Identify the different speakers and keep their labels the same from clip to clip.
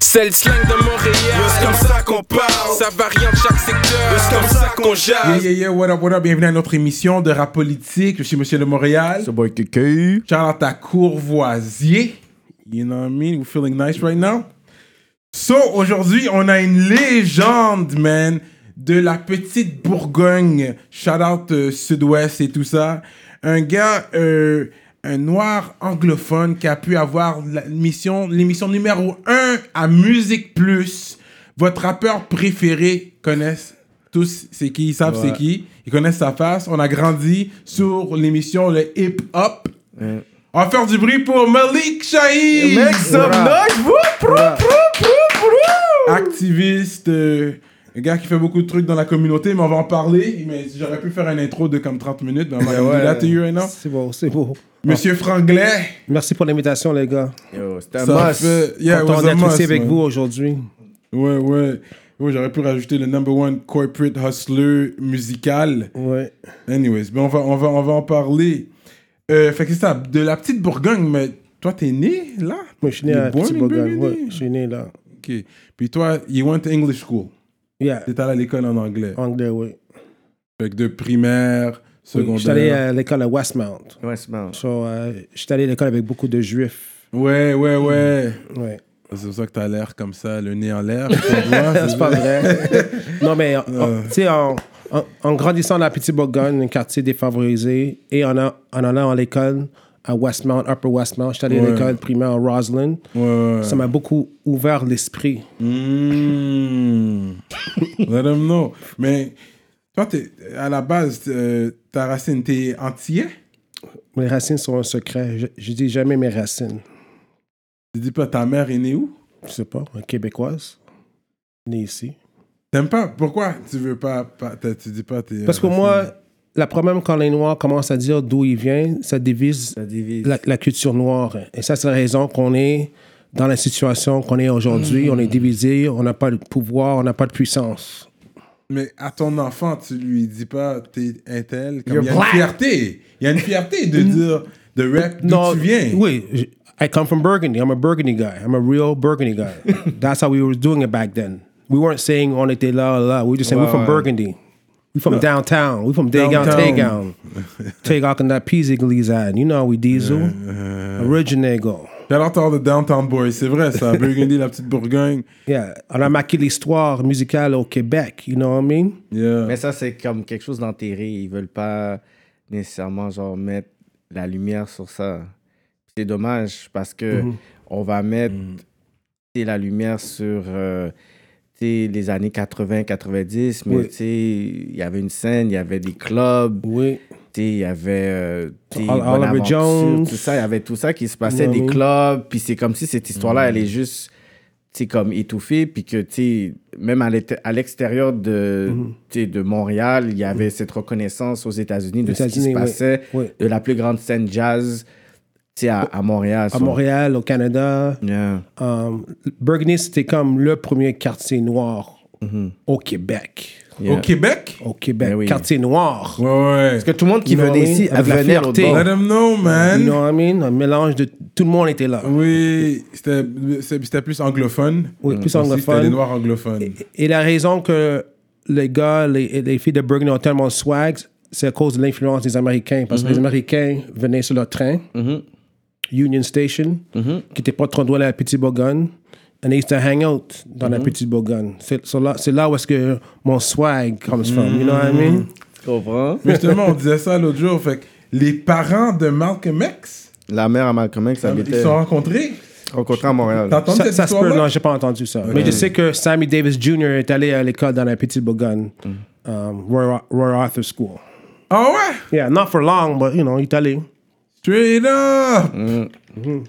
Speaker 1: C'est le slang de Montréal.
Speaker 2: C'est comme ça qu'on parle.
Speaker 1: Ça varie en chaque secteur.
Speaker 2: C'est comme ça qu'on
Speaker 3: Yeah,
Speaker 2: jase.
Speaker 3: yeah, yeah, what up, what up, bienvenue à notre émission de rap politique. Je suis Monsieur de Montréal.
Speaker 4: C'est boy KK.
Speaker 3: Charlotte à Courvoisier. You know what I mean? We're feeling nice right now. So, aujourd'hui, on a une légende, man, de la petite Bourgogne. Shout out euh, Sud-Ouest et tout ça. Un gars, euh, un noir anglophone qui a pu avoir la mission- l'émission numéro 1 à Musique Plus. Votre rappeur préféré connaissent tous c'est qui, ils savent c'est qui. Ils connaissent sa face. On a grandi sur l'émission le Hip Hop. On va faire du bruit pour Malik Shahid.
Speaker 4: Make some
Speaker 3: Voilà.
Speaker 4: noise, wouh, prou, prou, prou, prou.
Speaker 3: Activiste, euh, un gars qui fait beaucoup de trucs dans la communauté, mais on va en parler. Mais j'aurais pu faire une intro de comme 30 minutes, mais on
Speaker 5: Ben
Speaker 3: va do that to you right now.
Speaker 5: C'est bon, c'est beau.
Speaker 3: Monsieur Franglais,
Speaker 5: Merci pour l'invitation, les gars.
Speaker 4: Yo, c'était un
Speaker 3: ça
Speaker 4: must.
Speaker 3: fait... Yeah, it
Speaker 5: Content
Speaker 3: was a
Speaker 5: d'être
Speaker 3: must,
Speaker 5: ici avec
Speaker 3: man.
Speaker 5: vous aujourd'hui.
Speaker 3: Ouais, ouais. Ouais, j'aurais pu rajouter le number one corporate hustler musical.
Speaker 5: Ouais.
Speaker 3: Anyways, mais on va, on va, on va en parler. Euh, fait que c'est ça, de la petite Bourgogne, mais toi, t'es né là?
Speaker 5: Moi, je suis né
Speaker 3: You're
Speaker 5: à
Speaker 3: born in
Speaker 5: Petit Bogan.
Speaker 3: Burgundy?
Speaker 5: Ouais, je suis né là.
Speaker 3: Ok. Puis toi, you went to English school.
Speaker 5: Yeah,
Speaker 3: T'es allé à l'école en anglais.
Speaker 5: anglais, oui.
Speaker 3: Fait que de primaire,
Speaker 5: Je suis allé
Speaker 3: secondaire.
Speaker 5: à l'école à Westmount.
Speaker 4: Ouais, c'est bon.
Speaker 5: So, euh, je suis allé à l'école avec beaucoup de juifs.
Speaker 3: Ouais, ouais, ouais.
Speaker 5: Ouais.
Speaker 3: C'est pour ça que t'as l'air comme ça, le nez en l'air. je vois,
Speaker 5: C'est pas vrai. non, mais en-
Speaker 3: Euh.
Speaker 5: en- tu sais, en, en- en grandissant dans la Petite Bourgogne, un quartier défavorisé, et en, a- en allant à l'école à Westmount, Upper Westmount, je suis allé
Speaker 3: Ouais.
Speaker 5: à l'école primaire à Roslyn.
Speaker 3: Ouais, ouais.
Speaker 5: Ça m'a beaucoup ouvert l'esprit.
Speaker 3: Mm. Let them know. Mais toi, t'es- à la base, euh, ta racine, t'es antillais?
Speaker 5: Mes racines sont un secret. Je, je dis jamais mes racines.
Speaker 3: Tu dis pas, ta mère est née où?
Speaker 5: Je sais pas, une Québécoise, née ici.
Speaker 3: T'aimes pas? Pourquoi tu veux pas? pas- t'as- tu dis pas tes.
Speaker 5: Parce que
Speaker 3: racines?
Speaker 5: moi, la problème quand les Noirs commencent à dire d'où ils viennent, ça divise
Speaker 4: Ça divise.
Speaker 5: la, la culture noire. Et ça, c'est la raison qu'on est dans la situation qu'on est
Speaker 4: Mm.
Speaker 5: aujourd'hui. On est divisé, on n'a pas de pouvoir, on n'a pas de puissance.
Speaker 3: Mais à ton enfant, tu lui dis pas t'es un tel. comme Il y a une fierté. Il y a une fierté de dire de rap d'où tu viens.
Speaker 5: Mm. Oui, je- I come from Burgundy. I'm a Burgundy guy. I'm a real Burgundy guy. That's how we were doing it back then. We weren't saying on était là, là. We were just saying we're from
Speaker 4: Ouais, ouais.
Speaker 5: Burgundy. We're from downtown. We're from Dagon,
Speaker 3: Downtown.
Speaker 5: Tagon. Tagon and that Peasy Glizan. You know how we diesel. Originago.
Speaker 3: T'as l'entendre de Downtown Boy, c'est vrai ça. Burgundy, la petite Bourgogne.
Speaker 5: Yeah. On a marqué l'histoire musicale au Québec. You know what I mean?
Speaker 3: Yeah.
Speaker 4: Mais ça, c'est comme quelque chose d'enterré. Ils veulent pas nécessairement, genre, mettre la lumière sur ça. C'est dommage parce que
Speaker 5: Mhm.
Speaker 4: on va mettre tu sais, la lumière sur euh, tu sais, les années 80-90, mais
Speaker 5: Oui.
Speaker 4: tu sais, il y avait une scène, il y avait des clubs.
Speaker 5: Oui.
Speaker 4: Tu sais, il y avait euh, tu sais,
Speaker 5: Ol- Oliver
Speaker 4: Bonaventure,
Speaker 5: Jones.
Speaker 4: tout ça, il y avait tout ça qui se passait, des
Speaker 5: Ouais. Mm.
Speaker 4: clubs, puis c'est comme si cette histoire-là, elle est juste, tu sais, comme étouffée, puis que, tu sais, même à l'éte- à l'extérieur de,
Speaker 5: Mm-hmm.
Speaker 4: tu sais, de Montréal, il y avait cette reconnaissance aux États-Unis de ce qui se
Speaker 5: États-Unis, oui.
Speaker 4: passait,
Speaker 5: Oui.
Speaker 4: de la plus grande scène jazz, tu sais, à, à Montréal.
Speaker 5: À Montréal, au Canada.
Speaker 4: Yeah.
Speaker 5: Um, Burgundy, c'était comme le premier quartier noir au Québec.
Speaker 4: Yeah.
Speaker 3: Au Québec?
Speaker 5: Au Québec.
Speaker 4: Ben oui.
Speaker 5: Quartier noir.
Speaker 3: Ouais, ouais.
Speaker 4: Parce que tout le monde qui
Speaker 5: You know
Speaker 4: venait
Speaker 5: what I
Speaker 4: ici,
Speaker 5: mean? Avec la
Speaker 4: venait au
Speaker 5: fierté.
Speaker 4: bord.
Speaker 3: Let them know, man.
Speaker 5: You know what I mean? Un mélange de. Tout le monde était là.
Speaker 3: Mm. Oui, c'était c'est- c'était plus anglophone.
Speaker 5: Oui, plus
Speaker 3: Aussi, C'était
Speaker 5: anglophone.
Speaker 3: les noirs anglophones.
Speaker 5: Et la raison que les gars, les, les filles de Burgundy ont tellement de swag, c'est à cause de l'influence des Américains. Parce que les Américains venaient sur leur train, Union Station, qui n'était pas trop loin de la Petite Bourgogne. And they used to hang out dans la Petite Bourgogne. C'est so là, c'est là où est-ce que mon swag comes from. You know what I mean?
Speaker 4: Tu comprends?
Speaker 3: Mais justement, on disait ça l'autre jour. Fait que les parents de Malcolm X,
Speaker 4: La mère à Malcolm X
Speaker 3: ils
Speaker 4: habitait
Speaker 3: se sont rencontrés.
Speaker 4: rencontrée à Montréal.
Speaker 3: T'entends
Speaker 5: Ça,
Speaker 3: cette
Speaker 5: ça se peut, non,
Speaker 3: histoire-là?
Speaker 5: j'ai pas entendu ça. Mais je sais que Sammy Davis Jr. est allé à l'école dans la Petite Bourgogne, um, Roy, Roy Arthur School.
Speaker 3: Ah ouais?
Speaker 5: Yeah, not for long, but you know, il est allé.
Speaker 3: Straight up! Fait que
Speaker 5: Mm.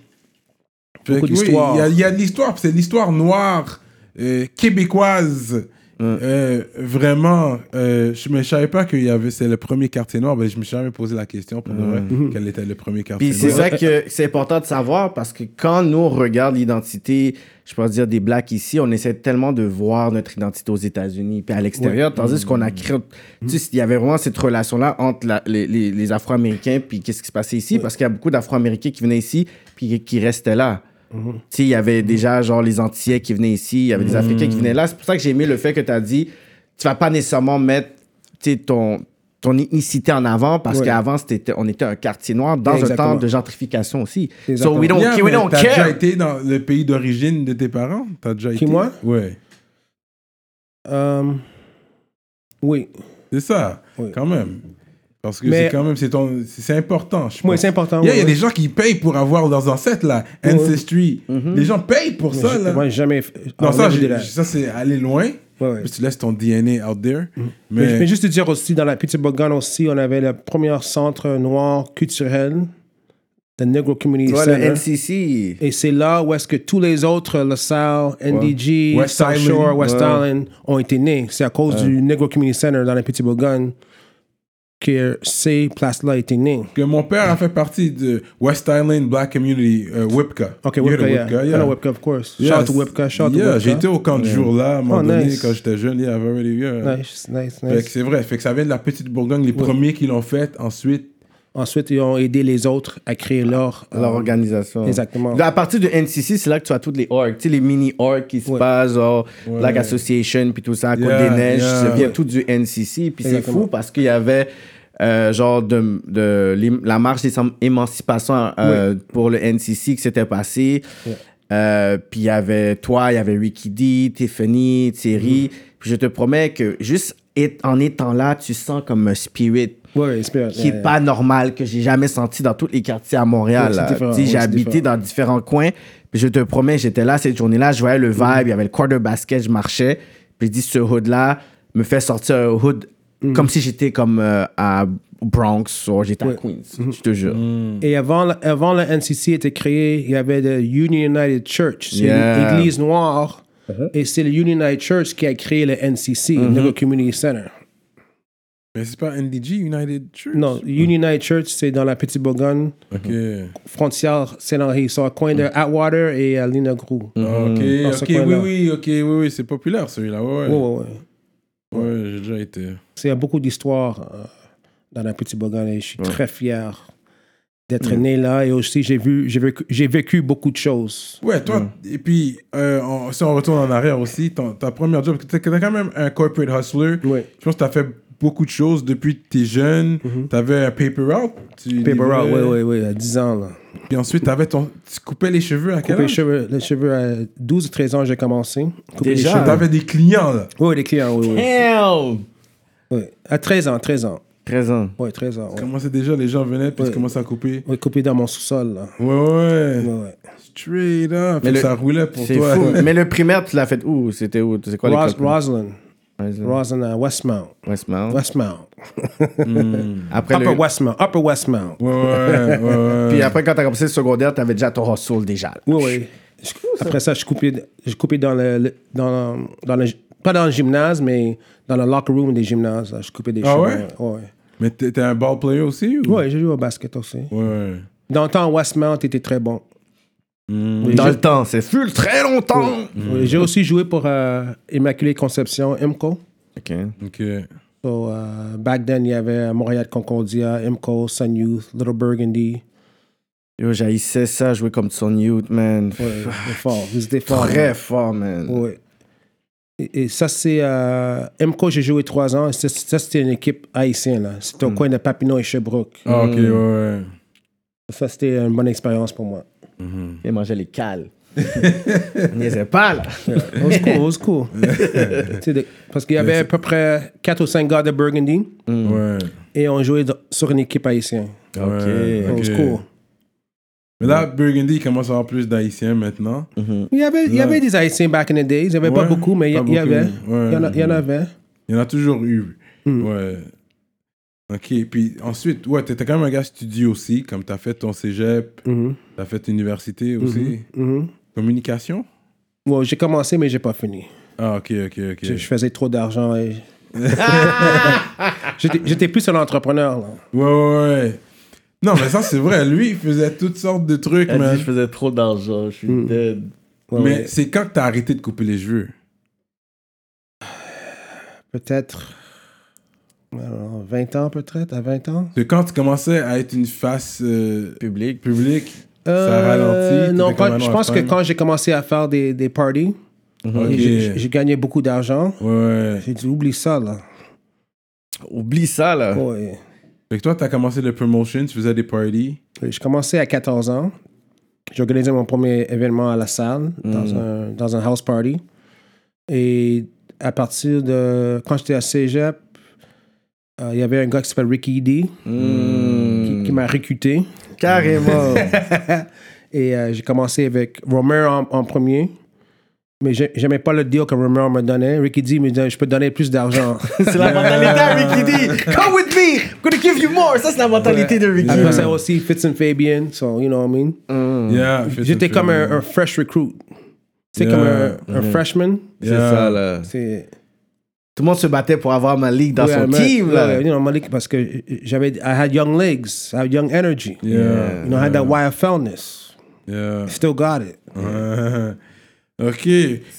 Speaker 5: Beaucoup
Speaker 3: oui,
Speaker 5: d'histoires.
Speaker 3: Il y a- il y, a de l'histoire, puis c'est de l'histoire noire, euh, québécoise.
Speaker 5: Mm.
Speaker 3: Euh, vraiment, euh, je ne savais pas qu'il y avait, c'est le premier quartier noir, mais je me suis jamais posé la question pour de vrai,
Speaker 5: Mm.
Speaker 3: quel était le premier quartier
Speaker 4: Puis c'est
Speaker 3: noir.
Speaker 4: ça que c'est important de savoir parce que quand nous on regarde l'identité, je pourrais dire des blacks ici, on essaie tellement de voir notre identité aux États-Unis puis à l'extérieur, tandis qu'on a créé, tu sais, il y avait vraiment cette relation-là entre la- les, les- les Afro-Américains puis qu'est-ce qui se passait ici, parce qu'il y a beaucoup d'Afro-Américains qui venaient ici puis qui restaient là. Tu sais, il y avait déjà genre les Antillais qui venaient ici, il y avait des Africains qui venaient là. C'est pour ça que j'ai aimé le fait que tu as dit, tu vas pas nécessairement mettre tu sais, ton, ton ethnicité en avant parce
Speaker 5: Ouais.
Speaker 4: qu'avant, c'était- on était un quartier noir dans
Speaker 5: Exactement.
Speaker 4: un temps de gentrification aussi.
Speaker 5: Exactement.
Speaker 4: So we don't,
Speaker 3: Yeah,
Speaker 4: we
Speaker 3: mais
Speaker 4: don't
Speaker 3: T'as déjà
Speaker 4: care.
Speaker 3: été dans le pays d'origine de tes parents T'as déjà été
Speaker 5: moi?
Speaker 3: Ouais.
Speaker 5: Euh, oui.
Speaker 3: C'est ça,
Speaker 5: Oui.
Speaker 3: quand même. Parce que
Speaker 5: Mais-
Speaker 3: c'est quand même, c'est ton- c'est c'est important. je
Speaker 5: Oui,
Speaker 3: pense.
Speaker 5: c'est important,
Speaker 3: Il y a,
Speaker 5: oui,
Speaker 3: il y a
Speaker 5: oui.
Speaker 3: des gens qui payent pour avoir leurs ancêtres, là. Ancestry. Les gens payent pour
Speaker 5: Mm-hmm. Mais
Speaker 3: ça,
Speaker 5: j'ai-
Speaker 3: là.
Speaker 5: Moi, j'ai jamais. f-
Speaker 3: non,
Speaker 5: enlevé
Speaker 3: ça,
Speaker 5: de
Speaker 3: j'ai-
Speaker 5: la-
Speaker 3: ça c'est aller loin.
Speaker 5: Ouais, ouais.
Speaker 3: Puis Tu laisses ton DNA out there.
Speaker 5: Mais,
Speaker 3: Mais,
Speaker 5: je vais juste te dire aussi, dans la Petite Bogan aussi, on avait le premier centre noir culturel, le Negro Community
Speaker 4: Tu vois, le
Speaker 3: hein.
Speaker 5: Center.
Speaker 4: NCC.
Speaker 5: Et c'est là où est-ce que tous les autres, LaSalle, NDG,
Speaker 3: West
Speaker 5: South
Speaker 3: Island.
Speaker 5: Shore, West
Speaker 4: Ouais.
Speaker 5: Island, ont été nés. C'est à cause du Negro Community Center dans la Petite Bourgogne que ces places-là étaient nées.
Speaker 3: que mon père a fait partie de West Island Black Community, euh, WIPCA.
Speaker 5: OK,
Speaker 3: You heard of
Speaker 5: Webka, yeah.
Speaker 3: WIPCA,
Speaker 5: I know Webka, of course.
Speaker 3: Yeah,
Speaker 5: Shout out to Webka, shout out to
Speaker 3: yeah,
Speaker 5: Webka.
Speaker 3: J'ai été au camp de jour là, à un moment
Speaker 5: Oh,
Speaker 3: donné,
Speaker 5: nice.
Speaker 3: quand j'étais jeune, yeah, I've already, yeah.
Speaker 5: Nice, nice,
Speaker 3: Fait que
Speaker 5: nice.
Speaker 3: c'est vrai, fait que ça vient de la petite Bourgogne, les premiers qui l'ont fait, ensuite.
Speaker 5: Ensuite, ils ont aidé les autres à créer leur...
Speaker 4: leur
Speaker 5: euh,
Speaker 4: organisation.
Speaker 5: Exactement.
Speaker 4: Là, à partir de NCC, c'est là que tu as toutes les orgs, tu sais, les mini-orgs qui se passent, genre Black Association, puis tout ça, à Côte
Speaker 3: Yeah,
Speaker 4: des Neiges,
Speaker 3: yeah.
Speaker 4: ça vient tout du NCC. Puis c'est
Speaker 5: Exactement.
Speaker 4: fou parce qu'il y avait, euh, genre, de, de l'ém- la marche des émancipations euh, pour le NCC qui s'était passée. Euh, puis il y avait toi, il y avait Ricky D, Tiffany,
Speaker 5: Mm.
Speaker 4: Thierry. Puis je te promets que juste être- en étant là, tu sens comme un spirit
Speaker 5: Ouais, euh, ouais, Spirit,
Speaker 4: qui est
Speaker 5: yeah, yeah.
Speaker 4: pas normal, que j'ai jamais senti dans tous les quartiers à Montréal.
Speaker 5: Ouais, c'est
Speaker 4: là.
Speaker 5: différent,
Speaker 4: Tu sais,
Speaker 5: ouais,
Speaker 4: j'ai
Speaker 5: c'est
Speaker 4: habité
Speaker 5: différent.
Speaker 4: dans différents coins, puis je te promets, j'étais là cette journée-là, je
Speaker 5: Mm.
Speaker 4: voyais le vibe, il y avait le quarter basket, je marchais, puis je dis, ce hood-là me fait sortir un hood
Speaker 5: Mm.
Speaker 4: comme si j'étais comme euh, à Bronx ou j'étais à Queens,
Speaker 5: Mm-hmm.
Speaker 4: je te jure.
Speaker 5: Et avant, la- avant la NCC était créée, il y avait le Union United Church, c'est
Speaker 4: Yeah.
Speaker 5: l'église noire. Et c'est le Union United Church qui a créé le NCC, le Negro Community Center.
Speaker 3: Mais c'est pas NDG, United Church?
Speaker 5: Non, Union United Church, c'est dans la Petite Bourgogne,
Speaker 3: Ok.
Speaker 5: frontière Saint-Henri. Ils sont à coin de Atwater et à Lina Grou.
Speaker 3: Ah, Ok,
Speaker 5: ce
Speaker 3: ok, oui,
Speaker 5: coin-là.
Speaker 3: oui, ok, oui, oui, c'est populaire celui-là, ouais, ouais.
Speaker 5: Ouais, ouais, ouais.
Speaker 3: Ouais, j'ai déjà été.
Speaker 5: C'est il y a beaucoup d'histoires euh, dans la Petite Bourgogne et je suis très fier d'être né là. Et aussi, j'ai vu- j'ai vécu, j'ai vécu beaucoup de choses.
Speaker 3: Ouais, toi, et puis, euh, on- si on retourne en arrière aussi, ton- ta première job, parce que t'es t'es quand même un corporate hustler.
Speaker 5: Ouais.
Speaker 3: Je pense que t'as fait beaucoup de choses depuis que t'es jeune. T'avais un Mm-hmm. paper route. Tu
Speaker 5: Paper Route,
Speaker 3: livrais,
Speaker 5: oui, oui, oui, à 10 ans. Là.
Speaker 3: Puis ensuite, t'avais ton, tu coupais les cheveux à quel
Speaker 5: Couper les
Speaker 3: âge?
Speaker 5: cheveux, les cheveux à 12 13 ans, j'ai commencé. Couper
Speaker 4: Déjà?
Speaker 5: les cheveux.
Speaker 3: T'avais des clients, là.
Speaker 5: Oui, les clients, oui,
Speaker 4: Mm.
Speaker 5: oui.
Speaker 4: Damn!
Speaker 5: Oui. À 13 ans, 13 ans.
Speaker 4: 13 ans.
Speaker 5: Oui, 13 ans. Oui,
Speaker 3: Commençait déjà, les gens venaient, puis ils commençaient à couper.
Speaker 5: Oui, couper dans mon sous-sol. là.
Speaker 3: Ouais, ouais,
Speaker 5: Ouais,
Speaker 3: ouais.
Speaker 5: ouais.
Speaker 3: Straight up. Fait
Speaker 4: Mais
Speaker 3: que
Speaker 4: le-
Speaker 3: ça roulait pour
Speaker 4: C'est
Speaker 3: toi.
Speaker 4: fou. Mais le primaire, tu l'as fait où? C'était où? C'est quoi
Speaker 5: Ros-
Speaker 4: l'école?
Speaker 5: Roslyn.
Speaker 4: Roslyn.
Speaker 5: Roslyn à Westmount.
Speaker 4: Westmount.
Speaker 5: Westmount.
Speaker 4: Après
Speaker 5: Upper
Speaker 4: le-
Speaker 5: Westmount. Upper Westmount.
Speaker 3: Ouais, ouais, ouais. ouais.
Speaker 4: Puis après, quand t'as commencé le secondaire, t'avais déjà ton hustle déjà. là.
Speaker 5: Oui, oui. Je- Après ça, je coupais, je coupais dans le, le- dans, dans le, pas dans le gymnase, mais dans le locker room des gymnases. là. Je coupais des
Speaker 3: Ah
Speaker 5: cheveux.
Speaker 3: ouais?
Speaker 5: Oui,
Speaker 3: Mais t'es t'es un ball player aussi? Ou...
Speaker 5: j'ai joué au basket aussi.
Speaker 3: Ouais.
Speaker 5: Dans le temps, Westmount était très bon. Oui,
Speaker 4: Dans
Speaker 5: j'ai-
Speaker 4: le temps, c'est fut très longtemps.
Speaker 5: Oui, J'ai aussi joué pour euh, Immaculée Conception, IMCO.
Speaker 4: Ok.
Speaker 3: Ok.
Speaker 5: So, euh, back then, il y avait Montréal Concordia, IMCO, Sun Youth, Little Burgundy.
Speaker 4: Yo, j'haïssais ça, jouer comme son youth, man.
Speaker 5: Ouais, c'était fort. Ils étaient forts.
Speaker 4: Très fort, man.
Speaker 5: Oui. Et, et ça, c'est. euh, MCO, j'ai joué trois ans. C'est- Ça, c'était une équipe haïtienne. là. C'était au coin de Papineau et Sherbrooke.
Speaker 3: Ah, ok, ouais, ouais.
Speaker 5: Ça, c'était une bonne expérience pour moi.
Speaker 4: Il mangeait les cales. Il niaisait pas, là.
Speaker 5: Au secours, au secours. Tu sais, de- Parce qu'il y avait à peu près quatre ou cinq gars de Burgundy
Speaker 3: Ouais.
Speaker 5: et on jouait dans- sur une équipe haïtienne.
Speaker 3: Ouais,
Speaker 5: Au secours.
Speaker 3: Mais là, Burgundy il commence à avoir plus d'Haïtiens maintenant.
Speaker 5: Il y, avait, il y avait des Haïtiens back in the days. Il n'y avait pas
Speaker 3: Ouais,
Speaker 5: beaucoup, mais il y,
Speaker 3: pas
Speaker 5: il y
Speaker 3: beaucoup,
Speaker 5: avait.
Speaker 3: ouais.
Speaker 5: Il y en a- il y en avait.
Speaker 3: Il y en a toujours eu. Ouais. Ok, puis ensuite, ouais, t'étais quand même un gars studio aussi, comme t'as fait ton cégep, t'as fait université aussi.
Speaker 5: Hmm.
Speaker 3: Communication
Speaker 5: Ouais, Mhm. j'ai commencé, mais j'ai pas fini.
Speaker 3: Ah, ok, ok, ok.
Speaker 5: Je, je faisais trop d'argent et. J'étais- J'étais plus un entrepreneur. là.
Speaker 3: Ouais, ouais, ouais. Non, mais ça, c'est vrai. Lui, il faisait toutes sortes de trucs,
Speaker 4: Il a
Speaker 3: man.
Speaker 4: dit, je faisais trop d'argent, je suis dead.
Speaker 5: Ouais,
Speaker 3: mais
Speaker 5: ouais.
Speaker 3: c'est quand que t'as arrêté de couper les cheveux
Speaker 5: peut-être I don't know, 20 ans peut-être, à 20 ans.
Speaker 3: C'est quand tu commençais à être une face euh,
Speaker 4: Public.
Speaker 3: publique.
Speaker 5: Euh,
Speaker 3: ralentit,
Speaker 5: Non,
Speaker 3: t'étais
Speaker 5: pas-
Speaker 3: comme, ah non,
Speaker 5: je pense que
Speaker 3: Espagne.
Speaker 5: quand j'ai commencé à faire des, des parties,
Speaker 3: Mhm. Ok.
Speaker 5: j'ai j'ai gagné beaucoup d'argent.
Speaker 3: Ouais.
Speaker 5: J'ai dit, oublie ça, là.
Speaker 4: Oublie ça, là.
Speaker 5: Ouais.
Speaker 3: Fait que toi, t'as commencé le promotion, tu faisais des parties.
Speaker 5: J'ai commencé à 14 ans. J'ai organisé mon premier événement à la salle, dans,
Speaker 3: Mhm.
Speaker 5: un, dans un house party. Et à partir de. Quand j'étais à cégep, euh, il y avait un gars qui s'appelle Ricky E D,
Speaker 3: Mhm.
Speaker 5: qui, qui m'a recruté.
Speaker 4: Carrément.
Speaker 5: Et euh, j'ai commencé avec Romer en, en premier. Mais j'ai- j'aimais pas le deal que Romer me donnait. Ricky D me disait Je peux te donner plus d'argent.
Speaker 4: c'est la mentalité à Ricky D. Come with me. I'm gonna give you more. Ça, c'est la mentalité de Ricky.
Speaker 5: Après ça aussi, Fitz and Fabian. So, you know what I mean?
Speaker 3: Mm-hmm.
Speaker 4: Hmm.
Speaker 3: Yeah, fait
Speaker 5: J'étais
Speaker 3: ça,
Speaker 5: comme
Speaker 3: fait-
Speaker 5: un, un fresh recruit. C'est
Speaker 3: Yeah. mm-hmm.
Speaker 5: comme un, un freshman.
Speaker 4: C'est
Speaker 3: Yeah.
Speaker 4: ça, là.
Speaker 5: C'est.
Speaker 4: Tout le monde se battait pour avoir Malik dans
Speaker 5: Yeah,
Speaker 4: son
Speaker 5: man.
Speaker 4: team, là.
Speaker 5: Yeah, you know, Malik, parce que j'avais. I had young legs. I had young energy.
Speaker 3: Yeah.
Speaker 5: You know, I had that YFLness.
Speaker 3: Yeah.
Speaker 5: Still got it.
Speaker 3: Ouais. Ok,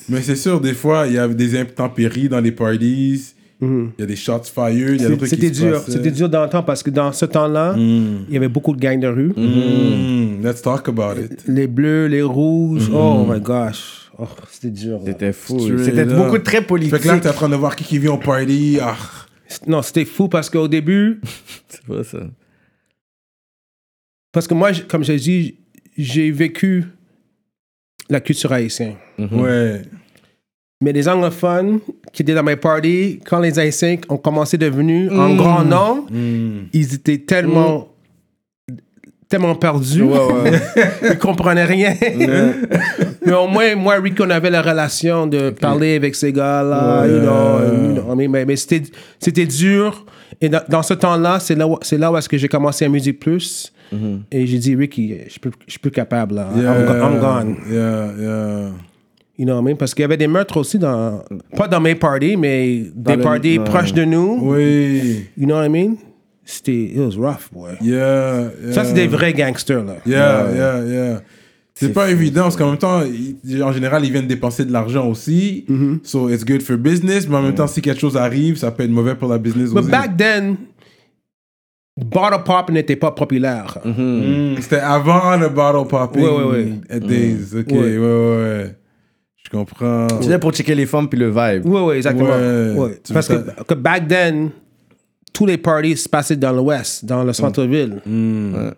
Speaker 3: mais c'est sûr, des fois, il y a des intempéries dans les parties, il y a des shots fire, il y a des
Speaker 5: Mhm. C'est-
Speaker 3: trucs qui
Speaker 5: C'était
Speaker 3: se Mm.
Speaker 5: dur.
Speaker 3: passaient.
Speaker 5: C'était dur dans le temps parce que dans ce temps-là, il y avait beaucoup de gangs de rue.
Speaker 3: Hmm, let's talk about it.
Speaker 5: Les bleus, les rouges. Oh my gosh. Oh, c'était dur. là.
Speaker 4: Mm-hmm. C'était fou.
Speaker 3: Straight
Speaker 4: C'était
Speaker 3: up.
Speaker 4: beaucoup très politique.
Speaker 3: Fait que là, t'es en train de voir qui qui vient au party. Ah.
Speaker 5: Non, c'était fou parce qu'au début,
Speaker 4: C'est pas ça.
Speaker 5: parce que moi, j- comme j'ai dit, j'ai vécu la culture haïtienne.
Speaker 4: Mhm.
Speaker 3: Ouais.
Speaker 5: Mais les anglophones qui étaient dans mes parties, quand les haïtiens ont commencé de venir
Speaker 4: Mm.
Speaker 5: en grand nombre,
Speaker 3: Hmm.
Speaker 5: ils étaient tellement, tellement perdus. ils comprenaient rien. Mais au moins, moi, Rick, on avait la relation de parler avec ces gars-là. you know, euh, you know, mais mais- mais c'était c'était dur. Et dans, dans ce temps-là, c'est là, où- c'est là où est-ce que j'ai commencé à musique plus. Et j'ai dit, Ricky, je suis plus- je suis plus capable. là. I'm
Speaker 3: Yeah,
Speaker 5: go- I'm gone.
Speaker 3: Yeah, yeah.
Speaker 5: You know what I mean? Parce qu'il y avait des meurtres aussi dans. Pas dans mes parties, mais des
Speaker 4: le-
Speaker 5: parties
Speaker 4: ouais.
Speaker 5: proches de nous.
Speaker 3: Oui.
Speaker 5: You know what I mean? C'était. It was rough, boy.
Speaker 3: Yeah, yeah.
Speaker 5: Ça, c'est des vrais gangsters, là.
Speaker 3: Euh, Yeah, yeah, yeah. C'est pas évident parce qu'en même temps, ils- en général, ils viennent dépenser de l'argent aussi.
Speaker 5: Mm-hmm.
Speaker 3: So it's good for business, mais en même temps, si quelque chose arrive, ça peut être mauvais pour la business
Speaker 5: But
Speaker 3: aussi.
Speaker 5: back then, bottle pop n'était pas populaire.
Speaker 3: Mm, C'était avant le bottle popping.
Speaker 5: Ouais, ouais, ouais. Mm.
Speaker 3: at Days. Ok, ouais,
Speaker 5: Ouais.
Speaker 3: ouais, ouais. Je comprends.
Speaker 4: Tu venais pour checker les femmes puis le vibe.
Speaker 5: Oui, oui, exactement.
Speaker 3: Ouais.
Speaker 5: Ouais.
Speaker 3: Tu
Speaker 5: Parce
Speaker 3: veux
Speaker 5: que, que back then, tous les parties se passaient dans l'ouest, dans
Speaker 3: Mm.
Speaker 5: le centre-ville.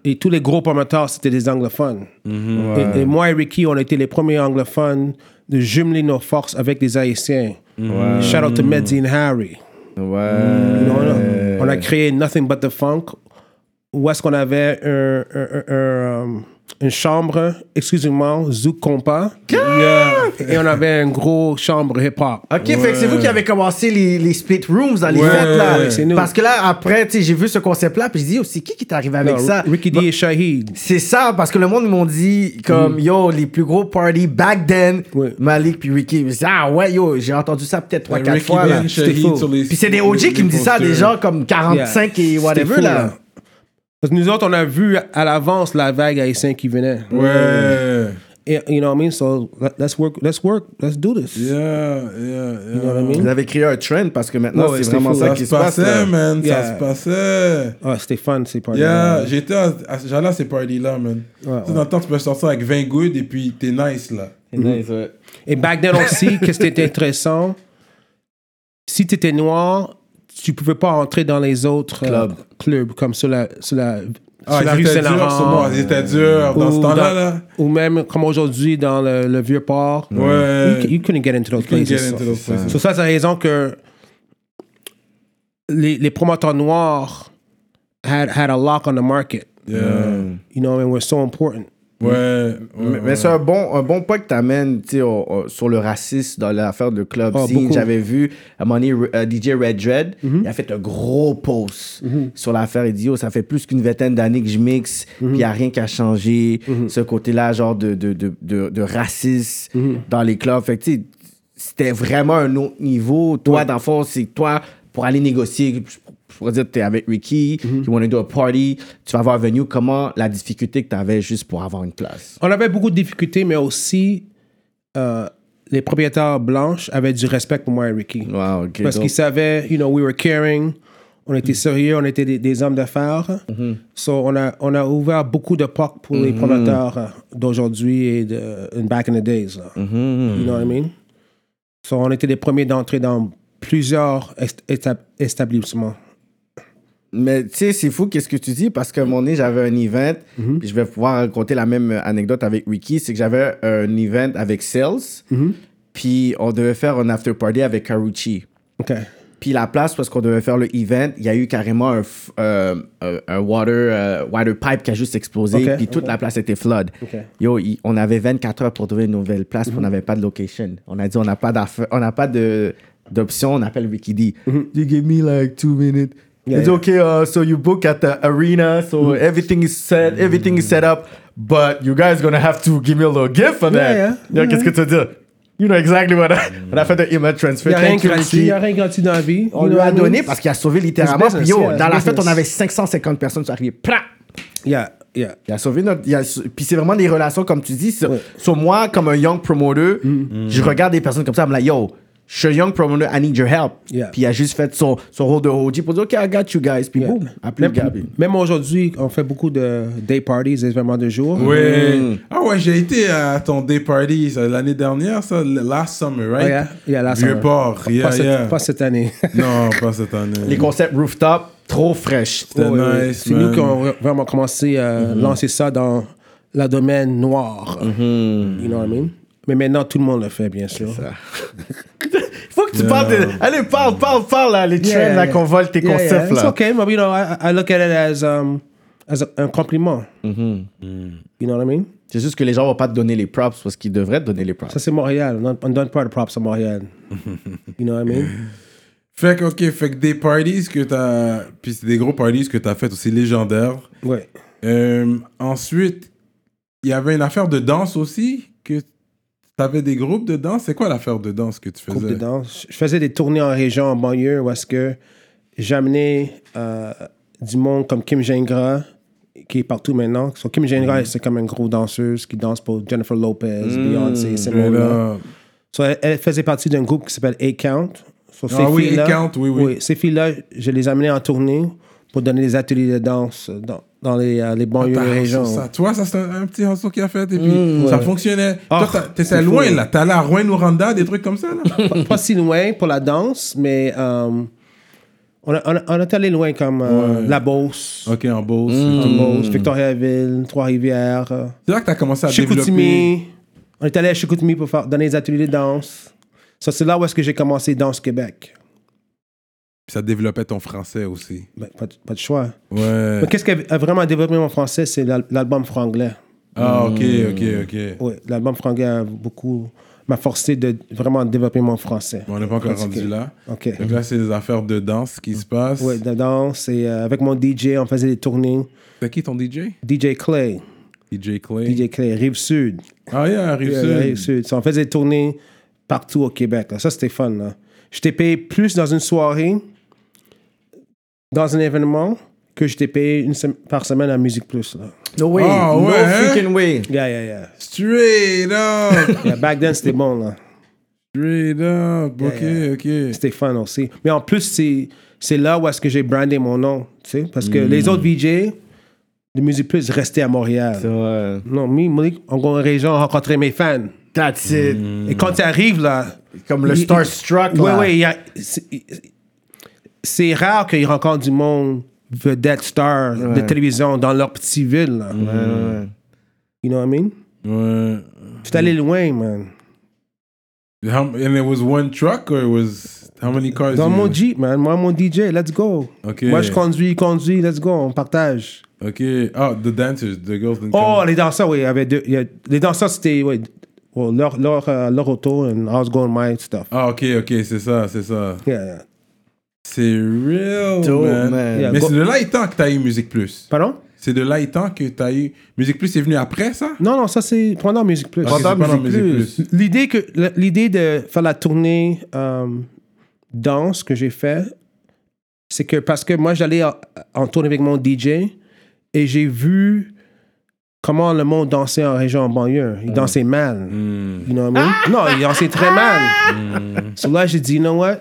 Speaker 5: Et tous les gros promoteurs, c'était des anglophones.
Speaker 3: Mm-hmm.
Speaker 5: Et- Et, moi et Ricky, on était les premiers anglophones de jumeler nos forces avec les Haïtiens.
Speaker 3: Mm-hmm.
Speaker 5: Shout out to Medzi and Harry.
Speaker 4: Ouais.
Speaker 5: Non, non.
Speaker 4: Euh.
Speaker 5: On a créé Nothing But the Funk, où est-ce qu'on avait un- un- un- un, um, une chambre, excusez-moi, Zouk Compa,
Speaker 3: Yeah.
Speaker 5: et on avait une grosse chambre hip-hop.
Speaker 4: Ah! Ok, fait que c'est vous qui avez commencé les, les split rooms dans les
Speaker 3: Ouais,
Speaker 4: fêtes là.
Speaker 3: ouais,
Speaker 5: c'est nous.
Speaker 4: Parce que là, après, tu sais, j'ai vu ce concept là, puis j'ai dit, oh, c'est qui qui est arrivé avec
Speaker 5: Non,
Speaker 4: ça?
Speaker 5: Euh,
Speaker 4: Bah,
Speaker 5: Ricky D et Shahid.
Speaker 4: C'est ça, parce que le monde ils m'ont dit, comme, yo, les plus gros parties back then,
Speaker 5: Ouais.
Speaker 4: Malik puis Ricky. Ils disaient, ah ouais, yo, j'ai entendu ça peut-être 3-4
Speaker 3: Ricky
Speaker 4: fois. là.
Speaker 3: Ben
Speaker 5: c'était
Speaker 3: Shahid
Speaker 5: faux.
Speaker 3: sur les-
Speaker 4: Puis c'est des OG qui
Speaker 3: les
Speaker 4: me disent ça, des
Speaker 3: posters.
Speaker 4: gens comme 45 et
Speaker 5: Yeah.
Speaker 4: whatever
Speaker 5: C'était fou,
Speaker 4: là.
Speaker 5: là. Parce que nous autres, on a vu à l'avance la vague haïtienne qui venait.
Speaker 3: Ouais.
Speaker 5: Et, you know what I mean? So let- let's work, let's work, let's do this.
Speaker 3: Yeah, yeah, yeah.
Speaker 5: You know what I mean?
Speaker 4: Vous avez créé un trend parce que maintenant
Speaker 5: Ouais, ouais,
Speaker 4: c'est
Speaker 5: c'est
Speaker 4: vraiment
Speaker 5: fou.
Speaker 4: ça
Speaker 3: Ça
Speaker 4: qui
Speaker 3: se
Speaker 4: se passe.
Speaker 3: passait,
Speaker 4: là.
Speaker 3: man. Ça
Speaker 5: Yeah.
Speaker 3: se passait.
Speaker 5: Ah, c'était fun, ces parties.
Speaker 3: Yeah, j'étais à, à- j'allais à ces parties-là, man. Tu sais, Dans le temps, tu peux sortir avec 20 good et puis t'es nice, là.
Speaker 5: Et back then aussi, qu'est-ce qui était intéressant? Si tu étais noir, tu pouvais pas entrer dans les autres euh,
Speaker 4: Clubs.
Speaker 5: clubs, comme sur la, sur la,
Speaker 3: Ah,
Speaker 5: sur la
Speaker 3: ils
Speaker 5: rue
Speaker 3: étaient durs, sur moi,
Speaker 5: Saint-Laurent.
Speaker 3: ils étaient durs dans ce
Speaker 5: ou
Speaker 3: temps-là,
Speaker 5: dans-
Speaker 3: là.
Speaker 5: Ou même, comme aujourd'hui, dans le, le vieux port.
Speaker 3: Ouais.
Speaker 5: You, you couldn't get into those
Speaker 3: couldn't
Speaker 5: places.
Speaker 3: get into those
Speaker 5: So-
Speaker 3: places.
Speaker 5: so ça, c'est la raison que les, les promoteurs noirs had, had a lock on the market.
Speaker 3: Yeah.
Speaker 5: You know, and were so important.
Speaker 3: Ouais. ouais,
Speaker 4: Mais, mais c'est un bon, un bon point que tu amènes sur le racisme dans l'affaire de club
Speaker 5: Ah,
Speaker 4: scene.
Speaker 5: beaucoup. Mhm.
Speaker 4: J'avais vu à un moment donné, euh, DJ Red Dread, il a fait un gros post sur l'affaire. Il dit oh, ça fait plus qu'une vingtaine d'années que je mixe, puis il n'y
Speaker 5: Mhm.
Speaker 4: a rien qui a changé. Ce côté-là, genre de, de, de, de, de racisme
Speaker 5: Mhm.
Speaker 4: dans les clubs. Fait que, tu sais, c'était vraiment un autre niveau. Toi, dans le fond, c'est toi pour aller négocier. Je je pourrais dire que tu es avec Ricky,
Speaker 5: Mhm.
Speaker 4: you want to do a party, tu vas avoir un venue. Comment la difficulté que tu avais juste pour avoir une place?
Speaker 5: On avait beaucoup de difficultés, mais aussi euh, les propriétaires blanches avaient du respect pour moi et Ricky.
Speaker 4: Wow, ok.
Speaker 5: Parce
Speaker 4: Donc- Mm.
Speaker 5: qu'ils savaient, you know, we were caring. On était sérieux, on était des, des hommes d'affaires.
Speaker 4: Mm-hmm.
Speaker 5: So, on, a, on a ouvert beaucoup de portes pour les promoteurs euh, d'aujourd'hui et de and back in the days. là.
Speaker 4: Mm-hmm.
Speaker 5: You know what I mean? So, on était les premiers d'entrer dans plusieurs est- éta- établissements.
Speaker 4: Mais tu sais, c'est fou qu'est-ce que tu dis parce qu'à un moment donné, j'avais un event, puis je vais pouvoir raconter la même euh, anecdote avec Wiki, c'est que j'avais un event avec Sales, puis on devait faire un after party avec Karuchi.
Speaker 5: OK.
Speaker 4: Puis la place, parce qu'on devait faire le event, il y a eu carrément un, f- euh, un- un water, euh, water pipe qui a juste explosé,
Speaker 5: Ok,
Speaker 4: puis toute
Speaker 5: ok.
Speaker 4: la place était flood.
Speaker 5: Ok. Mhm.
Speaker 4: Yo, il- on avait 24 heures pour trouver une nouvelle place, puis on n'avait pas de location. On a dit, on n'a pas d'affaires- on n'a pas de- d'option, on appelle Wikidi. You give me like two minutes. It's
Speaker 5: Mhm. yeah. Mhm.
Speaker 4: okay, uh, so you book at the arena, so everything is set, everything is set up, but you guys gonna have to give me a little gift for that.
Speaker 5: Yeah, Mhm.
Speaker 4: Yo, qu'est-ce que tu veux dire? You know exactly what I... On a fait de email transfer.
Speaker 5: Il n'y a rien
Speaker 4: Thank you,
Speaker 5: gratuit, il
Speaker 4: Wiki.
Speaker 5: y a rien gratuit dans la vie.
Speaker 4: On lui a donné parce qu'il a sauvé littéralement.
Speaker 5: It's business,
Speaker 4: Puis yo,
Speaker 5: yeah,
Speaker 4: dans la
Speaker 5: it's
Speaker 4: fête, on
Speaker 5: business.
Speaker 4: avait 550 personnes qui sont arrivées. Pra!
Speaker 5: Yeah, yeah.
Speaker 4: Il a sauvé notre. il a- puis c'est vraiment des relations, comme tu dis. Sur,
Speaker 5: Ouais.
Speaker 4: sur moi, comme un young promoter, Mm. je regarde des personnes comme ça. Je me dis, yo, je suis un young promoter, I need your help.
Speaker 5: Yeah.
Speaker 4: Puis il a juste fait son, son rôle de OG pour dire, OK, I got you guys. Puis boum, appelé le
Speaker 5: Même,
Speaker 4: gars.
Speaker 5: même aujourd'hui, on fait beaucoup de day parties, des événements de jour.
Speaker 3: Ouais.
Speaker 5: Mm.
Speaker 3: Ah ouais, j'ai été à ton day party ça, l'année dernière, ça, l- last summer, right?
Speaker 5: Oh, yeah, yeah, last
Speaker 3: Vieux
Speaker 5: summer.
Speaker 3: port,
Speaker 5: Pas,
Speaker 3: yeah,
Speaker 5: cette,
Speaker 3: yeah.
Speaker 5: pas cette année.
Speaker 3: Non, pas cette année.
Speaker 4: Les concepts rooftop, trop fraîches.
Speaker 3: C'était
Speaker 5: Ouais, ouais.
Speaker 3: nice,
Speaker 5: C'est nous
Speaker 3: man. Mm-hmm.
Speaker 5: qui avons vraiment commencé à lancer ça dans le domaine noir.
Speaker 3: Mm-hmm.
Speaker 5: You know what I mean? Mais maintenant, tout le monde le fait, bien sûr.
Speaker 4: Faut que tu parles de. Allez, parle, parle, parle, là, les trends
Speaker 5: Yeah,
Speaker 4: là
Speaker 5: yeah.
Speaker 4: qu'on vole, tes
Speaker 5: Yeah,
Speaker 4: concepts
Speaker 5: yeah. It's
Speaker 4: là.
Speaker 5: okay, but you know, I, I look at it as, um, as a- un compliment.
Speaker 3: Mm-hmm.
Speaker 5: You know what I mean?
Speaker 4: C'est juste que les gens vont pas te donner les props parce qu'ils devraient te donner les props.
Speaker 5: Ça, c'est Montréal. On on donne pas de props à Montréal. you know what I mean?
Speaker 3: Fait que, ok, fait que des parties que t'as. Puis c'est des gros parties que t'as fait aussi légendaires.
Speaker 5: Ouais.
Speaker 3: Euh, ensuite, il y avait une affaire de danse aussi. que T'avais des groupes de danse. C'est quoi l'affaire de danse que tu
Speaker 5: groupe
Speaker 3: faisais?
Speaker 5: de danse. Je faisais des tournées en région, en banlieue, où est-ce que j'amenais euh, du monde comme Kim Gingras, qui est partout maintenant. So, Kim
Speaker 3: Mm.
Speaker 5: Gingras, c'est comme une grosse danseuse qui danse pour Jennifer Lopez, Beyoncé, ces
Speaker 3: Straight
Speaker 5: mondes-là.
Speaker 3: up.
Speaker 5: So, elle, elle faisait partie d'un groupe qui s'appelle Eight Count. So,
Speaker 3: Ah oui, Eight Count, oui, oui.
Speaker 5: Ces filles-là, je les amenais en tournée pour donner des ateliers de danse dans, dans les, euh, les banlieues
Speaker 3: T'as
Speaker 5: et les régions.
Speaker 3: raison, ça. Tu vois, ça, Ah, ben, c'est un, un petit hustle qu'il a fait et puis ça fonctionnait.
Speaker 5: Mmh, Ah,
Speaker 3: Toi, t'as- t'étais
Speaker 5: c'est
Speaker 3: loin,
Speaker 5: fou.
Speaker 3: là. T'es allé à Rouen-Ouranda, des trucs comme ça, là.
Speaker 5: pas, pas si loin pour la danse, mais euh, on, a- on, a- on est allé loin comme euh, La Beauce,
Speaker 3: ok, en Beauce.
Speaker 5: La Beauce, Victoriaville, Trois-Rivières, euh,
Speaker 3: C'est là que t'as commencé Hmm. à développer.
Speaker 5: Chicoutimi. On est allé à Chicoutimi pour faire, donner des ateliers de danse. Ça, c'est là où est-ce que j'ai commencé Danse Québec.
Speaker 3: Puis ça développait ton français aussi.
Speaker 5: Ben, pas, de- pas de choix.
Speaker 3: Ouais.
Speaker 5: Mais qu'est-ce qui a vraiment développé mon français, c'est l'al- l'album franglais.
Speaker 3: Ah, ok, ok, ok.
Speaker 5: Oui, l'album franglais a beaucoup m'a forcé de vraiment développer mon français.
Speaker 3: Bon, on n'est pas encore
Speaker 5: Pratiquer.
Speaker 3: rendu là.
Speaker 5: OK.
Speaker 3: Donc là, c'est des affaires de danse qui se passent.
Speaker 5: Oui, de danse. Et euh, avec mon DJ, on faisait des tournées.
Speaker 3: C'est qui ton DJ?
Speaker 5: DJ Clay.
Speaker 3: DJ Clay.
Speaker 5: DJ Clay, Rive-Sud.
Speaker 3: Ah, yeah, arrive
Speaker 5: Yeah, Rive-Sud. Ça, on faisait des tournées partout au Québec. là. Ça, c'était fun. là. Je t'ai payé plus dans une soirée, dans un événement, que je t'ai payé une sem- par semaine à Musique Plus. Là.
Speaker 4: No way.
Speaker 3: Ah,
Speaker 4: no
Speaker 3: ouais, hein?
Speaker 4: freaking way.
Speaker 5: Yeah, yeah, yeah.
Speaker 3: Straight up!
Speaker 5: Yeah, back then, c'était bon. Là.
Speaker 3: Straight up! Ok,
Speaker 5: yeah.
Speaker 3: ok.
Speaker 5: C'était fun aussi. Mais en plus, c'est, c'est là où est-ce que j'ai brandé mon nom. tu sais, Parce que les autres VJ de Musique Plus restaient à Montréal.
Speaker 4: So,
Speaker 5: Non, mais en gros, région, rencontrer mes fans.
Speaker 4: that's it.
Speaker 5: Et quand tu arrives là,
Speaker 4: Comme le
Speaker 5: Il-
Speaker 4: Starstruck.
Speaker 5: Ouais,
Speaker 4: là.
Speaker 5: ouais, il y a- c'est- c'est rare qu'ils rencontrent du monde vedette star de télévision dans leur petite ville. là. You know what I mean?
Speaker 3: Ouais.
Speaker 5: Je suis allé loin, man.
Speaker 3: How, and it was one truck or it was how many cars?
Speaker 5: Dans
Speaker 3: you-
Speaker 5: mon Jeep, man. Moi, mon DJ, let's go.
Speaker 3: Ok.
Speaker 5: Moi, je conduis, il conduit, let's go, on partage.
Speaker 3: Okay. Oh, the dancers, the girls didn't
Speaker 5: Oh,
Speaker 3: come.
Speaker 5: les danseurs, oui, il y avait deux- il y a- les danseurs, c'était ouais, well, leur, leur, euh, leur auto and I was going my stuff.
Speaker 3: Ah, ok, ok, c'est ça, c'est ça.
Speaker 5: Yeah, yeah.
Speaker 3: C'est real,
Speaker 4: Dope,
Speaker 3: man.
Speaker 4: man.
Speaker 5: Yeah,
Speaker 3: Mais
Speaker 5: go-
Speaker 3: c'est de là étant que t'as eu Musique Plus.
Speaker 5: Pardon?
Speaker 3: C'est de là étant que t'as eu... Musique Plus est venu après, ça?
Speaker 5: Non, non, ça, c'est pendant Musique Plus.
Speaker 3: Ok, c'est pendant Musique Plus.
Speaker 5: L'idée que l- l'idée de faire la tournée euh, danse que j'ai fait, c'est que parce que moi j'allais en, en tournée avec mon DJ et j'ai vu comment le monde dansait en région en banlieue.
Speaker 3: Mm.
Speaker 5: Il dansait mal.
Speaker 3: Mm.
Speaker 5: You know what I mean? Non, il dansait très mal. So là j'ai dit, you know what?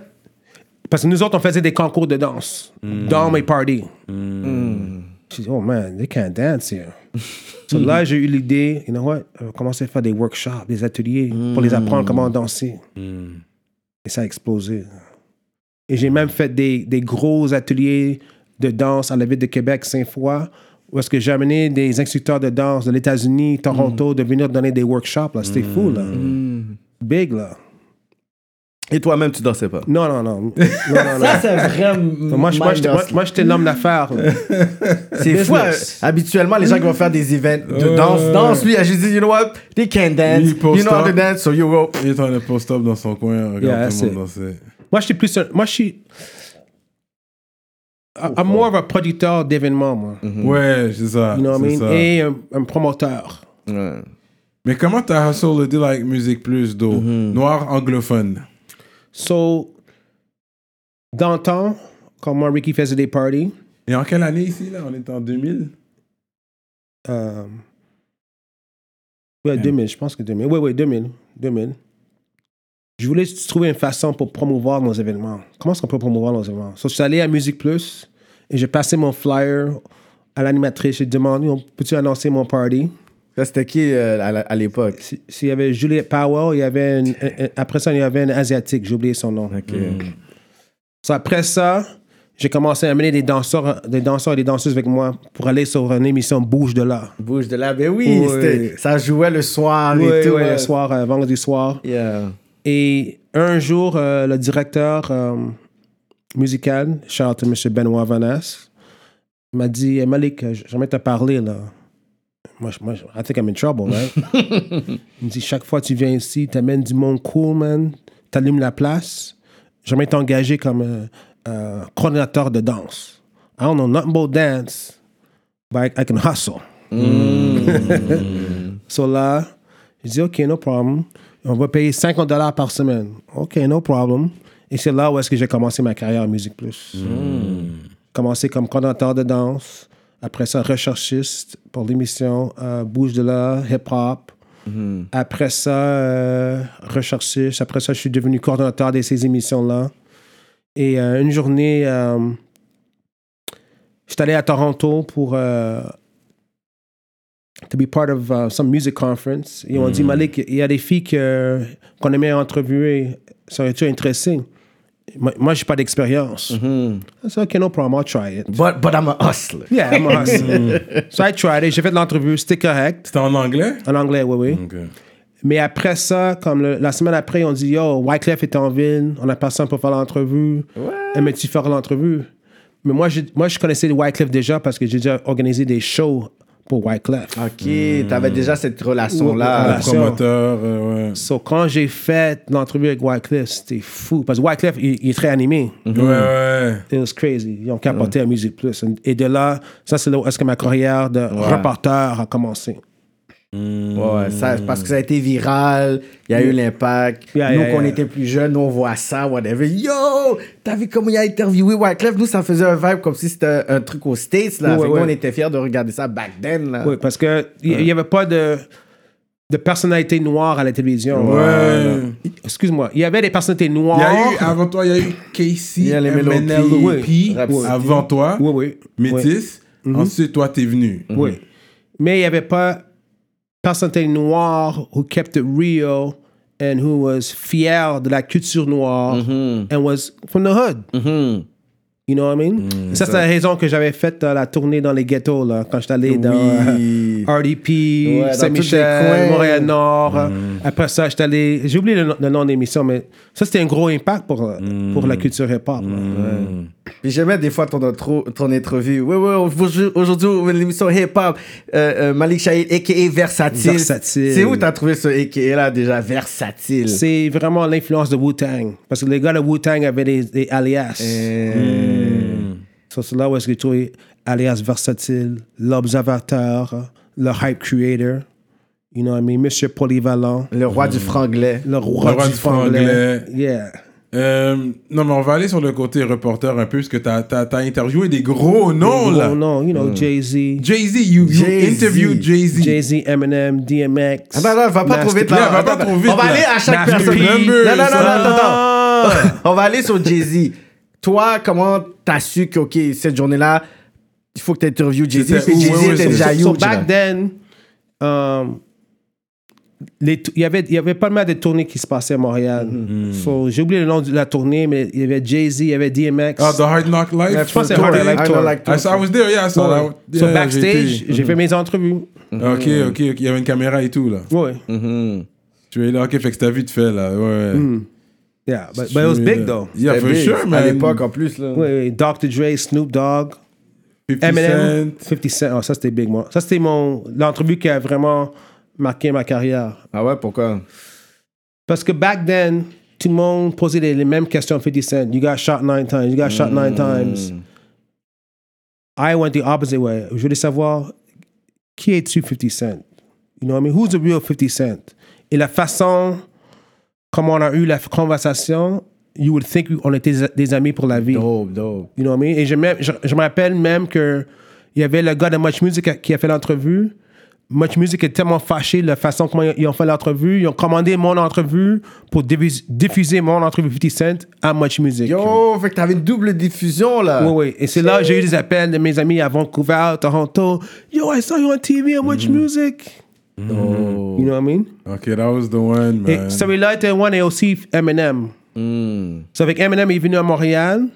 Speaker 5: Parce que nous autres, on faisait des concours de danse
Speaker 3: Mm.
Speaker 5: dans mes parties. J'ai dit, oh man, they can't dance here. so là, j'ai eu l'idée, you know what, on va commencer à faire des workshops, des ateliers pour les apprendre comment danser. Et ça a explosé. Et j'ai même fait des, des gros ateliers de danse à la ville de Québec cinq fois, où est-ce que j'ai amené des instructeurs de danse de l'États-Unis, Toronto, de venir donner des workshops. là. C'était fou, là. Big, là.
Speaker 4: Et toi-même, tu dansais pas.
Speaker 5: Non, non, non. non, non, non.
Speaker 6: Ça, c'est vraiment.
Speaker 5: Moi, je- moi, j'étais- moi, moi, j'étais l'homme d'affaires. là.
Speaker 4: C'est fou. hein.
Speaker 5: Business.
Speaker 4: Habituellement, les gens qui vont faire des events de danse, danse, lui, il a juste dit, you know what, they can dance,
Speaker 3: Lui, il
Speaker 4: you
Speaker 3: poste
Speaker 4: know how to
Speaker 3: up.
Speaker 4: dance, so you go.
Speaker 3: Il est en post-up dans son coin, regarde
Speaker 5: Yeah,
Speaker 3: tout
Speaker 5: that's
Speaker 3: le
Speaker 5: it.
Speaker 3: monde danser.
Speaker 5: Moi, j'étais plus. un- Moi, je suis. I- I'm more of a producteur d'événements, moi.
Speaker 3: Ouais, c'est ça.
Speaker 5: Mm-hmm. You know what
Speaker 3: c'est
Speaker 5: I mean?
Speaker 3: ça.
Speaker 5: Et un, un promoteur.
Speaker 4: Ouais.
Speaker 3: Mais comment t'as hustle le deal avec Musique Plus, d'eau
Speaker 5: Mm-hmm.
Speaker 3: Noir anglophone.
Speaker 5: So, dans le temps, quand moi, Ricky faisait des parties,
Speaker 3: Et en quelle année ici, là On est en 2000
Speaker 5: euh, ouais, 2000, je pense que 2000. Oui, oui, 2000. 2000. Je voulais trouver une façon pour promouvoir nos événements. Comment est-ce qu'on peut promouvoir nos événements? So, je suis allé à Musique Plus et j'ai passé mon flyer à l'animatrice. J'ai demandé, On- peux-tu annoncer mon party?
Speaker 4: Ça, c'était qui euh, à la- à l'époque?
Speaker 5: Si- S'il y avait Juliette Powell, il y avait une- un- un- après ça, il y avait un Asiatique, j'ai oublié son nom. Mm.
Speaker 4: Ok.
Speaker 5: So, après ça, j'ai commencé à amener des danseurs, des danseurs et des danseuses avec moi pour aller sur une émission Bouge de là.
Speaker 4: Bouge de là, ben oui,
Speaker 5: Ouais.
Speaker 4: c'était- ça jouait le soir et
Speaker 5: Ouais,
Speaker 4: tout.
Speaker 5: ouais,
Speaker 4: hein.
Speaker 5: le soir, euh, vendredi soir.
Speaker 4: Yeah.
Speaker 5: Et un jour, euh, le directeur euh, musical, shout out to M. Benoît Vanas, m'a dit Hey, Malik, euh, j'aimerais te parler là. Moi, je- moi, je- I think I'm in trouble, right? Il me dit Chaque fois que tu viens ici, t'amènes du monde cool, man, t'allumes la place. J'aimerais t'engager comme euh, euh, coordinateur de danse. I don't know nothing about dance, but I, I can hustle. So là, je dis, OK, no problem. On va payer 50 dollars par semaine. OK, no problem. Et c'est là où est-ce que j'ai commencé ma carrière en Musique Plus. Commencé comme coordonnateur de danse. Après ça, recherchiste pour l'émission euh, Bouge de là, hip-hop. Après ça, euh, recherchiste. Après ça, je suis devenu coordonnateur de ces émissions-là. Et euh, une journée, euh, je suis allé à Toronto pour euh, to be part of uh, some music conference. Ils ont dit, Malik, il y a des filles que- qu'on aimait interviewer. Serais-tu intéressé? Moi, moi j'ai pas d'expérience. I said, OK, no problem, I'll try it.
Speaker 4: But, but I'm a hustler.
Speaker 5: Yeah, I'm a hustler. so I tried it. J'ai fait l'entrevue, c'était correct.
Speaker 3: C'était en anglais
Speaker 5: En anglais, oui, oui.
Speaker 3: Ok.
Speaker 5: Mais après ça, comme le- la semaine après, on dit Yo, Wyclef est en ville, on a personne pour faire l'entrevue. Aimerais-tu faire l'entrevue? Mais moi, j'ai- moi, je connaissais Wyclef déjà parce que j'ai déjà organisé des shows pour Wyclef.
Speaker 4: Ok, t'avais déjà cette relation-là.
Speaker 3: Ah,
Speaker 5: Relation.
Speaker 3: Promoteur, euh, ouais.
Speaker 5: So, quand j'ai fait l'entrevue avec Wyclef, c'était fou. Parce que Wyclef, il, il est très animé.
Speaker 3: Ouais, ouais.
Speaker 5: It was crazy. Ils ont capoté à Musique Plus. Et de là, ça, c'est là où est-ce que ma carrière de reporter a commencé.
Speaker 4: Ouais, ça, parce que ça a été viral, il y a eu l'impact.
Speaker 5: Yeah,
Speaker 4: nous,
Speaker 5: yeah,
Speaker 4: qu'on
Speaker 5: yeah.
Speaker 4: était plus jeunes, nous, on voit ça, whatever. Yo, t'as vu comment il a interviewé Wyclef? Nous, ça faisait un vibe comme si c'était un truc aux States,
Speaker 5: Ouais,
Speaker 4: là. Fait que
Speaker 5: ouais.
Speaker 4: nous, on était fiers de regarder ça back then, là.
Speaker 5: Oui, parce qu'il il n'y avait pas de, de personnalité noire à la télévision.
Speaker 3: Ouais.
Speaker 5: Excuse-moi. Il y avait des personnalités
Speaker 3: Il y
Speaker 5: noires.
Speaker 3: a eu, avant toi, il y a eu Casey,
Speaker 4: y a les Mellow
Speaker 3: MNLP,
Speaker 4: Key, Rhapsody.
Speaker 3: E avant toi,
Speaker 5: Oui, oui.
Speaker 3: Métis. Ensuite, toi, t'es venu.
Speaker 5: Oui.
Speaker 4: Mhm.
Speaker 5: Mais il n'y avait pas personnalité noire who kept it real and who was fier de la culture noire
Speaker 4: Mhm.
Speaker 5: and was from the hood. You know what I mean?
Speaker 4: Mm,
Speaker 5: ça, c'est la raison que j'avais fait euh, la tournée dans les ghettos, là, quand j'étais allé dans
Speaker 4: Oui.
Speaker 5: euh, RDP,
Speaker 4: Ouais, dans tous les
Speaker 5: Saint-Michel,
Speaker 4: coins. Mm.
Speaker 5: Montréal-Nord. Après ça, j'étais allé... J'ai oublié le, nom- le nom de l'émission, mais ça, c'était un gros impact pour, euh,
Speaker 4: Mm.
Speaker 5: pour la culture hip-hop. là.
Speaker 4: Puis j'aimais des fois ton, intro, ton entrevue. Oui, oui, aujourd'hui, aujourd'hui, l'émission hip-hop, euh, euh, Malik Shahid, a.k.a. Versatile.
Speaker 5: Versatile.
Speaker 4: C'est où t'as trouvé ce a.k.a. là déjà, Versatile?
Speaker 5: C'est vraiment l'influence de Wu-Tang. Parce que les gars de Wu-Tang avaient des, des alias.
Speaker 3: Hmm.
Speaker 5: So, c'est là où est-ce que tu trouves alias versatile, l'observateur, le hype creator, you know what I mean, Monsieur Polyvalent,
Speaker 4: Le roi
Speaker 5: Mm.
Speaker 4: du franglais.
Speaker 5: le roi,
Speaker 3: Le roi
Speaker 5: du,
Speaker 3: du
Speaker 5: franglais.
Speaker 3: franglais.
Speaker 5: Yeah.
Speaker 3: Euh, non, mais on va aller sur le côté reporter un peu, parce que t'as t'as- t'as interviewé des gros noms, là.
Speaker 5: Oh non, you know, Jay-Z,
Speaker 3: Jay-Z, you, you
Speaker 4: Jay-Z.
Speaker 3: interviewed Jay-Z.
Speaker 5: Jay-Z, Eminem, DMX.
Speaker 4: Attends, attends, va pas
Speaker 5: Nas-
Speaker 4: trop vite Ah bah là.
Speaker 3: Yeah, va pas
Speaker 4: Attends,
Speaker 3: trop vite,
Speaker 4: On va
Speaker 3: là.
Speaker 4: aller à chaque
Speaker 5: Nas
Speaker 4: personne.
Speaker 5: P.
Speaker 4: Non, non, non, non,
Speaker 3: Numbers,
Speaker 4: attends, attends. On va aller sur Jay-Z. toi, comment t'as su que, OK, cette journée-là, il faut que t'interviewes Jay-Z,
Speaker 3: J'étais
Speaker 4: parce que
Speaker 3: où?
Speaker 4: Jay-Z
Speaker 3: Ouais, ouais,
Speaker 4: était
Speaker 3: so-
Speaker 4: déjà
Speaker 3: so
Speaker 5: So
Speaker 4: huge, là.
Speaker 5: back then, euh, les tou- il y avait- il y avait pas mal de tournées qui se passaient à Montréal.
Speaker 3: Mm-hmm.
Speaker 5: So, J'ai oublié le nom de la tournée, mais il y avait Jay-Z, il y avait DMX.
Speaker 3: Ah, The Hard Knock Life.
Speaker 5: je pense que
Speaker 3: I
Speaker 5: c'est Hard
Speaker 3: did-
Speaker 5: Knock
Speaker 3: I
Speaker 5: Life Tour.
Speaker 3: I saw- I was there, yeah, I saw that.
Speaker 5: so
Speaker 3: Yeah, Mm-hmm.
Speaker 5: backstage,
Speaker 3: j'étais-
Speaker 5: j'ai fait mes entrevues.
Speaker 3: Ok, ok, ok. Il y avait une caméra et tout, là.
Speaker 5: Ouais.
Speaker 3: Mm.
Speaker 4: Mhm.
Speaker 3: Tu es là, ok, fait que t'as vite fait, là. Ouais.
Speaker 5: Yeah, but, but Hmm. Ben, it was
Speaker 3: Tu es
Speaker 5: big
Speaker 3: là.
Speaker 5: though.
Speaker 3: Yeah,
Speaker 4: C'était
Speaker 3: for
Speaker 4: big,
Speaker 3: sure, man.
Speaker 4: À l'époque, en plus, là.
Speaker 5: Ouais, ouais, Dr. Dre, Snoop Dogg,
Speaker 3: 50
Speaker 5: Eminem,
Speaker 3: Cent.
Speaker 5: 50 Cent. Oh, ça c'était big, moi. Ça c'était mon l'entrevue qui a vraiment marqué ma carrière.
Speaker 4: Ah ouais, pourquoi?
Speaker 5: Parce que back then, tout le monde posait les, les mêmes questions à 50 Cent. You got shot nine times. You got shot nine times. I went the opposite way. Je voulais savoir qui est-tu 50 Cent? You know what I mean? Who's the real 50 Cent? Et la façon comment on a eu la conversation, you would think on était des- des amis pour la vie.
Speaker 4: Dope, dope.
Speaker 5: You know what I mean? Et je, me- je, je me rappelle même que il y avait le gars de Much Music qui a- qui a fait l'entrevue. Much Music est tellement fâché de la façon comment ils- ils ont fait l'entrevue. Ils ont commandé mon entrevue pour diffus- diffuser mon entrevue 50 Cent à Much Music.
Speaker 4: Yo, fait que t'avais une double diffusion, là.
Speaker 5: Oui, oui. Et c'est là que j'ai eu des appels de mes amis à Vancouver, à Toronto. Yo, I saw you on TV à
Speaker 3: Mm-hmm.
Speaker 5: Much Music. You know what I mean?
Speaker 3: Ok, that was the one,
Speaker 5: Et
Speaker 3: man.
Speaker 5: celui-là était one et aussi Eminem.
Speaker 3: Mm.
Speaker 5: So avec Eminem, il est venu à Montréal.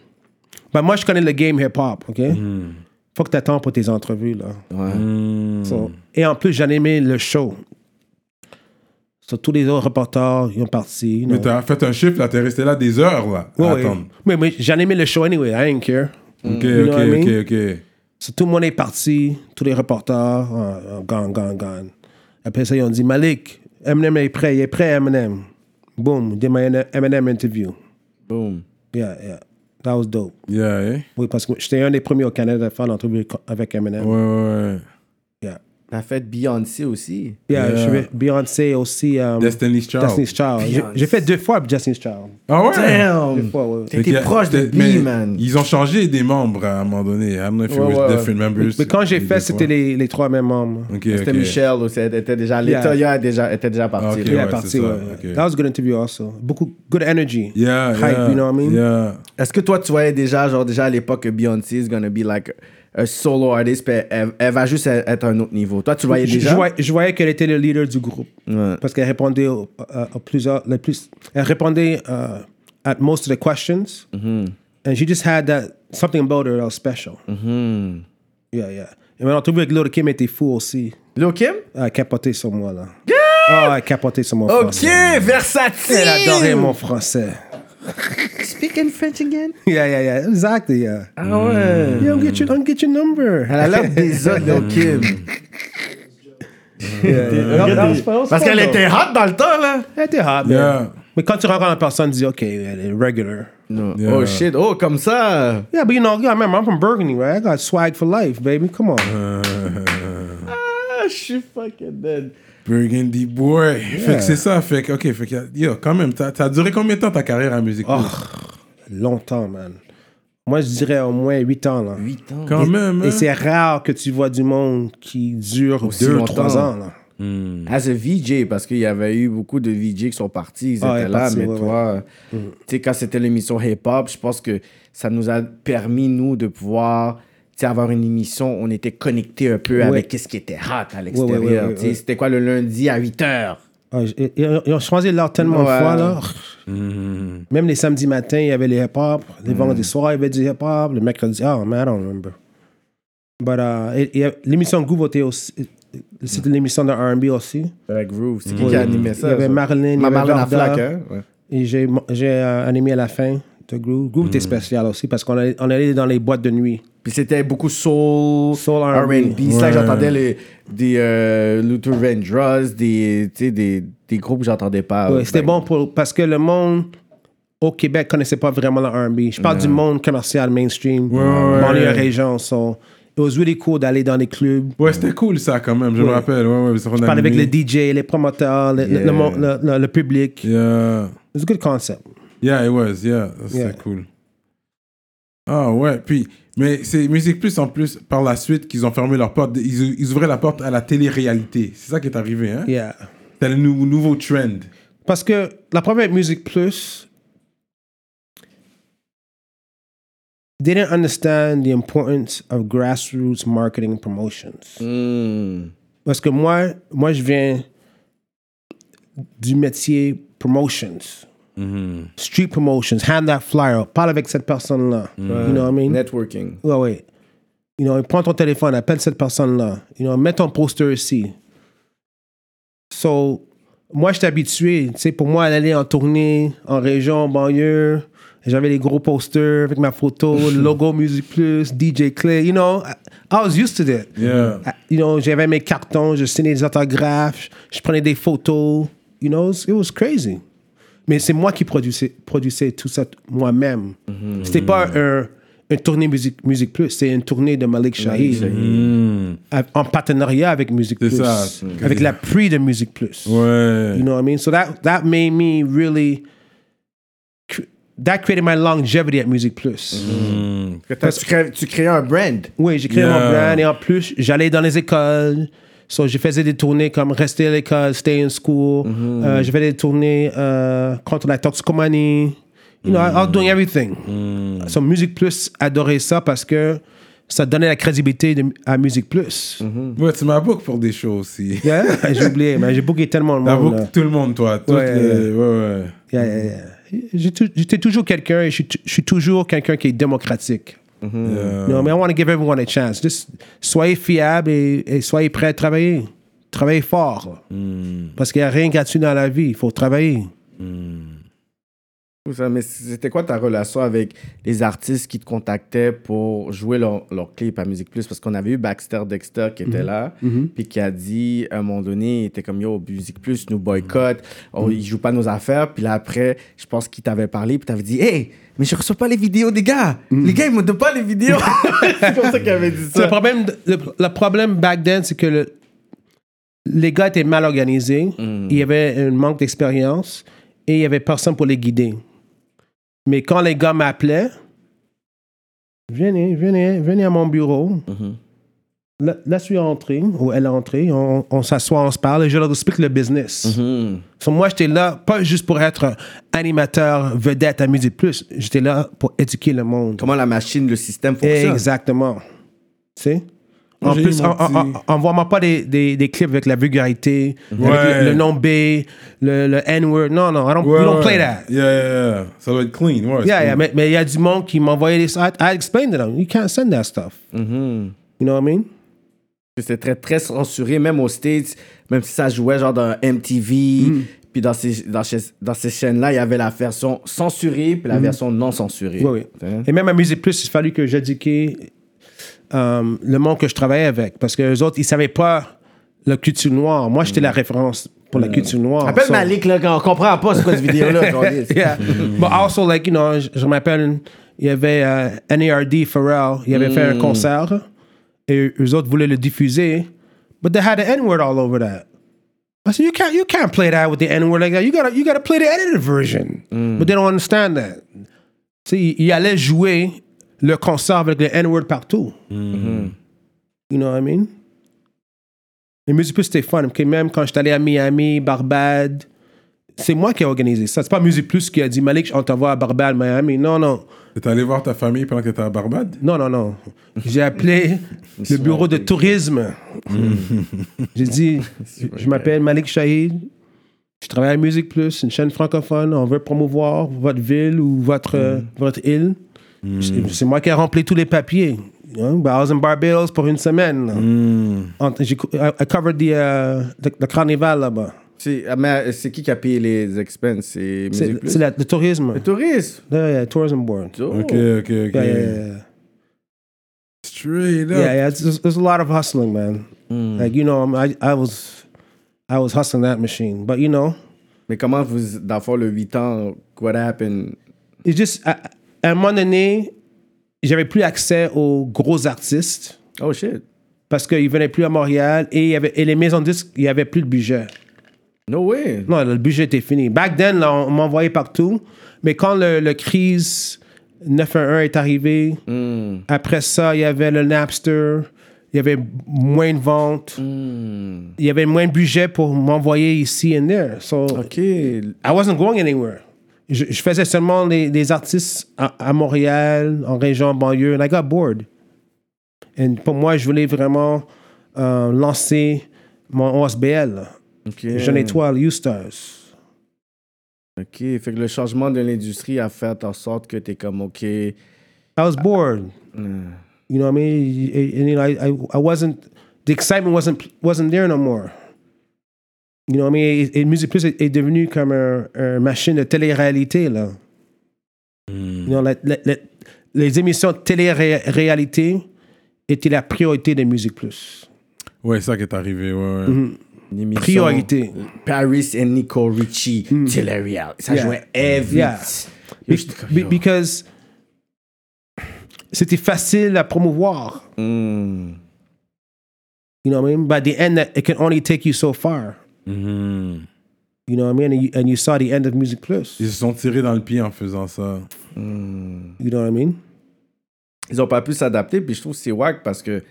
Speaker 5: Ben moi, je connais le game hip-hop, OK?
Speaker 3: Mm.
Speaker 5: Faut que t'attends pour tes entrevues, là. Mm. So,
Speaker 3: Mm.
Speaker 5: et en plus, j'en aimé le show. So, tous les autres reporters, ils ont parti. you
Speaker 3: Mais
Speaker 5: know.
Speaker 3: t'as fait un chiffre, là, t'es resté là des heures, là. à
Speaker 5: Ouais, ouais.
Speaker 3: attendre.
Speaker 5: Mais, mais j'en aimé le show anyway, I didn't care.
Speaker 3: Ok,
Speaker 5: You know
Speaker 3: ok,
Speaker 5: what I
Speaker 3: ok,
Speaker 5: mean?
Speaker 3: ok.
Speaker 5: So, tout le monde est parti, tous les reporters, euh, euh, gone, gone, gone. Après ça, ils ont dit, Malik, Eminem est prêt, il est prêt, Eminem. Boom, did my Eminem interview.
Speaker 4: Boom.
Speaker 5: Yeah, yeah. That was dope.
Speaker 3: Yeah, eh?
Speaker 5: Oui, parce que j'étais un des premiers au Canada à faire l'entrevue avec Eminem.
Speaker 3: Ouais, ouais, ouais.
Speaker 5: Yeah.
Speaker 4: T'as fait Beyoncé aussi.
Speaker 5: Yeah,
Speaker 3: Yeah.
Speaker 5: je vais- Beyoncé aussi. um,
Speaker 3: Destiny's Child.
Speaker 5: Destiny's Child. J'ai- J'ai fait deux fois Destiny's Child.
Speaker 3: Ah ouais?
Speaker 5: Deux
Speaker 4: Damn!
Speaker 5: fois, ouais.
Speaker 3: Fait qu'il y
Speaker 4: T'étais
Speaker 3: a-
Speaker 4: proche de
Speaker 3: t'es-
Speaker 4: B,
Speaker 3: mais
Speaker 4: man.
Speaker 3: Ils ont changé des membres à un moment donné. I don't know if it
Speaker 4: Ouais,
Speaker 3: was
Speaker 4: ouais.
Speaker 3: different members.
Speaker 5: Mais quand j'ai
Speaker 3: des
Speaker 5: fait,
Speaker 3: fois.
Speaker 5: c'était les, les trois mêmes membres.
Speaker 3: Ok,
Speaker 4: C'était
Speaker 3: ok.
Speaker 4: Michel aussi, elle était déjà, l'état, elle déjà, était déjà partie.
Speaker 3: Ok,
Speaker 4: là.
Speaker 5: Il est
Speaker 3: ouais,
Speaker 5: parti,
Speaker 3: c'est ça,
Speaker 5: ouais.
Speaker 3: ok.
Speaker 5: That was a good interview also. Beaucoup, good energy.
Speaker 3: Yeah,
Speaker 5: Hype,
Speaker 3: yeah,
Speaker 5: you know what I mean?
Speaker 3: Yeah.
Speaker 4: Est-ce que toi, tu voyais déjà, genre, déjà à l'époque, que Beyoncé is gonna be like a solo artist, puis elle, elle va juste e-, être à un autre niveau. Toi, tu voyais
Speaker 5: Je,
Speaker 4: déjà?
Speaker 5: je voyais, je voyais qu'elle était le leader du groupe.
Speaker 4: Ouais.
Speaker 5: Parce qu'elle répondait au- euh, à, à plusieurs. les plus, elle répondait euh, at most of the questions.
Speaker 4: Mm-hmm.
Speaker 5: And she just had that, something about her that was special.
Speaker 4: Mm-hmm.
Speaker 5: Yeah, yeah. Et mon entrevue avec Lil Kim était fou aussi.
Speaker 4: Lil' Kim?
Speaker 5: Elle capotait sur moi, là. Ah, elle capotait sur mon
Speaker 4: Ok,
Speaker 5: français.
Speaker 4: versatile!
Speaker 5: Elle adorait mon français.
Speaker 4: Speak in French again?
Speaker 5: Yeah, yeah, yeah. Exactly, yeah.
Speaker 4: Ah ouais.
Speaker 5: Yeah, get your, get your number.
Speaker 4: Elle a l'air des autres, Lil' Kim.
Speaker 5: Parce
Speaker 4: Parce qu'elle était hot dans le temps, là.
Speaker 5: Elle était hot, man.
Speaker 3: Yeah.
Speaker 5: Mais quand tu rencontres la personne, tu dis, OK, elle est regular.
Speaker 4: Non.
Speaker 3: Yeah.
Speaker 4: Oh shit, oh, comme ça.
Speaker 5: Yeah, but you know, yeah, remember, I'm from Burgundy, right? I got swag for life, baby. Come on.
Speaker 4: Ah, je suis fucking dead.
Speaker 3: Burgundy Boy. Fait que c'est ça. Fait que, ok, fait que, yo, quand même, t'as t'as duré combien de temps ta carrière en musique?
Speaker 5: Ah. Longtemps, man. Moi, je dirais au moins 8 ans, là.
Speaker 4: 8 ans.
Speaker 3: quand même, hein?
Speaker 5: Et c'est rare que tu vois du monde qui dure
Speaker 4: Aussi
Speaker 5: 2
Speaker 4: longtemps.
Speaker 5: 3 ans, là.
Speaker 4: As a VJ, parce qu'il y avait eu beaucoup de VJ qui sont partis, ils
Speaker 5: Ah,
Speaker 4: étaient
Speaker 5: ils
Speaker 4: là,
Speaker 5: partis,
Speaker 4: mais
Speaker 5: ouais, Mm.
Speaker 4: toi, tu sais, quand c'était l'émission hip-hop, je pense que ça nous a permis, nous, de pouvoir tu sais, avoir une émission, on était connectés un peu avec quest ce qui était hot à l'extérieur.
Speaker 5: ouais, ouais, ouais,
Speaker 4: tu sais,
Speaker 5: ouais.
Speaker 4: C'était quoi le lundi à 8 h?
Speaker 5: Ah, j- et- et- ils ont changé l'heure tellement de
Speaker 4: Ouais.
Speaker 5: fois, là. Même les samedis matins, il y avait les hip-hop. Les vendredis soirs, il y avait du hip-hop. Le mercredi, oh man, I don't remember. But, uh, et- et l'émission Groove était aussi. euh, C'était l'émission de R&B aussi.
Speaker 4: Avec Groove, c'est qui
Speaker 5: Ouais.
Speaker 4: qui animait ça?
Speaker 5: Il y avait
Speaker 4: ça?
Speaker 5: Marlene, il y
Speaker 4: Ma-
Speaker 5: avait
Speaker 4: Marlene
Speaker 5: Varda.
Speaker 4: Aflac, hein? Ouais.
Speaker 5: Et j'ai j'ai, euh, animé à la fin de Groove. Groove
Speaker 3: Mm.
Speaker 5: était spécial aussi parce qu'on allait, on allait dans les boîtes de nuit.
Speaker 4: Puis c'était beaucoup soul,
Speaker 5: Soul
Speaker 4: R&B.
Speaker 5: R&B.
Speaker 4: C'est là que
Speaker 3: Ouais.
Speaker 4: j'entendais les, des euh, Luther Vandross, des, tu sais, des, des groupes que j'entendais pas.
Speaker 3: Ah, ben
Speaker 4: Ben,
Speaker 5: Ouais, c'était bon pour, parce que le monde au Québec connaissait pas vraiment le R&B. Je parle du monde commercial, mainstream,
Speaker 3: ouais,
Speaker 5: banlieue
Speaker 3: ouais.
Speaker 5: région. So, it was really cool d'aller dans les clubs.
Speaker 3: Ouais, c'était cool ça quand même, je me
Speaker 5: Ouais.
Speaker 3: rappelle. Ouais, ouais,
Speaker 5: Je parlais avec les DJ, les promoteurs, le, le-
Speaker 4: Yeah.
Speaker 5: le mon- le- le- le public.
Speaker 3: Yeah.
Speaker 5: It's a good concept.
Speaker 3: Yeah, it was, yeah. C'était
Speaker 5: Yeah.
Speaker 3: cool. Ah ouais, puis, mais c'est Musique Plus en plus, par la suite, qu'ils ont fermé leur porte. Ils, ils ouvraient la porte à la télé-réalité. C'est ça qui est arrivé, hein?
Speaker 5: Yeah.
Speaker 3: C'était le nou- nouveau trend.
Speaker 5: Parce que la première Musique Plus, they didn't understand the importance of grassroots marketing and promotions.
Speaker 4: Mm. hmm.
Speaker 5: Parce que moi, moi, je viens du métier promotions. Street promotions, hand that flyer, out, parle avec cette personne-là. You know what I mean?
Speaker 4: Networking.
Speaker 5: Ouais, ouais. You know, prends ton téléphone, appelle cette personne-là. You know, mets ton poster ici. So, moi, je suis habitué. Tu sais, pour moi, aller en tournée, en région, en banlieue, j'avais les gros posters avec ma photo, le logo Music Plus, DJ Clay. You know, I, I was used to that.
Speaker 3: Yeah.
Speaker 5: I- you know, j'avais mes cartons, je signais des autographes, je prenais des photos. You know, it was crazy. Mais c'est moi qui produisais, produisais tout ça t- moi-même.
Speaker 3: Mm-hmm.
Speaker 5: C'était pas un, une tournée Musique, musique Plus, c'est une tournée de Malik Shahid. A- En partenariat avec Musique
Speaker 3: Mm. C'est
Speaker 5: Plus.
Speaker 3: ça.
Speaker 5: Avec l'appui de Musique Plus.
Speaker 3: Ouais.
Speaker 5: You know what I mean? So that, that made me really. cr- That created my longevity at Musique Plus.
Speaker 3: Mm-hmm.
Speaker 4: Que t'as- Tu crées, tu crées un brand.
Speaker 5: Oui, j'ai créé
Speaker 3: Yeah.
Speaker 5: mon brand et en plus, j'allais dans les écoles. So, je faisais des tournées comme rester à l'école, stay in school.
Speaker 3: Mm-hmm.
Speaker 5: Euh, je faisais des tournées euh, contre la toxicomanie. You know, I was
Speaker 3: Mm-hmm.
Speaker 5: doing everything.
Speaker 3: Mm.
Speaker 5: So, Musique Plus adorait ça parce que ça donnait la crédibilité de- à Musique Plus.
Speaker 3: Ouais, tu m'as book pour des shows aussi.
Speaker 5: Mm. Yeah, j'ai oublié, mais j'ai booké tellement de
Speaker 3: T'as
Speaker 5: monde. là.
Speaker 3: book tout le monde, toi. Toutes
Speaker 5: Ouais,
Speaker 3: les- ouais, ouais.
Speaker 5: Yeah, yeah, yeah. Euh, J'ai tou- J'étais toujours quelqu'un et je suis t- je suis toujours quelqu'un qui est démocratique. Mm.
Speaker 3: Yeah.
Speaker 5: No, I mean, I want to give everyone a chance. Just soyez fiable et, et soyez prêt à travailler. Travaillez fort. Parce qu'il n'y a rien gratuit dans la vie. Il faut travailler.
Speaker 4: Tout ça, Mais c'était quoi ta relation avec les artistes qui te contactaient pour jouer leur, leur clip à Musique Plus? Parce qu'on avait eu Baxter Dexter qui était là, puis qui a dit à un moment donné, il était comme Yo, Musique Plus nous boycotte, on- ils jouent pas nos affaires. Puis là, après, je pense qu'il t'avait parlé, puis t'avais dit Hey, mais je reçois pas les vidéos des gars! Les gars, ils me donnent pas les vidéos! Mhm. C'est pour ça qu'il avait dit
Speaker 5: Le
Speaker 4: ça.
Speaker 5: problème, le, le problème back then, c'est que le- les gars étaient mal organisés.
Speaker 4: Hmm.
Speaker 5: Il y avait un manque d'expérience et il n'y avait personne pour les guider. Mais quand les gars m'appelaient, venez, venez, venez à mon bureau. Là, là, je suis entré, ou elle est entrée, on, on s'assoit, on se parle et je leur explique le business. So, moi, j'étais là, pas juste pour être animateur vedette à Musique Plus, j'étais là pour éduquer le monde.
Speaker 4: Comment la machine, le système fonctionne?
Speaker 5: Exactement. Tu sais?
Speaker 3: Moi,
Speaker 5: En
Speaker 3: j'ai
Speaker 5: plus,
Speaker 3: eu
Speaker 5: on
Speaker 3: mon
Speaker 5: on-
Speaker 3: petit-
Speaker 5: on- on voit moi pas des, des, des clips avec la vulgarité, avec
Speaker 3: Mhm. Ouais.
Speaker 5: le, le nom B, le, le N-word. Non, non, I don't,
Speaker 3: Ouais,
Speaker 5: we don't
Speaker 3: ouais.
Speaker 5: play that.
Speaker 3: Yeah, yeah, yeah. Ça doit être clean. Ouais, c'est
Speaker 5: Yeah,
Speaker 3: cool.
Speaker 5: yeah, mais mais il y a du monde qui m'envoyait des... I, I explained to them, you can't send that stuff.
Speaker 3: Mhm.
Speaker 5: You know what I mean?
Speaker 4: C'était très, très censuré, même aux States, même si ça jouait genre dans MTV. Puis dans ces, dans, ces, dans ces chaînes-là, il y avait la version censurée puis la version non censurée.
Speaker 5: Oui, oui. Et même à Musique Plus, il a fallu que j'éduquais euh, le monde que je travaillais avec. Parce que les autres, ils savaient pas la culture noire. Moi, j'étais la référence pour la culture noire.
Speaker 4: Appelle
Speaker 5: So-
Speaker 4: Malik, là, quand on comprend pas ce quoi cette vidéo-là. qu'on dit.
Speaker 5: yeah. But also, like, you know, je, je m'appelle, il y avait euh, NARD, Pharrell, il avait fait un concert et eux autres voulaient le diffuser, but they had the N-word all over that. I said, you can't, you can't play that with the N-word like that. You gotta, you gotta play the edited version. But they don't understand that. Tu sais, il, il allait jouer le concert avec le N-word partout. You know what I mean? Les Music Plus, c'était fun. ok? Même quand j'étais allé à Miami, Barbade, c'est moi qui ai organisé ça. C'est pas Musique Plus qui a dit Malik, on t'envoie à Barbade, Miami. Non, non.
Speaker 3: T'es allé voir ta famille pendant que t'étais à Barbade?
Speaker 5: Non, non, non. J'ai appelé le bureau de tourisme.
Speaker 4: Mm.
Speaker 5: J'ai dit Je m'appelle Malik Shahid. Je travaille à Musique Plus, une chaîne francophone. On veut promouvoir votre ville ou votre, euh,
Speaker 4: Mm.
Speaker 5: votre île. C'est- C'est moi qui ai rempli tous les papiers. Hein, You know, but I was in Barbados pour une semaine.
Speaker 4: Mm.
Speaker 5: En- j'ai cou- I, I covered the, euh, the- the carnival là-bas.
Speaker 4: C'est- ah, mais c'est qui qui a payé les expenses? C'est
Speaker 5: C'est
Speaker 4: Musique Plus?
Speaker 5: c'est la- le tourisme.
Speaker 4: Le tourisme.
Speaker 5: Le tourism board.
Speaker 4: Oh.
Speaker 3: Ok, ok, ok.
Speaker 5: Yeah, yeah, yeah.
Speaker 3: Straight up.
Speaker 5: yeah, yeah. It's, it's, it's a lot of hustling, man. Like you know, I'm, I I was I was hustling that machine, but you know,
Speaker 4: Mais comment vous, dans le fond, le 8 ans, what happened?
Speaker 5: it's just à, à un moment donné, j'avais plus accès aux gros artistes
Speaker 4: Oh shit.
Speaker 5: parce qu'ils venaient plus à Montréal et, il y avait, et les maisons de disques, il y avait plus de budget.
Speaker 4: No way.
Speaker 5: Non, le budget était fini. Back then, là, on m'envoyait partout. Mais quand le, le crise 911 est arrivé, après ça, il y avait le Napster, il y avait moins de ventes, il y avait moins de budget pour m'envoyer ici and there. So
Speaker 4: Ok.
Speaker 5: I wasn't going anywhere. je, je faisais seulement les, les artistes à, à Montréal, en région banlieue, and I got bored. Et pour moi, je voulais vraiment euh, lancer mon OSBL, là.
Speaker 4: Ok.
Speaker 5: Jeune Étoile, U-Stars.
Speaker 4: Ok, fait que le changement de l'industrie a fait en sorte que t'es comme, ok, euh,
Speaker 5: I was bored. You know what I mean? And, and, you know, I, I, I wasn't, the excitement wasn't, wasn't there no more. You know what I mean? Et, et Musique Plus est, est devenu comme un, un machine de télé-réalité, là.
Speaker 4: Hmm.
Speaker 5: You know, la- la- la- les émissions de télé-réalité étaient la priorité de Musique Plus.
Speaker 3: Ouais, ça qui est arrivé, ouais, ouais.
Speaker 5: Mm-hmm.
Speaker 4: une émission-
Speaker 5: Priorité. Hmm.
Speaker 4: Paris et Nico Ricci, Tillereal. Ça
Speaker 5: Yeah.
Speaker 4: jouait heavy.
Speaker 5: Yeah.
Speaker 4: Yo, j'étais comme,
Speaker 5: Be-
Speaker 4: yo.
Speaker 5: because c'était facile à promouvoir.
Speaker 4: Mm.
Speaker 5: You know what I mean? By the end, that- it can only take you so far.
Speaker 3: Mhm.
Speaker 5: You know what I mean? And you, and you saw the end of Music Plus.
Speaker 3: Ils se sont tirés dans le pied en faisant ça.
Speaker 5: You know what I mean?
Speaker 4: Ils ont pas pu s'adapter, puis je trouve que c'est wack parce que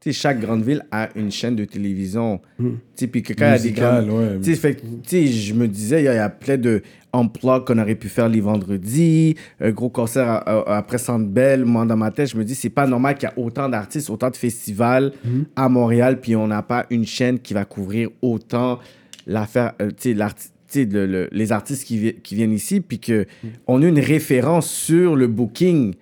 Speaker 4: tu sais, chaque grande ville a une chaîne de télévision. Tu sais, Puis que quand il y a des
Speaker 3: Musicale,
Speaker 4: grandes-
Speaker 3: ouais.
Speaker 4: tu sais, fait que, tu sais, je me disais, il y, a- il y a plein de emplois qu'on aurait pu faire les vendredis, un gros concert à- à- après Centre Bell. Moi, dans ma tête, je me dis, c'est pas normal qu'il y a autant d'artistes, autant de festivals à Montréal, puis on n'a pas une chaîne qui va couvrir autant l'affaire, euh, tu sais, l'arti- tu sais, le- le- les artistes qui, vi- qui viennent ici, puis que on a une référence sur le booking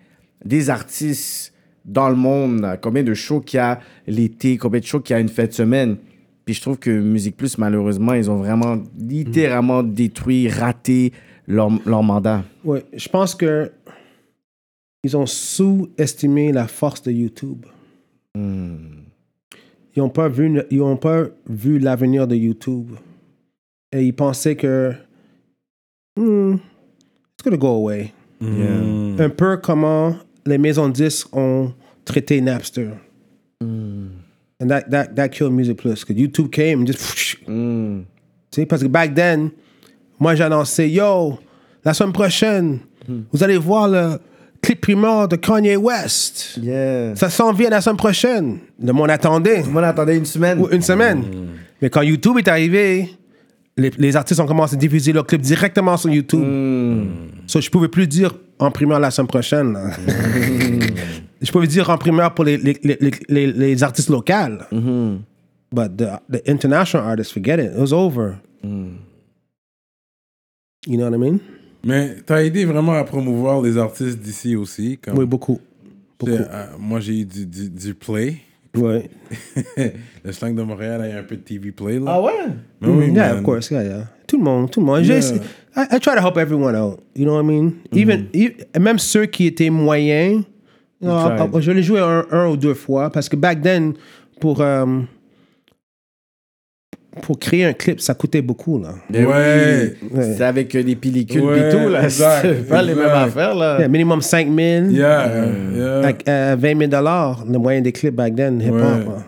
Speaker 4: des artistes dans le monde, combien de shows qu'il y a l'été, combien de shows qu'il y a une fête semaine. Puis je trouve que Musique Plus, malheureusement, ils ont vraiment littéralement détruit, raté leur, leur mandat.
Speaker 5: Ouais, je pense que ils ont sous-estimé la force de YouTube.
Speaker 4: Hmm.
Speaker 5: Ils n'ont pas vu, ils ont pas vu l'avenir de YouTube. Et ils pensaient que hmm, it's gonna go away.
Speaker 4: Yeah.
Speaker 5: Un peu comment les maisons de disques ont traité Napster. And that, that, that killed Music Plus. 'cause YouTube came and just
Speaker 4: Mm.
Speaker 5: Tu sais, parce que back then, moi j'ai annoncé, yo, la semaine prochaine, vous allez voir le clip primeur de Kanye West.
Speaker 4: Yeah.
Speaker 5: Ça s'en vient la semaine prochaine. Le monde attendait
Speaker 4: Moi, on attendait une semaine.
Speaker 5: ou une semaine. Mais quand YouTube est arrivé, les, les artistes ont commencé à diffuser leur clip directement sur YouTube. So, je pouvais plus dire en primeur la semaine prochaine. là. je pouvais dire en primeur pour les, les, les, les- les- les artistes locaux. But the, the international artists, forget it. It was over. You know what I mean?
Speaker 3: Mais t'as aidé vraiment à promouvoir les artistes d'ici aussi. Comme,
Speaker 5: Oui, beaucoup.
Speaker 3: Tu sais, euh, moi, j'ai eu du, du, du play.
Speaker 5: Oui.
Speaker 3: le slang de Montréal a un peu de TV play. Là.
Speaker 4: Ah ouais?
Speaker 3: Mais oui,
Speaker 5: Mm, yeah,
Speaker 3: man.
Speaker 5: of course. Yeah, yeah. Tout le monde, tout le monde. J'ai-
Speaker 3: Yeah.
Speaker 5: I, I try to help everyone out. You know what I mean? Even,
Speaker 3: Mm-hmm.
Speaker 5: e- même ceux qui étaient moyens, you know,
Speaker 4: tried.
Speaker 5: I- I- je les jouais un, un ou deux fois parce que back then, pour, euh, pour créer un clip, ça coûtait beaucoup. Là.
Speaker 4: Ben
Speaker 3: Ouais.
Speaker 4: oui.
Speaker 5: Ouais.
Speaker 4: C'est avec euh, des pellicules
Speaker 3: Ouais,
Speaker 4: pis tout, là.
Speaker 3: exact,
Speaker 4: C'est pas les
Speaker 3: exact.
Speaker 4: mêmes affaires, là.
Speaker 5: Yeah, minimum 5 000,
Speaker 3: Yeah, yeah.
Speaker 5: like, euh, 20 000 dollars, le moyen des clips back then, hip-hop.
Speaker 3: Ouais.
Speaker 5: là.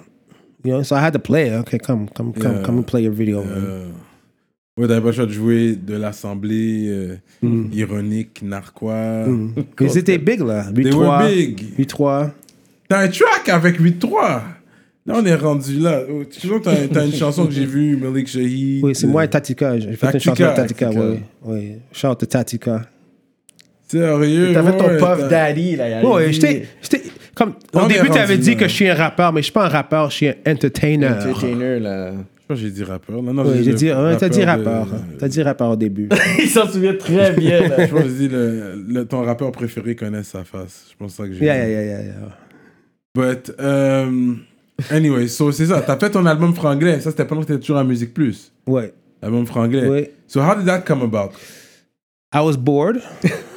Speaker 5: You know, so I had to play. Okay, come, come, come,
Speaker 3: Yeah.
Speaker 5: come and play your video. man.
Speaker 3: Euh, ouais, t'avais pas le choix de jouer de l'assemblée euh,
Speaker 5: Mm-hmm.
Speaker 3: ironique, narquois.
Speaker 5: Ils étaient big là. 8-3.
Speaker 3: They were big.
Speaker 5: 8-3.
Speaker 3: T'as un track avec 8-3. Là, on est rendu là. Oh, Tu vois, t'as t'as une chanson que j'ai vue, Malik Shahid.
Speaker 5: Oui, c'est moi et Tatika. J'ai fait une
Speaker 3: Tatika,
Speaker 5: chanson de Tatika,
Speaker 3: Tatika.
Speaker 5: oui. oui. Shout de Tatika.
Speaker 3: Sérieux.
Speaker 4: T'as fait ton
Speaker 3: ouais,
Speaker 4: puff
Speaker 3: t'as-
Speaker 4: daddy, là. il avait
Speaker 5: Oui, ouais,
Speaker 4: dit-
Speaker 5: j'étais. j'étais- Comme,
Speaker 3: On
Speaker 5: au
Speaker 3: est
Speaker 5: début, tu avais
Speaker 3: rendu
Speaker 5: dit
Speaker 3: là.
Speaker 5: que je suis un rappeur, mais je suis pas un rappeur, je suis un entertainer.
Speaker 4: Entertainer, là.
Speaker 3: Je crois que j'ai dit rappeur. Non, non,
Speaker 5: Oui, j'ai
Speaker 3: le
Speaker 5: dit, ouais, t'as dit rappeur.
Speaker 3: de-
Speaker 5: T'as dit rappeur au début.
Speaker 4: Il s'en souvient très bien, là.
Speaker 3: Je pense que j'ai dit le, le- ton rappeur préféré connaît sa face. Je pense que c'est ça que j'ai
Speaker 5: yeah,
Speaker 3: dit.
Speaker 5: yeah, yeah, yeah, yeah.
Speaker 3: But, euh, anyway, so c'est ça. T'as fait ton album franglais. Ça, c'était pendant que t'étais toujours à Musique Plus.
Speaker 5: Ouais.
Speaker 3: Album franglais.
Speaker 5: Oui.
Speaker 3: So, how did that come about?
Speaker 5: I was bored.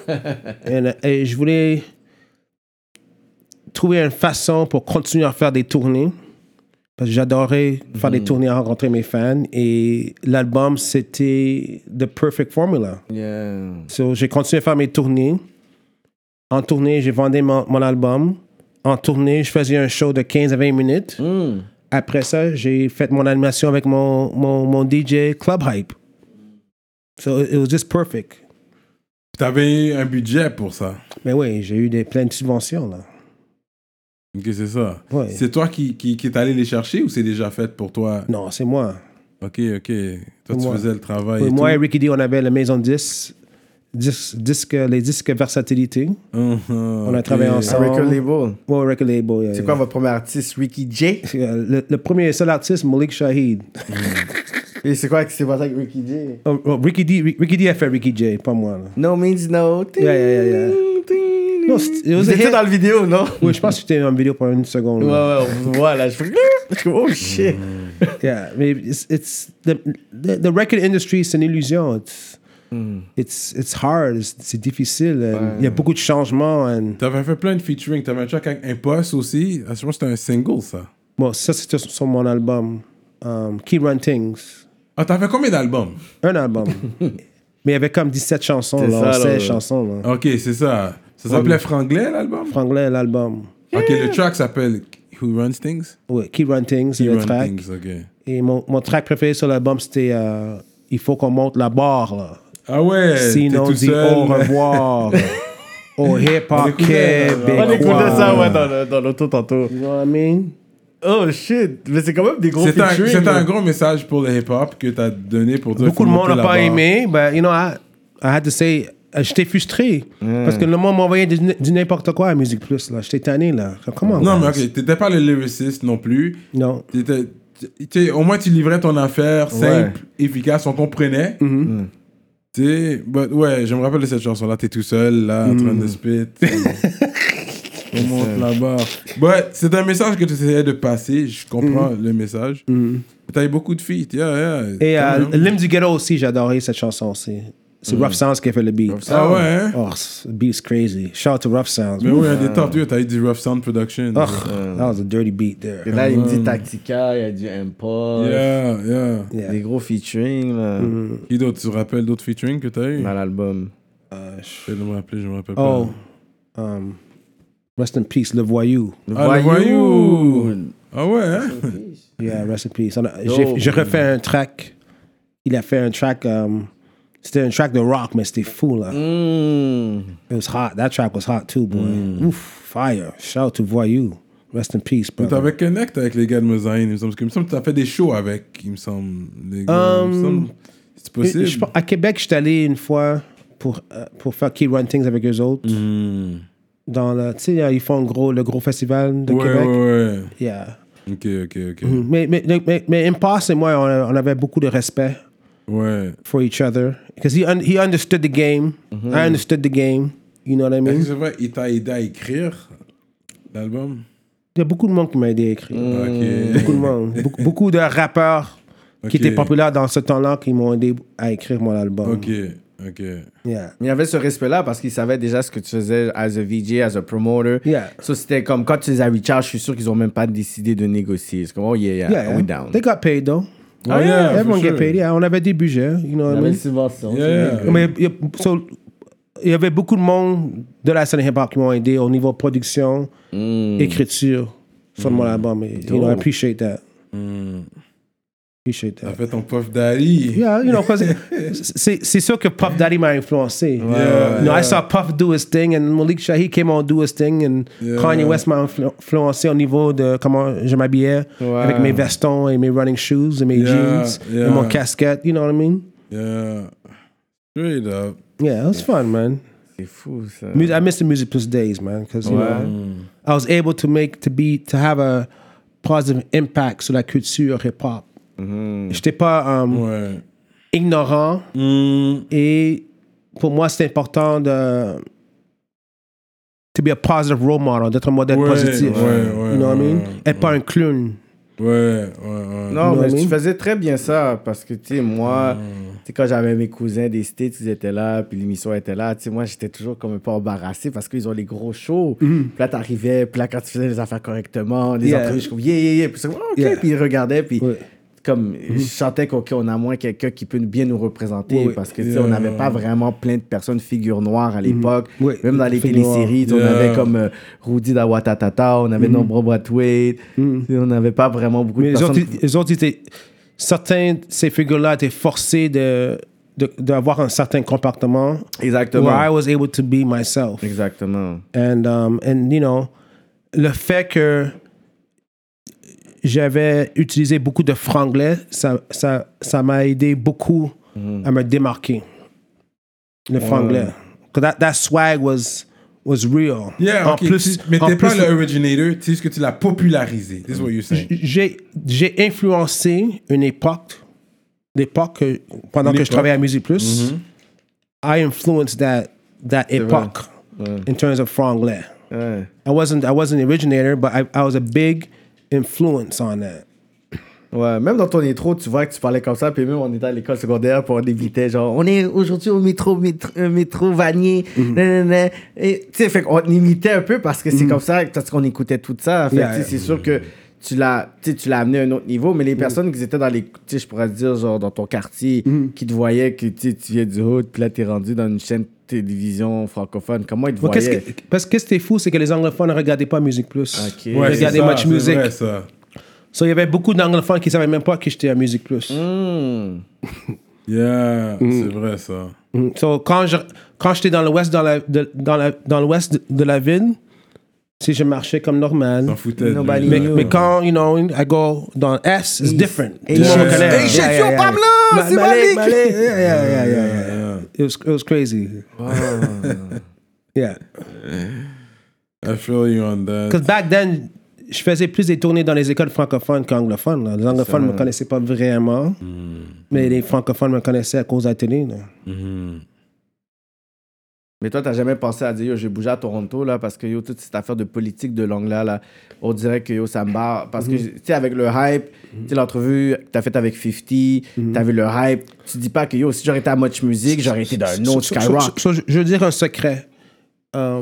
Speaker 5: and, et je voulais trouver une façon pour continuer à faire des tournées. Parce que j'adorais faire
Speaker 3: Mm.
Speaker 5: des tournées, rencontrer mes fans. Et l'album, c'était The Perfect Formula.
Speaker 4: Yeah.
Speaker 5: So, j'ai continué à faire mes tournées. En tournée, j'ai vendu mon, mon album. En tournée, je faisais un show de 15 à 20 minutes.
Speaker 4: Mm.
Speaker 5: Après ça, j'ai fait mon animation avec mon, mon, mon DJ Club Hype. So, it was just perfect.
Speaker 3: T'avais un budget pour ça.
Speaker 5: Mais oui, j'ai eu des, plein de subventions, là.
Speaker 3: Ok, c'est ça.
Speaker 5: Ouais.
Speaker 3: C'est toi qui, qui, qui est allé les chercher ou c'est déjà fait pour toi?
Speaker 5: Non, c'est moi.
Speaker 3: Ok, ok. Toi, tu
Speaker 5: Moi.
Speaker 3: faisais le travail.
Speaker 5: Oui,
Speaker 3: et
Speaker 5: moi et
Speaker 3: tout.
Speaker 5: Ricky D, on avait la maison 10 dis- disques- les disques versatilité. On
Speaker 3: Uh-huh,
Speaker 5: a travaillé
Speaker 4: Un
Speaker 5: ensemble.
Speaker 4: record label.
Speaker 5: Ouais, record label. yeah,
Speaker 4: C'est
Speaker 5: yeah.
Speaker 4: quoi votre premier artiste, Ricky J?
Speaker 5: Euh, le, le premier seul artiste, Malik Shahid.
Speaker 4: Et c'est quoi qui s'est passé avec Ricky J?
Speaker 5: Oh, oh, Ricky, D, Rick- Ricky D a fait Ricky J, pas moi. là.
Speaker 4: No means no.
Speaker 5: Yeah, yeah, yeah, Non, c'est- it was
Speaker 4: Vous
Speaker 5: a
Speaker 4: étiez
Speaker 5: hit.
Speaker 4: dans la vidéo, non?
Speaker 5: Oui, je pense que j'étais en vidéo pendant une seconde.
Speaker 4: Ouais,
Speaker 5: là.
Speaker 4: ouais, on vous voit là. Je fais. Je fais, Oh shit.
Speaker 5: Yeah, mais it's, it's the, the, the record industry, c'est une illusion. It's,
Speaker 4: Hmm.
Speaker 5: it's, it's hard, it's- c'est difficile. and Il y a beaucoup de changements. and-
Speaker 3: T'avais fait plein de featuring. T'avais un track avec Impost aussi. Ah, Je pense que c'était un single, ça.
Speaker 5: Bon, ça, c'était sur mon album, um, Key Run Things.
Speaker 3: Ah, t'as fait combien d'albums
Speaker 5: Un album. mais il y avait comme 17 chansons,
Speaker 4: C'est
Speaker 5: là,
Speaker 4: ça, là,
Speaker 5: 16
Speaker 4: ouais.
Speaker 5: chansons. Là.
Speaker 3: Ok, c'est ça. Ça s'appelait Franglais, l'album
Speaker 5: Franglais, l'album.
Speaker 3: Ok, le track s'appelle Who Runs Things
Speaker 5: Oui, Key Run Things, c'est
Speaker 3: Who
Speaker 5: le
Speaker 3: Runs
Speaker 5: track.
Speaker 3: Things, ok.
Speaker 5: Et mon, mon track préféré sur l'album, c'était euh, Il faut qu'on monte la barre. Là.
Speaker 3: Ah ouais, t'es
Speaker 5: Sinon,
Speaker 3: tout
Speaker 5: dit au
Speaker 3: seul.
Speaker 5: revoir. au
Speaker 3: On
Speaker 5: hip-hop
Speaker 3: écoutait, là,
Speaker 5: québécois.
Speaker 4: On écoutait ça, ouais, dans le- dans l'auto tantôt.
Speaker 5: You know what I mean?
Speaker 4: Oh shit. Mais c'est quand même des gros
Speaker 3: C'est un,
Speaker 4: featuring,
Speaker 3: c'est
Speaker 4: là.
Speaker 3: un gros message pour le hip-hop que t'as donné pour dire
Speaker 5: Beaucoup de
Speaker 3: faut
Speaker 5: monde
Speaker 3: monter
Speaker 5: n'a
Speaker 3: la
Speaker 5: pas
Speaker 3: barre.
Speaker 5: aimé, but you know, I, I had to say, euh, j'étais frustré. Parce que le monde m'envoyait du, du n'importe quoi à Musique Plus, là. J'étais tanné, là. Comment?
Speaker 3: Non, mais ok, t'étais pas le lyriciste non plus.
Speaker 5: Non.
Speaker 3: T'étais- tu sais, au moins, tu livrais ton affaire simple, efficace, on
Speaker 5: Mm-hmm.
Speaker 3: comprenait.
Speaker 5: Mm.
Speaker 3: Tu sais, but ouais, je me rappelle de cette chanson-là. T'es tout seul, là, en train
Speaker 5: Mm.
Speaker 3: de spit. on monte la barre. But c'est un message que tu essayais de passer. Je comprends
Speaker 5: Mm.
Speaker 3: le message. T'as eu beaucoup de filles. Yeah, yeah.
Speaker 5: Et
Speaker 3: Quand
Speaker 5: euh,
Speaker 3: même.
Speaker 5: L'hymne du ghetto aussi, j'adorais cette chanson aussi. C'est Mm. Rough Sounds qui a fait le beat.
Speaker 3: Ah ouais, hein?
Speaker 5: Oh, ce beat's crazy. Shout out to Rough Sounds.
Speaker 3: Mais oui, un des top 2, t'as eu du Rough Sound Production.
Speaker 5: Ugh, that was a dirty beat there.
Speaker 4: Et là, il me dit Tactica, il y a du Impulse.
Speaker 3: Yeah, yeah.
Speaker 5: Yeah.
Speaker 4: Des gros featuring, là.
Speaker 3: Qui d'autre Tu te rappelles d'autres featuring que t'as eu
Speaker 5: Bah.
Speaker 4: Dans l'album.
Speaker 3: Je vais me rappeler, je me rappelle
Speaker 5: Oh, um, rest in peace, Le Voyou.
Speaker 3: Ah, le voyou. pas. Ah ouais, hein
Speaker 5: Yeah, rest in peace. On a-
Speaker 4: Yo.
Speaker 5: J'ai j'ai refait un track. Il a fait un track. um, c'était un track de rock, mais c'était fou là.
Speaker 4: Mm.
Speaker 5: It was hot. That track was hot too, boy.
Speaker 3: Mm.
Speaker 5: Ouf, fire. Shout out to Voyou. Rest in peace,
Speaker 3: Mais
Speaker 5: brother.
Speaker 3: T'avais connect avec les gars de Mosaïne, il me semble. Parce qu'il me semble que t'as fait des shows avec, il me semble. Les gars, il me semble. C'est
Speaker 5: Euh, Je-
Speaker 3: possible.
Speaker 5: je pense- à Québec, j'étais allé une fois pour, euh, pour faire Key Run Things avec eux autres.
Speaker 3: Mm.
Speaker 5: Dans le, tu sais, euh, ils font un gros, le gros festival de
Speaker 3: ouais,
Speaker 5: Québec. Hmm.
Speaker 3: ouais, ouais.
Speaker 5: Yeah.
Speaker 3: Ok, ok, ok.
Speaker 5: Mais, mais, mais, mais, mais Impasse et moi, on, a- on avait beaucoup de respect
Speaker 3: Ouais.
Speaker 5: for each other. Because he, un- he understood the game.
Speaker 3: Mm-hmm.
Speaker 5: I understood the game. You know what I
Speaker 3: Est-ce que
Speaker 5: mean?
Speaker 3: c'est vrai, il t'a aidé à écrire l'album
Speaker 5: Il y a beaucoup de monde qui m'a aidé à écrire.
Speaker 3: Mm. Ok.
Speaker 5: Euh, Beaucoup de monde. Beaucoup, beaucoup de rappeurs
Speaker 3: Ok.
Speaker 5: qui étaient populaires dans ce temps-là qui m'ont aidé à écrire mon album.
Speaker 3: Ok, ok.
Speaker 5: Yeah.
Speaker 4: Mais il y avait ce respect-là parce qu'ils savaient déjà ce que tu faisais as a VJ, as a promoter.
Speaker 5: Yeah.
Speaker 4: So, c'était comme quand tu les as recharge, je suis sûr qu'ils ont même pas décidé de négocier. C'est comme, oh yeah, yeah,
Speaker 5: Yeah,
Speaker 4: we down.
Speaker 5: They got paid though.
Speaker 3: Ah, yeah, for
Speaker 5: everyone
Speaker 3: sure.
Speaker 5: get paid. Yeah, on avait des budgets, you know what I mean?
Speaker 4: subvention.
Speaker 3: Yeah.
Speaker 5: Mais il y a- so, il y avait beaucoup de monde de la scène hip-hop qui m'ont aidé au niveau production,
Speaker 3: Mm.
Speaker 5: écriture sur mon album. Et, You know, I appreciate that.
Speaker 3: Mm.
Speaker 5: Appreciate
Speaker 3: T'as
Speaker 5: that.
Speaker 3: fait ton Puff Daddy.
Speaker 5: Yeah, you know, 'cause c'est c'est sûr que Puff Daddy m'a influencé.
Speaker 3: yeah,
Speaker 5: you know,
Speaker 3: yeah.
Speaker 5: I saw Puff do his thing and Malik Shahi came on do his thing and Kanye West m'a influ- influencé au niveau de comment je m'habillais
Speaker 4: Ouais.
Speaker 5: avec mes vestons et mes running shoes et mes
Speaker 3: Yeah,
Speaker 5: jeans
Speaker 3: yeah.
Speaker 5: et mon casquette, you know what I mean?
Speaker 3: Yeah. Straight up.
Speaker 5: Yeah, it was fun, man.
Speaker 4: C'est fou, ça.
Speaker 5: Mu- I miss the music plus days, man, because you know I was able to make to be to have a positive impact sur la culture hip hop. J'étais pas um,
Speaker 3: Ouais.
Speaker 5: ignorant
Speaker 3: Hmm.
Speaker 5: et pour moi c'est important de to be a positive role model, d'être un modèle
Speaker 3: Ouais,
Speaker 5: positif.
Speaker 3: ouais, ouais,
Speaker 5: you know what I
Speaker 3: ouais,
Speaker 5: mean?
Speaker 3: ouais,
Speaker 5: Être pas un clown.
Speaker 3: Ouais, ouais, ouais.
Speaker 4: Non,
Speaker 5: Mm. You know
Speaker 4: mais
Speaker 5: what I
Speaker 4: tu
Speaker 5: mean? Mm.
Speaker 4: faisais très bien ça parce que, tu sais, moi, tu sais, quand j'avais mes cousins des States, ils étaient là, puis l'émission était là, tu sais, moi, j'étais toujours comme un peu embarrassé parce qu'ils ont les gros shows. Puis là, t'arrivais, puis là, quand tu faisais les affaires correctement, les
Speaker 5: Mm. Yeah.
Speaker 4: entrevues, je suis comme, yeah, yeah, yeah. Puis, c'est comme, Ah, OK.
Speaker 5: Yeah.
Speaker 4: puis ils regardaient, puis
Speaker 5: Ouais. Mm.
Speaker 4: comme, je sentais qu'on qu'on a moins quelqu'un qui peut bien nous représenter
Speaker 5: Oui, oui.
Speaker 4: parce que, tu sais, on n'avait pas vraiment plein de personnes figures noires à l'époque.
Speaker 5: Oui,
Speaker 4: Même dans les
Speaker 5: Mm. figures noires. Mm.
Speaker 4: téléséries, tu sais,
Speaker 3: Yeah.
Speaker 4: on avait comme euh, Rudy Dawatatata, on avait Nombro Brathwaite, tu sais, on n'avait pas vraiment beaucoup
Speaker 5: Mais
Speaker 4: de
Speaker 5: les
Speaker 4: personnes.
Speaker 5: autres, ils- les autres ils étaient, certains de ces figures-là étaient forcés de de- d'avoir un certain comportement.
Speaker 4: Exactement.
Speaker 5: Where I was able to be myself.
Speaker 4: Exactement.
Speaker 5: And, um, and you know, le fait que j'avais utilisé beaucoup de
Speaker 3: Mm-hmm.
Speaker 5: franglais, ça ça- ça m'a aidé beaucoup à me démarquer. le franglais. Because that, that swag was, was real.
Speaker 3: Yeah,
Speaker 5: en
Speaker 3: ok,
Speaker 5: plus,
Speaker 3: tu- mais
Speaker 5: en
Speaker 3: t'es pas
Speaker 5: plus,
Speaker 3: le originator, tu sais ce que tu l'as popularisé. That's what you're saying.
Speaker 5: j'ai, j'ai influencé une époque, l'époque que- pendant que je
Speaker 3: L'époque. Mm-hmm.
Speaker 5: travaillais à Musique Plus. I influenced that, that époque in terms of franglais.
Speaker 4: Ouais.
Speaker 5: I wasn't, I wasn't the originator, but I, I was a big influence on that.
Speaker 4: Ouais, même dans ton intro, tu vois que tu parlais comme ça, puis même on était à l'école secondaire, puis on évitait, genre, on est aujourd'hui au métro, métro, euh, métro Vanier,
Speaker 5: Mhm.
Speaker 4: nanana. Et, tu sais, fait qu'on imitait un peu parce que c'est comme ça, parce qu'on écoutait tout ça. Fait que,
Speaker 5: Yeah. Mhm.
Speaker 4: tu sais, c'est sûr que tu l'as, tu sais, tu l'as amené à un autre niveau, mais les personnes qui étaient dans les, tu sais, je pourrais dire, genre, dans ton quartier,
Speaker 5: Mhm.
Speaker 4: qui te voyaient, que, tu sais, tu viens du hood, puis là, t'es rendu dans une chaîne de télévision francophone, comment ils te
Speaker 5: Bon, qu'est-ce
Speaker 4: voyaient?
Speaker 5: que- parce que c'était fou, c'est que les anglophones ne regardaient pas Musique Plus.
Speaker 4: Ok.
Speaker 5: Ils
Speaker 4: Ouais,
Speaker 3: c'est
Speaker 5: regardaient
Speaker 3: ça,
Speaker 5: Match
Speaker 3: c'est
Speaker 5: Music.
Speaker 3: vrai, ça.
Speaker 5: So, il y avait beaucoup d'anglophones qui ne savaient même pas que j'étais à Musique Plus.
Speaker 3: Mm.
Speaker 4: Hmm.
Speaker 3: Yeah, c'est vrai ça.
Speaker 5: Mm. So, quand je- quand j'étais dans l'ouest dans la, de, dans la- dans l'ouest de, de la ville, si je marchais comme normal.
Speaker 3: T'en foutais. de
Speaker 4: Nobody
Speaker 3: lui,
Speaker 5: Mais,
Speaker 3: là.
Speaker 5: mais quand, you know, I go dans S, it's different.
Speaker 4: Hey,
Speaker 5: Tout le monde
Speaker 4: shit.
Speaker 5: connaît.
Speaker 4: Hey, shit,
Speaker 5: Yeah,
Speaker 4: yo,
Speaker 5: yeah, yeah.
Speaker 4: Pablo,
Speaker 5: Ma-
Speaker 4: c'est Malik.
Speaker 5: Malik. Yeah, yeah, yeah, yeah.
Speaker 3: Yeah, yeah.
Speaker 5: It was, it was crazy.
Speaker 3: Ah.
Speaker 5: Yeah.
Speaker 3: I feel you on that.
Speaker 5: Because back then, je faisais plus des tournées dans les écoles francophones qu'anglophones. là. Les anglophones ne me connaissaient pas vraiment,
Speaker 4: Mm.
Speaker 3: Mm,
Speaker 5: mais les francophones me connaissaient à cause de la télé. là.
Speaker 3: mm-hmm.
Speaker 4: Mais toi, t'as jamais pensé à dire, yo, je vais bouger à Toronto, là, parce que, yo, toute cette affaire de politique de langue-là, là, on dirait que, yo, ça me barre. Parce que, tu sais, avec le hype, tu sais, l'entrevue que t'as faite avec 50, t'avais le hype. Tu dis pas que, yo, si j'aurais été à Much Music, j'aurais été dans un autre
Speaker 5: So- so- so-
Speaker 4: Skyrock.
Speaker 5: so- so- je veux dire un secret. Euh,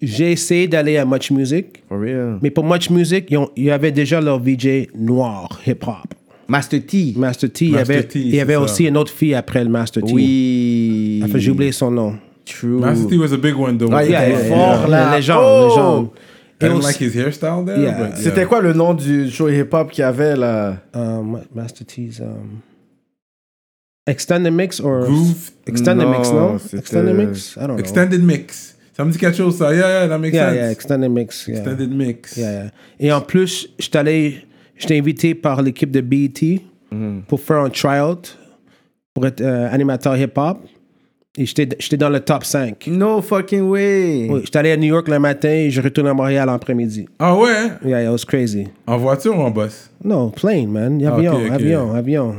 Speaker 5: J'ai essayé d'aller à Much Music,
Speaker 4: For real.
Speaker 5: mais pour Much Music, ils ont- il y avait déjà leur VJ noir, hip-hop.
Speaker 4: Master T.
Speaker 5: Master T, il y
Speaker 3: Master
Speaker 5: avait,
Speaker 3: T,
Speaker 5: il y avait
Speaker 3: c'est ça.
Speaker 5: aussi une autre fille après le Master T.
Speaker 4: Oui.
Speaker 5: Enfin, J'ai oublié son nom.
Speaker 4: True.
Speaker 3: Master T was a big one though.
Speaker 4: Ah, yeah,
Speaker 3: I
Speaker 4: yeah,
Speaker 3: didn't
Speaker 4: fort, là.
Speaker 5: Les légende,
Speaker 4: Oh!
Speaker 5: légende. Et
Speaker 3: like
Speaker 5: aussi-
Speaker 3: his hairstyle there.
Speaker 5: Yeah.
Speaker 3: but
Speaker 4: C'était quoi le nom du show hip-hop qu'il y avait, là?
Speaker 5: Uh, Ma- Master T's um, extended mix or
Speaker 3: Groove.
Speaker 5: extended mix?
Speaker 4: Non,
Speaker 5: No,
Speaker 4: c'était-
Speaker 5: extended mix. I don't know.
Speaker 3: Extended mix. Ça me dit quelque chose ça. Yeah, yeah, that makes
Speaker 5: yeah,
Speaker 3: sense.
Speaker 5: yeah, extended mix. Yeah.
Speaker 3: Extended mix.
Speaker 5: Yeah, yeah. Et en plus, je suis allé- je t'ai invité par l'équipe de BET pour faire un tryout pour être euh, animateur hip hop. Et j'étais j'étais dans le top 5.
Speaker 4: No fucking way.
Speaker 5: Oui, j'étais allé à New York le matin et je retourne à Montréal l'après-midi.
Speaker 3: Ah ouais?
Speaker 5: Yeah, yeah, it was crazy.
Speaker 3: En voiture ou en boss?
Speaker 5: No, plane, man. Avion,
Speaker 3: okay, okay.
Speaker 5: avion, avion.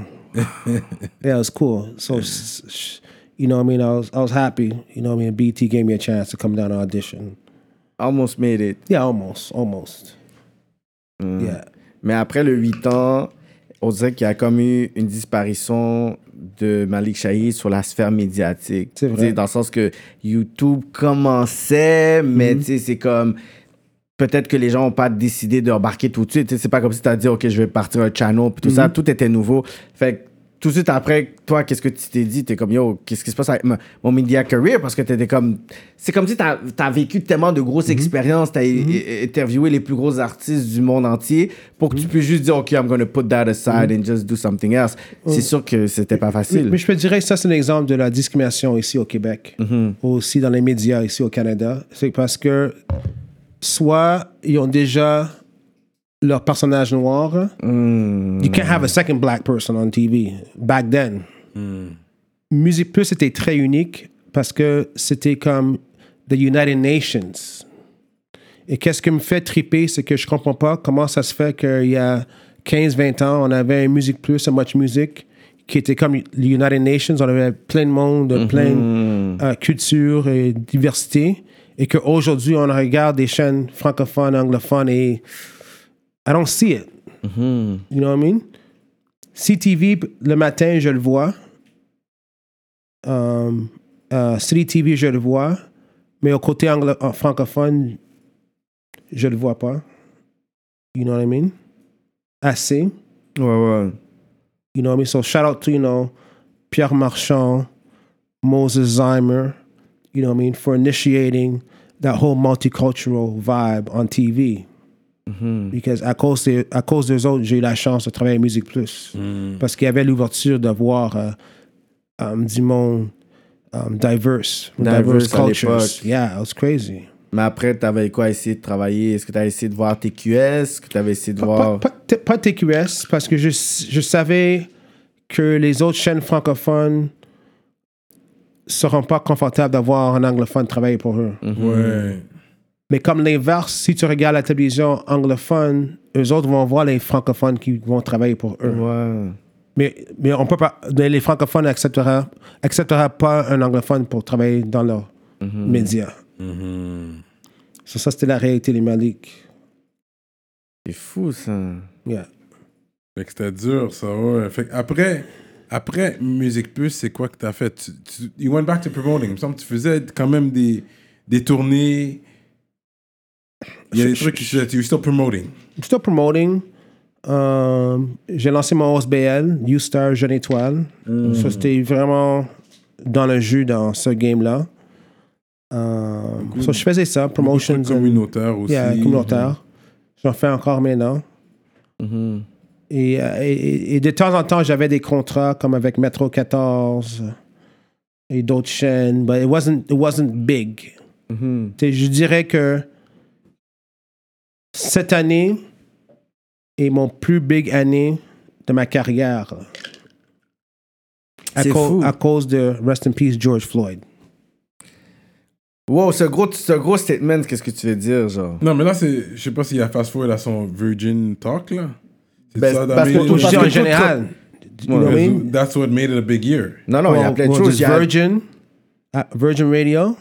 Speaker 5: yeah, it was cool. So, s- s- you know what I mean? I was, I was happy. You know what I mean? BT gave me a chance to come down and audition.
Speaker 4: Almost made it.
Speaker 5: Yeah, almost, almost.
Speaker 3: Mm.
Speaker 5: Yeah.
Speaker 4: Mais après le 8 ans, on dirait qu'il y a comme eu une disparition de Malik Chahi sur la sphère médiatique.
Speaker 5: C'est vrai.
Speaker 4: Tu sais, Dans le sens que YouTube commençait,
Speaker 5: Mm-hmm.
Speaker 4: mais tu sais, c'est comme. Peut-être que les gens n'ont pas décidé d'embarquer tout de suite. Tu sais, C'est pas comme si tu as dit, OK, je vais partir un channel, puis tout
Speaker 5: Mhm.
Speaker 4: ça. Tout était nouveau. Fait que tout de suite après, toi, qu'est-ce que tu t'es dit? T'es comme, yo, qu'est-ce qui se passe avec mon, mon media career? Parce que t'étais comme. C'est comme si t'as as vécu tellement de
Speaker 5: Mhm.
Speaker 4: grosses expériences, t'as i- i- interviewé les plus gros artistes du monde entier pour
Speaker 5: Mhm.
Speaker 4: que tu puisses juste dire, OK, I'm gonna put that aside and just do something else. C'est sûr que c'était pas facile.
Speaker 5: Mais je te dirais que ça, c'est un exemple de la discrimination ici au Québec, aussi dans les médias ici au Canada. C'est parce que soit ils ont déjà leur personnage noir. You can't have a second black person on TV back then. Musique Plus était très unique parce que c'était comme the United Nations. Et qu'est-ce qui me fait triper, c'est que je comprends pas comment ça se fait qu'il y a 15-20 ans, on avait un Musique Plus, un Much Music, qui était comme les United Nations. On avait plein de monde, plein de euh, culture et diversité. Et qu'aujourd'hui, on regarde des chaînes francophones, anglophones et I don't see it. You know what I mean? CTV, le matin, je le vois. Euh, euh, City TV, je le vois. Mais au côté anglo- euh, francophone, je le vois pas. You know what I mean? Assez.
Speaker 4: Ouais, ouais.
Speaker 5: You know what I mean? So shout out to, you know, Pierre Marchand, Moses Zeimer, you know what I mean, for initiating that whole multicultural vibe on TV.
Speaker 4: Mm-hmm.
Speaker 5: Because à cause, des, à cause des autres, j'ai eu la chance de travailler à Musique Plus.
Speaker 4: Mm.
Speaker 5: Parce qu'il y avait l'ouverture de voir euh, euh, du monde euh, diverse, diverse
Speaker 4: Diverse à
Speaker 5: cultures.
Speaker 4: l'époque.
Speaker 5: Yeah, it was crazy.
Speaker 4: Mais après, t'avais quoi essayé de travailler? Est-ce que t'as essayé de voir TQS? Est-ce que t'avais essayé de voir.
Speaker 5: Pas, pas- pas TQS, parce que je, je savais que les autres chaînes francophones seront pas confortables d'avoir un anglophone travailler pour eux.
Speaker 3: Mm. Ouais.
Speaker 5: Mais comme l'inverse, si tu regardes la télévision anglophone, eux autres vont voir les francophones qui vont travailler pour
Speaker 4: Mm.
Speaker 5: eux.
Speaker 4: Ouais.
Speaker 5: Mais, mais on peut pas, mais les francophones acceptera, acceptera pas un anglophone pour travailler dans leurs médias. So, ça, c'était la réalité des Malik.
Speaker 4: C'est fou, ça.
Speaker 5: Yeah.
Speaker 3: Fait que c'était dur, ça, ouais. Fait que après, après Musique Plus, c'est quoi que t'as fait? Tu, tu, you went back to promoting. Il me semble que tu faisais quand même des, des tournées. Il y a des trucs que tu faisais. You still promoting.
Speaker 5: Still promoting. Euh, j'ai lancé mon OSBL, You Star Jeune Étoile. Ça, c'était vraiment dans le jus dans ce game-là. Euh, so, je faisais ça, promotions.
Speaker 3: Trucs communautaires aussi.
Speaker 5: Yeah, euh,
Speaker 4: euh,
Speaker 5: communautaire. J'en fais encore maintenant.
Speaker 4: Mm-hmm.
Speaker 5: Et, euh, et- et- et de temps en temps, j'avais des contrats comme avec Metro 14 et d'autres chaînes, but it wasn't, it wasn't big.
Speaker 4: Mm-hmm.
Speaker 5: Tu sais, Je dirais que cette année est mon plus big année de ma carrière. là. À,
Speaker 4: C'est
Speaker 5: cau-
Speaker 4: fou.
Speaker 5: à cause de Rest in Peace George Floyd.
Speaker 4: Wow, ce gros, ce gros statement, qu'est-ce que tu veux dire, genre?
Speaker 3: Non, mais là, c'est, je sais pas s'il y a Fast Forward à son Virgin Talk, là. C'est
Speaker 4: Ben,
Speaker 3: ça,
Speaker 4: parce
Speaker 3: that made
Speaker 4: que-
Speaker 3: it-
Speaker 5: Je
Speaker 4: parce
Speaker 5: dis en
Speaker 4: que-
Speaker 5: général. You know what I mean?
Speaker 3: Because That's what made it a big year.
Speaker 4: Non, non, il y a
Speaker 5: Well,
Speaker 4: plein de
Speaker 5: well,
Speaker 4: choses. Il y
Speaker 5: there's
Speaker 4: a-
Speaker 5: Virgin, à Ah, Virgin Radio,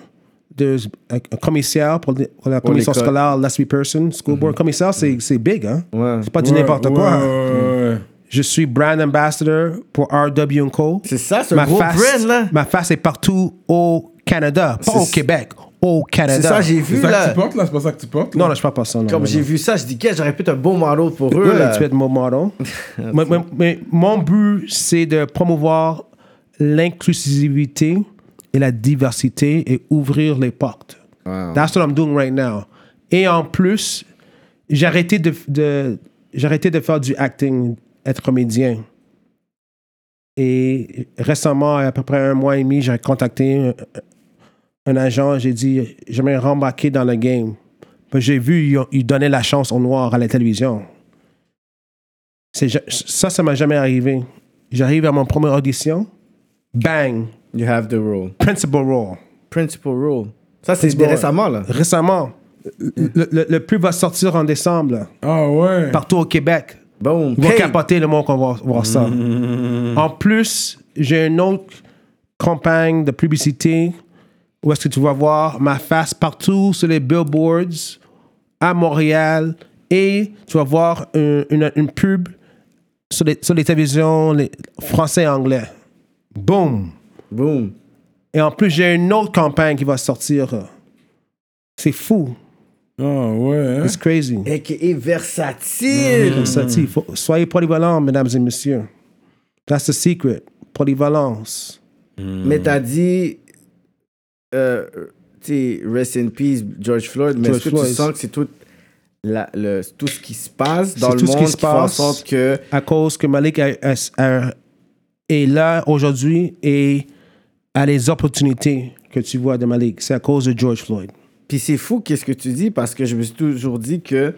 Speaker 5: there's un, un commissaire pour, les- pour la
Speaker 4: Pour
Speaker 5: commission
Speaker 4: l'école. Mhm.
Speaker 5: scolaire, last week person, school board. Commissaire, c'est c'est big, hein?
Speaker 4: Ouais.
Speaker 5: C'est pas du n'importe
Speaker 3: Ouais,
Speaker 5: quoi.
Speaker 3: ouais, ouais, ouais.
Speaker 5: Je suis brand ambassador pour RW Co.
Speaker 4: C'est ça, ce gros brand, là.
Speaker 5: Ma face est partout au Canada, pas
Speaker 4: C'est-
Speaker 5: au Québec, au Canada.
Speaker 4: C'est ça, j'ai
Speaker 3: C'est
Speaker 4: vu,
Speaker 3: ça que
Speaker 4: là.
Speaker 3: tu portes, là? C'est pas ça que tu portes?
Speaker 5: Non,
Speaker 3: là?
Speaker 5: non, je parle pas ça. non,
Speaker 4: Comme
Speaker 5: non,
Speaker 4: j'ai vu ça, je dis, qu'est-ce j'aurais pu être un bon model pour eux,
Speaker 5: Ouais,
Speaker 4: là.
Speaker 5: tu vas être mon model. mais, mais- mais mon but, c'est de promouvoir l'inclusivité et la diversité et ouvrir les portes. That's what I'm doing right now. Et en plus, j'ai arrêté de, de- j'ai arrêté de faire du acting, être comédien. Et récemment, à peu près un mois et demi, j'ai contacté un, un agent, j'ai dit, j'aimerais rembarquer dans le game. Puis J'ai vu, ils ont- ils donnaient la chance aux Noirs à la télévision. C'est ja- ça, ça m'a jamais arrivé. J'arrive à mon première audition, bang,
Speaker 4: You have the role.
Speaker 5: principal role.
Speaker 4: Principal role. Ça, c'est
Speaker 5: Principal-
Speaker 4: récemment, là.
Speaker 5: Récemment, le, le, le pub va sortir en décembre, là,
Speaker 3: Ah ouais.
Speaker 5: partout au Québec.
Speaker 4: Boom.
Speaker 5: Ils vont
Speaker 4: Hey.
Speaker 5: capoter le monde qu'on va voir ça. En plus, j'ai une autre campagne de publicité où est-ce que tu vas voir ma face partout sur les billboards à Montréal et tu vas voir une, une- une pub sur les, sur les télévisions les- français et anglais. Boom!
Speaker 4: Boom.
Speaker 5: Et en plus, j'ai une autre campagne qui va sortir. C'est fou.
Speaker 3: Ah ouais. hein?
Speaker 5: It's crazy.
Speaker 4: A.K.A. Versatile.
Speaker 5: Ça dit, faut- soyez polyvalents, mesdames et messieurs. That's the secret. Polyvalence. Hmm.
Speaker 4: Mais t'as dit, euh, tu sais, rest in peace, George Floyd, mais
Speaker 5: George
Speaker 4: est-ce que tu
Speaker 5: Floyd.
Speaker 4: sens que c'est tout, la- le, tout ce qui se passe dans
Speaker 5: C'est
Speaker 4: le
Speaker 5: tout ce qui
Speaker 4: monde
Speaker 5: se
Speaker 4: qui fait en
Speaker 5: passe.
Speaker 4: sorte que...
Speaker 5: à cause que Malik a- a- a- est là aujourd'hui et a les opportunités que tu vois de Malik. C'est à cause de George Floyd.
Speaker 4: Puis c'est fou qu'est-ce que tu dis, parce que je me suis toujours dit que,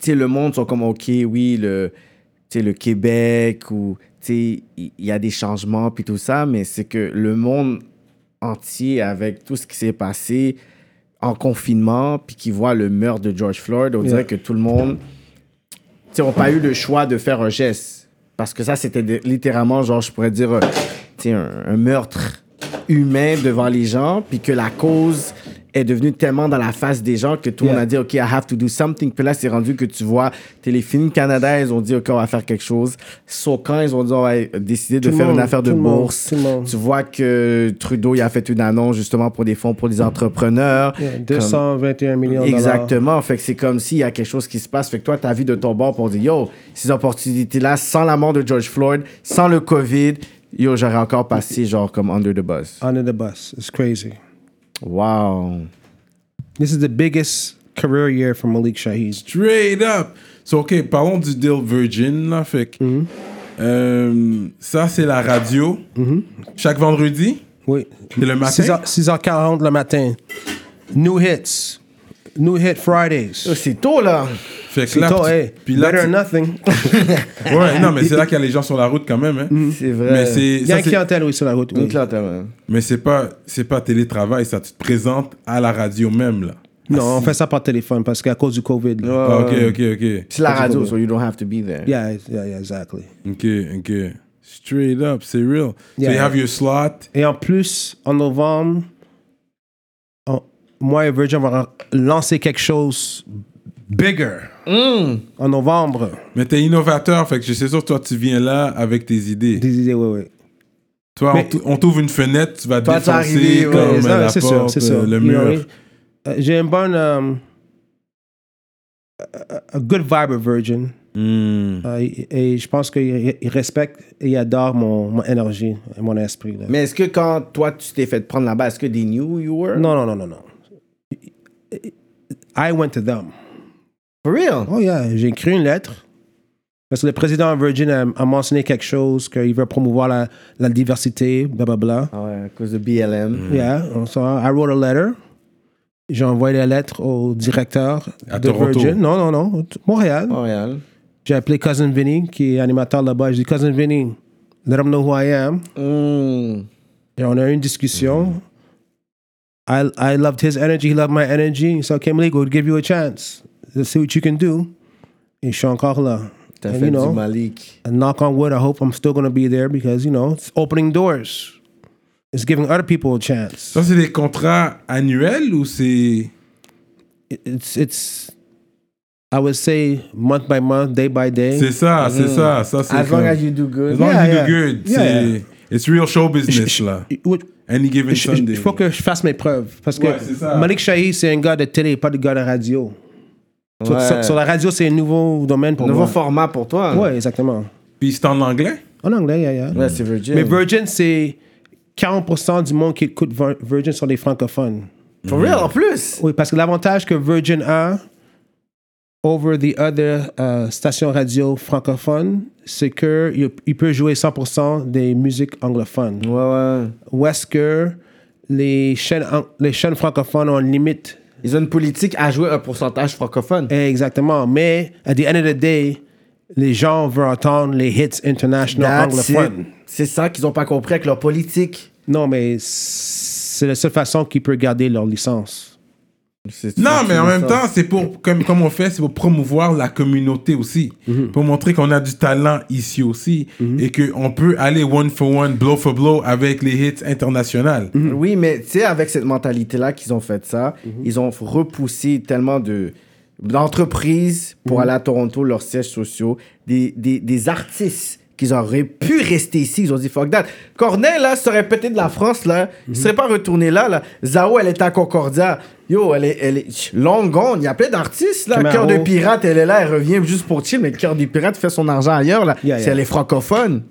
Speaker 4: tu sais, le monde sont comme, OK, oui, le, tu sais, le Québec, ou, tu sais, il y, y a des changements, puis tout ça, mais c'est que le monde entier, avec tout ce qui s'est passé en confinement, puis qui voit le meurtre de George Floyd, on dirait que tout le monde... tu sais, ont pas eu le choix de faire un geste. Parce que ça, c'était de- littéralement, genre, je pourrais dire, euh, tu sais, un, un meurtre humain devant les gens, puis que la cause est devenue tellement dans la face des gens que tout le monde a dit, OK, I have to do something. Puis là, c'est rendu que tu vois Téléfilm Canada, ils ont dit, OK, on va faire quelque chose. Socan, ils ont dit, on va décider de
Speaker 5: Tout le
Speaker 4: faire une
Speaker 5: monde,
Speaker 4: affaire de
Speaker 5: tout le monde,
Speaker 4: bourse.
Speaker 5: tout le monde.
Speaker 4: Tu vois que Trudeau, il a fait une annonce justement pour des fonds pour des entrepreneurs.
Speaker 5: Mm. Yeah,
Speaker 4: Comme-
Speaker 5: 221 millions de dollars.
Speaker 4: Exactement. Fait que c'est comme s'il y a quelque chose qui se passe. Fait que toi, ta vie de ton bord pour dire, yo, ces opportunités-là, sans la mort de George Floyd, sans le COVID, yo, j'aurais encore passé genre comme under the bus.
Speaker 5: Under the bus. It's crazy.
Speaker 4: Wow.
Speaker 5: This is the biggest career year for Malik Shaheed.
Speaker 3: Straight up. So, OK, parlons du deal Virgin, là. Fait que,
Speaker 5: Mhm.
Speaker 3: euh, ça, c'est la radio.
Speaker 5: Mhm.
Speaker 3: Chaque vendredi.
Speaker 5: Oui.
Speaker 3: C'est le matin?
Speaker 5: 6h40 le matin. New hits. New hit Fridays.
Speaker 4: C'est tôt, là.
Speaker 3: Fait que
Speaker 5: C'est
Speaker 3: là, tu-
Speaker 5: toi, hey,
Speaker 3: Oh, puis là,
Speaker 5: better
Speaker 3: tu-
Speaker 5: than nothing.
Speaker 3: Ouais, non, mais c'est là qu'il y a les gens sur la route quand même. Hein.
Speaker 4: C'est
Speaker 3: Mais
Speaker 4: vrai.
Speaker 3: c'est,
Speaker 5: Mhm. Il y a
Speaker 3: ça,
Speaker 5: une
Speaker 3: c'est-
Speaker 5: clientèle, oui, sur la route. oui.
Speaker 4: Donc là, t'as même.
Speaker 3: mais c'est pas, c'est pas télétravail, ça. Tu te présentes à la radio même, là.
Speaker 5: Non, on fait ça par téléphone parce qu'à cause du COVID. là.
Speaker 3: Ah, ok, ok, ok.
Speaker 4: C'est la radio, so you don't have to be there.
Speaker 5: Yeah, yeah, yeah, exactly.
Speaker 3: Ok, ok. Straight up, c'est real. So
Speaker 5: Yeah.
Speaker 3: you have your slot.
Speaker 5: Et en plus, en novembre, on- moi et Virgin, on va lancer quelque chose bigger.
Speaker 3: Hmm.
Speaker 5: En novembre.
Speaker 3: Mais t'es innovateur, fait que je suis sûr, toi, tu viens là avec tes idées.
Speaker 5: Des idées, oui, oui.
Speaker 3: Toi, on
Speaker 5: Mais-
Speaker 3: t- on t'ouvre une fenêtre, tu vas
Speaker 4: Toi, t'es arrivé,
Speaker 3: défoncer
Speaker 4: ouais,
Speaker 3: comme
Speaker 5: Ouais,
Speaker 3: euh, la
Speaker 5: ça, c'est sûr,
Speaker 3: porte,
Speaker 5: c'est sûr.
Speaker 3: euh, le
Speaker 5: You know,
Speaker 3: mur.
Speaker 5: euh, J'ai une bonne. euh, a a good vibe of Virgin.
Speaker 3: Hmm.
Speaker 5: Euh, et, et je pense qu'il il respecte et il adore mon, mon énergie et mon esprit. là.
Speaker 4: Mais est-ce que quand toi, tu t'es fait prendre là-bas, est-ce que they knew you were?
Speaker 5: Non, non, non, non, non. I went to them.
Speaker 4: For real?
Speaker 5: Oh yeah, j'ai écrit une lettre. Parce que le président Virgin a, a mentionné quelque chose, qu'il veut promouvoir la, la diversité, blablabla.
Speaker 4: Ah ouais, à cause de BLM.
Speaker 5: Yeah, so I wrote a letter. J'ai envoyé la lettre au directeur
Speaker 3: À
Speaker 5: de
Speaker 3: Toronto.
Speaker 5: Virgin. Non, non, non, Montréal.
Speaker 4: Montréal.
Speaker 5: J'ai appelé Cousin Vinny, qui est animateur là-bas. J'ai dit, Cousin Vinny, let him know who I am.
Speaker 4: Mm.
Speaker 5: Et on a eu une discussion. I, I loved his energy, he loved my energy. So I came legal, we'll give you a chance. Let's see what you can do. Et je suis encore là.
Speaker 4: T'as
Speaker 5: And,
Speaker 4: fait
Speaker 5: you know,
Speaker 4: du Malik.
Speaker 5: and knock on wood, I hope I'm still going to be there because, you know, it's opening doors. It's giving other people a chance.
Speaker 3: Ça, c'est des contrats annuels ou c'est.
Speaker 5: It- It's, it's, I would say month by month, day by day.
Speaker 3: C'est ça,
Speaker 5: Mm-hmm.
Speaker 3: c'est ça. ça c'est
Speaker 4: As long
Speaker 3: comme-
Speaker 4: as you do
Speaker 3: As
Speaker 4: good.
Speaker 3: long as you
Speaker 5: Yeah,
Speaker 3: do
Speaker 5: yeah.
Speaker 3: good.
Speaker 5: Yeah,
Speaker 3: c'est-
Speaker 5: yeah.
Speaker 3: It's real show business,
Speaker 5: Je-
Speaker 3: là.
Speaker 5: je- je-
Speaker 3: Any given
Speaker 5: je-
Speaker 3: Sunday.
Speaker 5: Il faut que je fasse mes preuves parce que
Speaker 3: Ouais, c'est ça.
Speaker 5: Malik Shahi, c'est un gars de télé, pas de gars de radio. Sur,
Speaker 4: Ouais.
Speaker 5: sur- sur la radio, c'est un nouveau domaine pour
Speaker 4: Nouveau
Speaker 5: moi.
Speaker 4: format pour toi.
Speaker 5: Ouais, exactement.
Speaker 3: Puis c'est en anglais?
Speaker 5: En anglais, yeah, yeah.
Speaker 4: Ouais, c'est Virgin.
Speaker 5: Mais Virgin, c'est 40% du monde qui écoute Vir- Virgin sont des francophones.
Speaker 4: For real, en plus.
Speaker 5: Oui, parce que l'avantage que Virgin a over the other euh, stations radio francophones, c'est qu'il il peut jouer 100% des musiques anglophones.
Speaker 4: Ouais, ouais.
Speaker 5: Ou est-ce que les chaînes, ang- les chaînes francophones ont une limite
Speaker 4: Ils ont une politique à jouer un pourcentage francophone.
Speaker 5: Exactement. Mais, at the end of the day, les gens veulent entendre les hits international
Speaker 4: That's it.
Speaker 5: anglophones.
Speaker 4: C'est ça qu'ils ont pas compris avec leur politique.
Speaker 5: Non, mais c'est la seule façon qu'ils peuvent garder leur licence.
Speaker 3: Non, mais en même temps, c'est pour, comme, comme on fait, c'est pour promouvoir la communauté aussi.
Speaker 5: Mm-hmm.
Speaker 3: Pour montrer qu'on a du talent ici aussi et qu'on peut aller one for one, blow for blow avec les hits internationaux.
Speaker 5: Mhm.
Speaker 4: Oui, mais tu sais, avec cette mentalité-là qu'ils ont fait ça, ils ont repoussé tellement de d'entreprises
Speaker 5: Mhm.
Speaker 4: pour aller à Toronto, leurs sièges sociaux, des, des, des artistes qu'ils auraient pu rester ici. Ils ont dit fuck that. Corneille, là, serait pété de la France, là.
Speaker 5: Mhm.
Speaker 4: Il serait pas retourné là, là. Zao, elle est à Concordia. Yo, elle est, elle est long gone. Il y a plein d'artistes, là.
Speaker 5: Camaro.
Speaker 4: Cœur de pirate, elle est là, elle revient juste pour chill, mais Cœur du pirate fait son argent ailleurs, là.
Speaker 5: Yeah,
Speaker 4: Si
Speaker 5: yeah. Mhm.
Speaker 4: elle est francophone.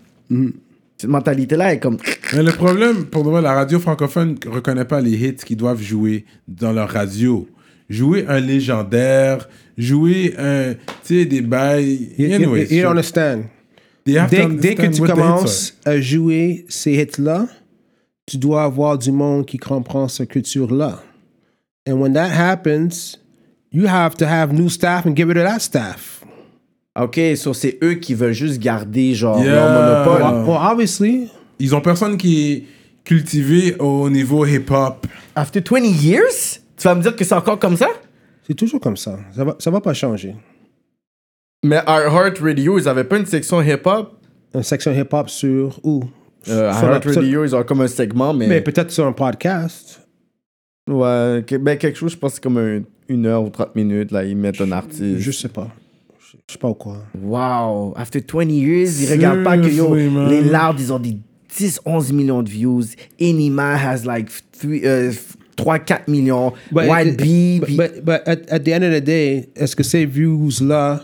Speaker 4: Cette mentalité-là est comme.
Speaker 3: Mais le problème, pour de vrai, la radio francophone ne reconnaît pas les hits qu'ils doivent jouer dans leur radio. Jouer un légendaire, jouer un, tu sais, des bails.
Speaker 5: You, you-
Speaker 3: Anyways,
Speaker 5: you
Speaker 3: so
Speaker 5: understand.
Speaker 3: they have to
Speaker 5: Dès, dès que
Speaker 3: understand
Speaker 5: tu
Speaker 3: what the hits
Speaker 5: commences à jouer ces hits-là, tu dois avoir du monde qui comprend cette culture-là. And when that happens, you have to have new staff and give it to that staff.
Speaker 4: OK, so c'est eux qui veulent juste garder genre
Speaker 3: Yeah.
Speaker 4: leur monopole.
Speaker 3: Ah.
Speaker 5: Well, obviously,
Speaker 3: are. Ils ont personne qui est cultivé au niveau hip-hop.
Speaker 4: After 20 years, tu vas me dire que c'est encore comme ça
Speaker 5: c'est toujours comme ça. Ça va, ça va pas changer.
Speaker 4: Mais Heart Radio, ils avaient pas une section hip-hop.
Speaker 5: Une section hip-hop sur où?
Speaker 3: Euh,
Speaker 5: Sur la-
Speaker 4: Heart
Speaker 5: sur-
Speaker 4: Euh, Radio, ils ont comme un segment, mais,
Speaker 5: Mais peut-être sur un podcast.
Speaker 4: ouais, que- ben, quelque chose, je pense que c'est comme un- une heure ou 30 minutes là, ils mettent un artiste.
Speaker 5: Je sais pas. Je je sais pas au quoi.
Speaker 4: Wow, after 20 years, ils regardent pas que yo,
Speaker 3: Seriously, man.
Speaker 4: les Loud, ils ont des 10, 11 millions de views. Enima has like 3, 4 millions.
Speaker 5: But
Speaker 4: White
Speaker 5: it-
Speaker 4: Bee,
Speaker 5: but,
Speaker 4: puis-
Speaker 5: but, but at, at the end of the day, est-ce que ces views-là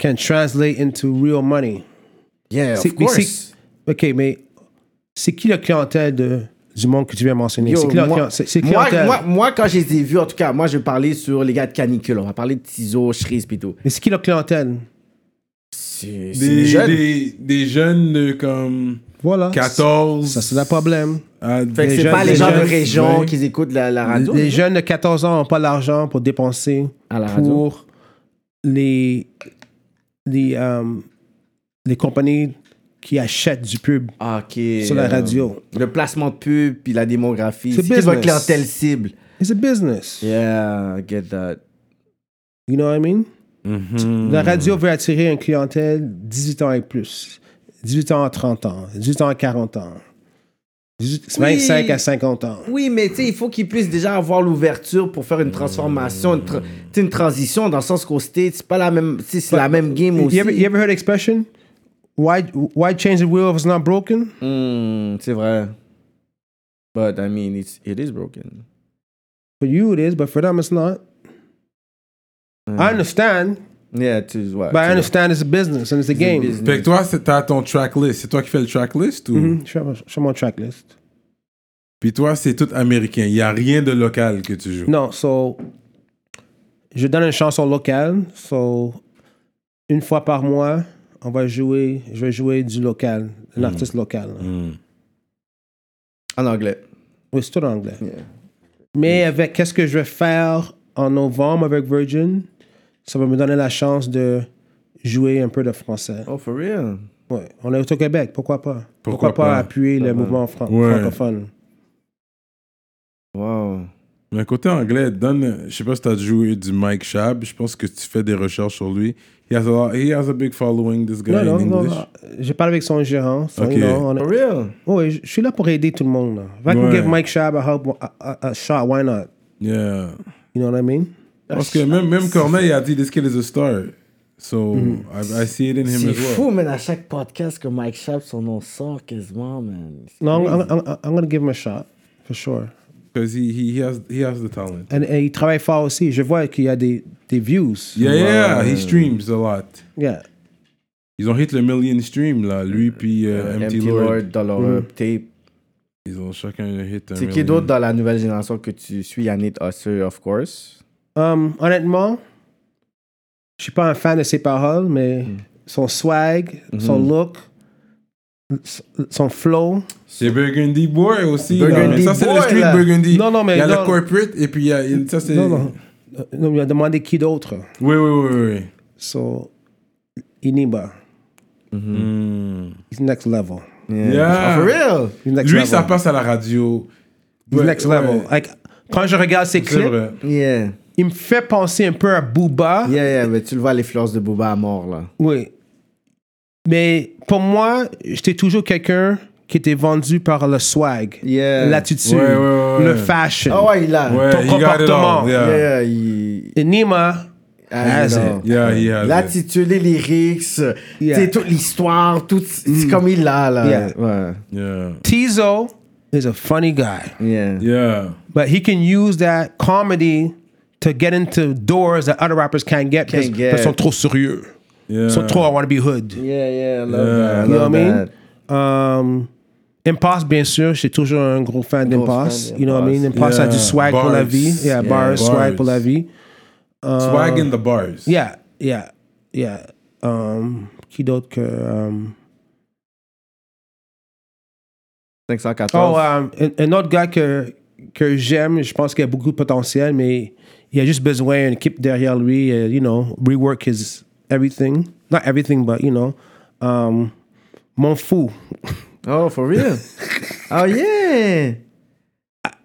Speaker 5: can translate into real money?
Speaker 4: yeah,
Speaker 5: C'est-
Speaker 4: of
Speaker 5: mais
Speaker 4: course.
Speaker 5: c'est- OK, mais c'est qui la clientèle de- du monde que tu viens mentionner?
Speaker 4: Yo,
Speaker 5: c'est qui la
Speaker 4: moi,
Speaker 5: clien- c'est- c'est
Speaker 4: moi,
Speaker 5: clientèle?
Speaker 4: moi- moi, quand je les ai vus, en tout cas, moi, je parlais sur les gars de canicule. On va parler de Tizo, Shreeze, pis tout.
Speaker 5: Mais c'est qui la clientèle?
Speaker 4: C'est c'est
Speaker 3: Des,
Speaker 4: des jeunes.
Speaker 3: des, des jeunes de comme
Speaker 5: Voilà.
Speaker 3: 14.
Speaker 5: Ça, c'est le problème.
Speaker 3: à
Speaker 4: Fait que
Speaker 3: des
Speaker 4: c'est
Speaker 5: jeunes,
Speaker 4: pas les
Speaker 5: des
Speaker 4: gens de
Speaker 5: jeunes,
Speaker 4: région
Speaker 3: ouais.
Speaker 4: qui écoutent la, la radio.
Speaker 5: Les jeunes de 14 ans n'ont pas l'argent pour dépenser
Speaker 4: À la radio.
Speaker 5: pour les, les, euh, les compagnies qui achètent du pub.
Speaker 4: Ah, OK.
Speaker 5: Sur la radio.
Speaker 4: Le placement de pub, puis la démographie.
Speaker 5: C'est
Speaker 4: C'est qui votre
Speaker 5: business.
Speaker 4: clientèle cible?
Speaker 5: It's a business.
Speaker 4: Yeah, I get that.
Speaker 5: You know what I mean? La radio veut attirer une clientèle 18 ans et plus, 18 ans à 30 ans, 18 ans à 40 ans, 18
Speaker 4: Oui.
Speaker 5: 25 à 50 ans.
Speaker 4: Oui, mais tu sais, il faut qu'ils puissent déjà avoir l'ouverture pour faire une transformation, une, tra- tu sais, une transition, dans le sens qu'au States, c'est pas la même, tu sais, c'est la même game aussi.
Speaker 5: You ever, you ever heard the expression? Why, why change the wheel if it's not broken?
Speaker 4: Hmm, c'est vrai. But I mean, it's, it is broken.
Speaker 5: For you it is, but for them it's not. I understand,
Speaker 4: Yeah, tu vois.
Speaker 5: but I understand it's a business and it's a game.
Speaker 3: Fait que toi, c'est- t'as ton track list. C'est toi qui fais le track list ou?
Speaker 4: Mm-hmm.
Speaker 5: Mhm, Je suis à mon- je suis à mon track list.
Speaker 3: Puis toi, c'est tout américain. Il n'y a rien de local que tu joues.
Speaker 5: Non, so, je donne une chanson locale. So, une fois par mois, on va jouer, je vais jouer du local, un
Speaker 3: Mm.
Speaker 5: artiste local. là.
Speaker 4: En anglais.
Speaker 5: Oui, c'est tout en anglais.
Speaker 3: Mm.
Speaker 5: Mais avec qu'est-ce que je vais faire en novembre avec Virgin, ça va me donner la chance de jouer un peu de français.
Speaker 4: Oh, for real?
Speaker 5: Ouais. On est au Québec, pourquoi pas?
Speaker 3: Pourquoi pas?
Speaker 5: pas appuyer le mouvement fran-
Speaker 3: Ouais.
Speaker 5: francophone?
Speaker 4: Wow.
Speaker 3: Mais côté anglais, donne. Je sais pas si t'as joué du Mike Shab. Je pense que tu fais des recherches sur lui. He has a, lot- he has a big following, this guy
Speaker 5: Non, non,
Speaker 3: in
Speaker 5: non,
Speaker 3: English.
Speaker 5: non. J'ai parlé avec son gérant. so,
Speaker 3: Ok.
Speaker 5: you know, on est-
Speaker 4: For real?
Speaker 5: Oui, Oh, je je suis là pour aider tout le monde. là. If I can
Speaker 3: Ouais.
Speaker 5: give Mike Schaub a, help, a, a- a shot, why not?
Speaker 3: Yeah.
Speaker 5: You know what I mean?
Speaker 3: Parce que même, même Corneille a dit, this kid is a star. So, I, I see it in him
Speaker 4: C'est
Speaker 3: as well.
Speaker 4: fou, man, à chaque podcast que Mike Schaap, son nom sort quasiment, man.
Speaker 5: No, I'm, I'm, I'm, I'm gonna give him a shot, for sure.
Speaker 3: Because he, he, he, has, he has the talent.
Speaker 5: And, et il travaille fort aussi. Je vois qu'il y a des, des views.
Speaker 3: Yeah, yeah, he streams a lot.
Speaker 5: Yeah.
Speaker 3: Ils ont hit le million stream, là. Lui, puis euh,
Speaker 4: MT
Speaker 3: MT Lord.
Speaker 4: Lord dans leur euh, tape.
Speaker 3: Ils ont chacun hit un
Speaker 4: C'est qui
Speaker 3: million.
Speaker 4: d'autre dans la nouvelle génération que tu suis, Yannick Husser, of course?
Speaker 5: Um, honnêtement, je suis pas un fan de ses paroles, mais
Speaker 3: Mm.
Speaker 5: son swag,
Speaker 3: Mm-hmm.
Speaker 5: son look, s- son flow.
Speaker 3: C'est Burgundy Boy aussi. là.
Speaker 4: Burgundy
Speaker 3: Mais ça, c'est
Speaker 4: Boy,
Speaker 3: le street
Speaker 4: là.
Speaker 3: Burgundy.
Speaker 5: Non, non, mais
Speaker 3: Il y a
Speaker 5: non.
Speaker 3: le corporate et puis il y a. il- Ça, c'est.
Speaker 5: Non, non. Euh, non, il a demandé qui d'autre.
Speaker 3: Oui, oui, oui, oui, oui.
Speaker 5: So, Iniba. He's next level.
Speaker 4: Yeah.
Speaker 3: Yeah.
Speaker 4: Oh, for real?
Speaker 5: He's
Speaker 3: Mm-hmm.
Speaker 5: next
Speaker 3: Lui,
Speaker 5: level.
Speaker 3: ça passe à la radio.
Speaker 5: He's
Speaker 3: Ouais,
Speaker 5: next
Speaker 3: ouais.
Speaker 5: level. Like, quand je regarde ses
Speaker 3: C'est
Speaker 5: clips,
Speaker 3: vrai.
Speaker 4: Yeah.
Speaker 5: il me fait penser un peu à Booba.
Speaker 4: Yeah, yeah, mais tu le vois, l'influence de Booba à mort, là.
Speaker 5: Oui. Mais pour moi, j'étais toujours quelqu'un qui était vendu par le swag,
Speaker 4: Yeah.
Speaker 5: l'attitude,
Speaker 3: Ouais, ouais, ouais,
Speaker 5: le
Speaker 3: ouais.
Speaker 5: fashion.
Speaker 4: Ah ouais, il a.
Speaker 3: Ouais,
Speaker 5: Ton
Speaker 3: he got it all,
Speaker 5: comportement.
Speaker 3: Yeah,
Speaker 4: Yeah, il...
Speaker 5: Et Nima,
Speaker 4: Ah,
Speaker 5: Has
Speaker 4: non.
Speaker 5: it.
Speaker 3: yeah, he has it.
Speaker 4: L'attitude, les lyrics, euh,
Speaker 5: Yeah.
Speaker 4: tu sais, toute l'histoire, tout, c'est comme il l'a, là.
Speaker 5: Yeah.
Speaker 4: Ouais.
Speaker 3: Yeah.
Speaker 5: Tizo is a funny guy,
Speaker 4: Yeah.
Speaker 3: Yeah.
Speaker 5: but he can use that comedy to get into doors that other rappers can't get
Speaker 4: Can't
Speaker 5: because
Speaker 4: get.
Speaker 5: parce qu'ils sont trop sérieux.
Speaker 3: Yeah.
Speaker 5: Ils sont trop I want to be hood.
Speaker 4: Yeah, yeah, I love
Speaker 3: Yeah.
Speaker 4: that.
Speaker 5: You
Speaker 4: I
Speaker 5: know what I
Speaker 4: love
Speaker 5: mean?
Speaker 4: that.
Speaker 5: Um, Impasse, bien sûr, j'étais toujours un gros fan d'Impasse.
Speaker 4: fan
Speaker 5: You know what I mean? Impasse a du
Speaker 3: Yeah.
Speaker 5: swag pour la
Speaker 3: Bars.
Speaker 5: vie. Yeah,
Speaker 3: Yeah.
Speaker 5: bars, swag
Speaker 3: Bars.
Speaker 5: pour la vie.
Speaker 3: Swag in the bars.
Speaker 5: Ah. Yeah, yeah, yeah. Um, qui d'autre que. um,
Speaker 4: 514.
Speaker 5: oh, um, un, un autre gars que, que j'aime, je pense qu'il a beaucoup de potentiel, mais il a juste besoin d'une équipe derrière lui, uh, you know, rework his everything. Not everything, but, you know. Um, Mon fou.
Speaker 4: Oh, for real? oh, yeah!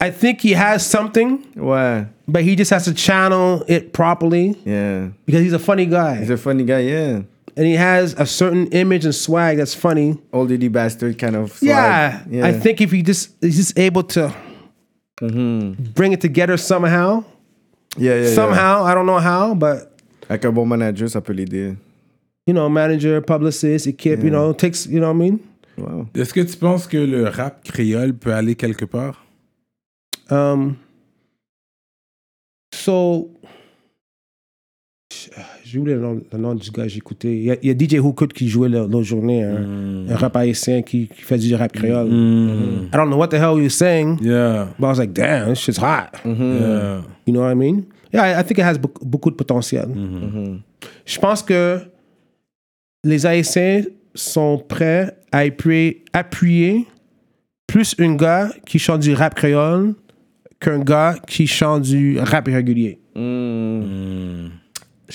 Speaker 5: I think he has something,
Speaker 4: Ouais.
Speaker 5: but he just has to channel it properly
Speaker 4: Yeah.
Speaker 5: because he's a funny guy.
Speaker 4: He's a funny guy, yeah.
Speaker 5: and he has a certain image and swag that's funny.
Speaker 4: Old Diddy Bastard kind of. swag.
Speaker 5: yeah, I think if he just is just able to bring it together somehow,
Speaker 4: Yeah, yeah, yeah.
Speaker 5: somehow I don't know how, but
Speaker 4: Avec un bon manager, ça peut l'aider.
Speaker 5: you know, manager, publicist, it keep, you know, takes, you know what I mean.
Speaker 4: Wow.
Speaker 3: Est-ce que tu penses que le rap créole peut aller quelque part?
Speaker 5: Um, so. J'ai oublié le nom, le nom du gars que j'écoutais. Il y, a, il y a DJ Hookut qui jouait le- l'autre journée, un, un rap haïtien qui, qui fait du rap créole. I don't know what the hell you saying,
Speaker 3: Yeah.
Speaker 5: but I was like, damn, this shit's hot.
Speaker 3: Yeah.
Speaker 5: You know what I mean? Yeah, I, I think it has beaucoup, beaucoup de potentiel. Mm-hmm. Je pense que les Haïtiens sont prêts à appuyer, appuyer plus un gars qui chante du rap créole qu'un gars qui chante du rap irrégulier.
Speaker 4: Je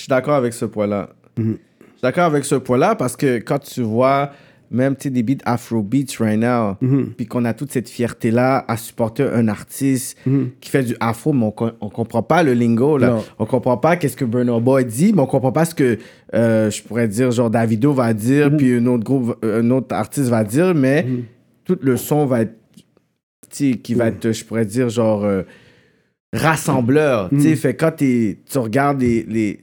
Speaker 4: suis d'accord avec ce point-là. Je suis d'accord avec ce point-là parce que quand tu vois même tu sais, des beats afrobeats right now, puis qu'on a toute cette fierté-là à supporter un artiste qui fait du afro, mais on, co- on comprend pas le lingo, là.
Speaker 5: Non.
Speaker 4: on comprend pas qu'est-ce que Burna Boy dit, mais on comprend pas ce que euh, je pourrais dire, genre Davido va dire, puis un autre groupe, euh, un autre artiste va dire, mais tout le son va être tu sais, qui va être, je pourrais dire, genre euh, rassembleur.
Speaker 5: Mm.
Speaker 4: Tu sais, fait quand t'es- tu regardes les, les,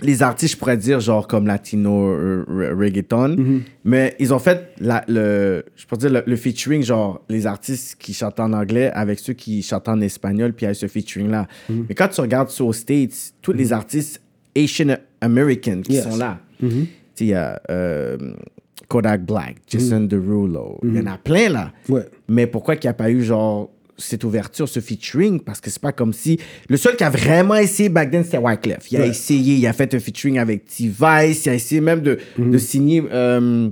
Speaker 4: les artistes, je pourrais dire, genre comme Latino euh, re- reggaeton,
Speaker 5: Mm-hmm.
Speaker 4: mais ils ont fait la- le, je pourrais dire, le, le featuring, genre les artistes qui chantent en anglais avec ceux qui chantent en espagnol, puis il y a ce featuring-là.
Speaker 5: Mm-hmm.
Speaker 4: Mais quand tu regardes sur aux States, tous les artistes Asian American qui
Speaker 5: Yes. Mm-hmm.
Speaker 4: sont là, tu sais, il y a euh, Kodak Black, Jason Derulo, il y en a plein là.
Speaker 5: Mm-hmm. Ouais.
Speaker 4: Mais pourquoi qu'il n'y a pas eu genre cette ouverture, ce featuring Parce que c'est pas comme si. Le seul qui a vraiment essayé back then, c'était Wyclef. Il a
Speaker 5: Ouais.
Speaker 4: essayé, il a fait un featuring avec T-Vice, il a essayé même de,
Speaker 5: Mhm.
Speaker 4: de signer euh,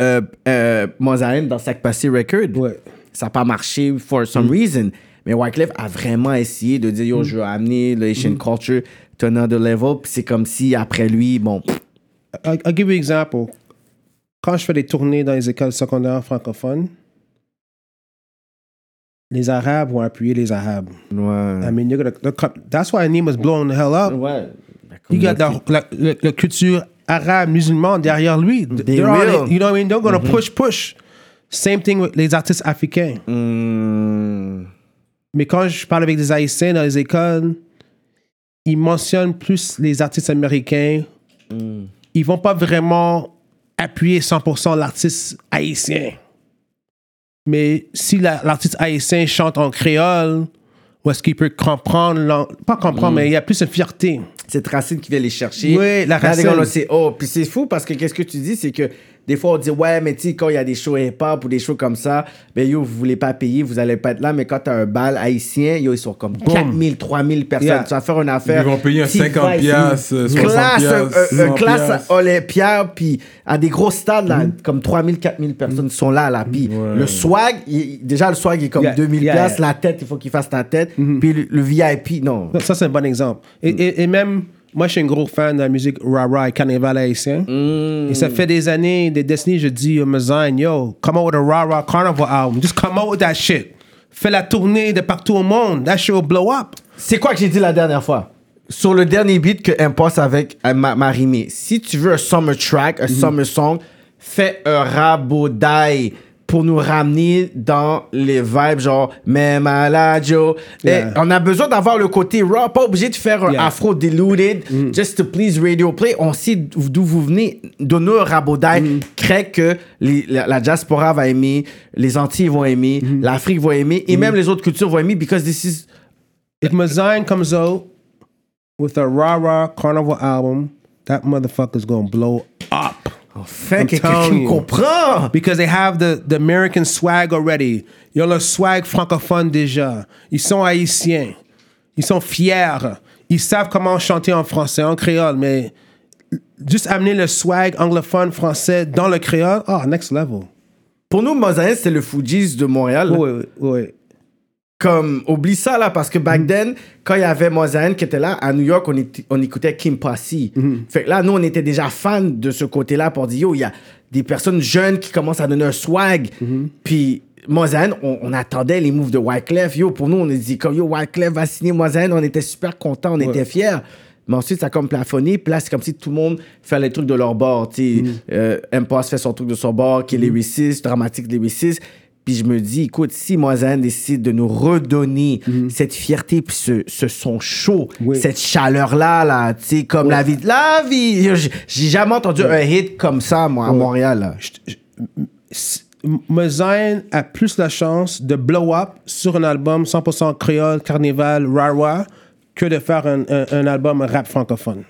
Speaker 4: euh, euh, Mozaïne dans Sac Passé Record.
Speaker 5: Ouais. Mhm.
Speaker 4: Ça n'a pas marché for some reason. Mais Wyclef a vraiment essayé de dire Yo, je veux amener l'Asian
Speaker 5: Mhm.
Speaker 4: culture to another level. Puis c'est comme si après lui, bon.
Speaker 5: I'll, I'll give you an example. Quand je fais des tournées dans les écoles secondaires francophones, les Arabes vont appuyer les Arabes. I
Speaker 4: Mm. Ouais.
Speaker 5: mean, you're gonna, the, co- that's why Nîmes was blown the hell up.
Speaker 4: Ouais.
Speaker 5: Euh, You got la, la- la- la culture arabe musulmane derrière lui.
Speaker 4: They
Speaker 5: They're on
Speaker 4: will. Mm-hmm.
Speaker 5: it, you know what I mean? They're gonna push, push. Same thing with les artistes africains.
Speaker 4: Mm. Hmm.
Speaker 5: Mais quand je parle avec des Haïtiens dans les écoles, ils mentionnent plus les artistes américains.
Speaker 4: Mm.
Speaker 5: Ils vont pas vraiment appuyer 100% l'artiste haïtien. Mais si la- l'artiste haïtien chante en créole, où est-ce qu'il peut comprendre, l'an- pas comprendre,
Speaker 4: Mm.
Speaker 5: mais il y a plus de fierté.
Speaker 4: cette racine qui vient les chercher.
Speaker 5: Oui, la
Speaker 4: Là, les
Speaker 5: racine.
Speaker 4: gars, là, c'est oh, puis c'est fou parce que qu'est-ce que tu dis, c'est que des fois on dit ouais, mais tu sais, quand il y a des shows hip-hop ou des shows comme ça, ben yo, vous voulez pas payer, vous allez pas être là, mais quand t'as un bal haïtien, yo, ils sont comme 4000, 3000 personnes.
Speaker 5: Yeah.
Speaker 4: Tu vas faire une affaire.
Speaker 3: Ils vont payer un
Speaker 4: Petit
Speaker 3: 50
Speaker 4: vice,
Speaker 3: piastres,
Speaker 4: une
Speaker 3: 60
Speaker 4: classe, un-
Speaker 3: piastres,
Speaker 4: un- un
Speaker 3: 100
Speaker 4: classe
Speaker 3: piastres.
Speaker 4: à Olympia, puis à des gros stades, là,
Speaker 5: Mm-hmm.
Speaker 4: comme 3000, 4000 personnes sont là, là. Puis le swag, il- déjà le swag il est comme
Speaker 5: Yeah,
Speaker 4: 2000
Speaker 5: yeah,
Speaker 4: piastres,
Speaker 5: yeah. Mm-hmm.
Speaker 4: la tête, il faut qu'il fasse ta tête. Puis le, le VIP, non.
Speaker 5: Ça, Ça, c'est un bon exemple. Et, et- et même, moi, je suis un gros fan de la musique rara et carnaval haïtien. Et ça fait des années, des décennies, je dis au Mazine, yo, come out with a rara carnival album. Just come out with that shit. Fais la tournée de partout au monde. That shit will blow up.
Speaker 4: C'est quoi que j'ai dit la dernière fois? Sur le dernier beat que Impasse avec euh, Ma- Marimé, si tu veux un summer track, un summer song, fais un rabodaille pour nous ramener dans les vibes genre même à la radio. Et
Speaker 5: Yeah.
Speaker 4: on a besoin d'avoir le côté raw, pas obligé de faire un
Speaker 5: Yeah.
Speaker 4: afro diluted just to please radio play. On sait d'où d'où vous venez. Donnez un rabodaille. Crée que les- la, la diaspora va aimer, les Antilles vont aimer, l'Afrique va aimer et même les autres cultures vont aimer because this is
Speaker 5: If Mazine comes out with a rara carnival album, that motherfucker's gonna blow up.
Speaker 4: Enfin,
Speaker 5: I'm
Speaker 4: quelqu'un qui
Speaker 5: telling
Speaker 4: me
Speaker 5: you.
Speaker 4: comprend.
Speaker 5: Because they have the, the American swag already. Ils ont le swag francophone déjà. Ils sont haïtiens. Ils sont fiers. Ils savent comment chanter en français, en créole, mais juste amener le swag anglophone français dans le créole, oh, next level.
Speaker 4: Pour nous, Mosaïen, c'est le Fujis de Montréal.
Speaker 5: Oui, oui, oui.
Speaker 4: Comme, oublie ça là, parce que back then, quand il y avait Mosaïen qui était là, à New York, on, était- on écoutait Kim Passy. Fait que là, nous, on était déjà fans de ce côté-là pour dire, yo, il y a des personnes jeunes qui commencent à donner un swag. Puis, Mosaïen, on, on attendait les moves de Wyclef. Yo, pour nous, on a dit, comme, yo, Wyclef va signer Mosaïen, on était super contents, on était fiers. Mais ensuite, ça a comme plafonné. Puis là, c'est comme si tout le monde fait les trucs de leur bord. tu sais. Euh, Impasse fait son truc de son bord, qui est lyriciste, dramatique lyriciste. Puis je me dis, écoute, si Moisan décide de nous redonner cette fierté, puis ce, ce son chaud,
Speaker 5: Oui.
Speaker 4: cette chaleur-là, là, tu sais, comme la vie. La vie! J'ai- J'ai jamais entendu un hit comme ça, moi, à Montréal. là.
Speaker 5: Mozaine a plus la chance de blow up sur un album 100% créole, carnival, rara, que de faire un, un- un album rap francophone.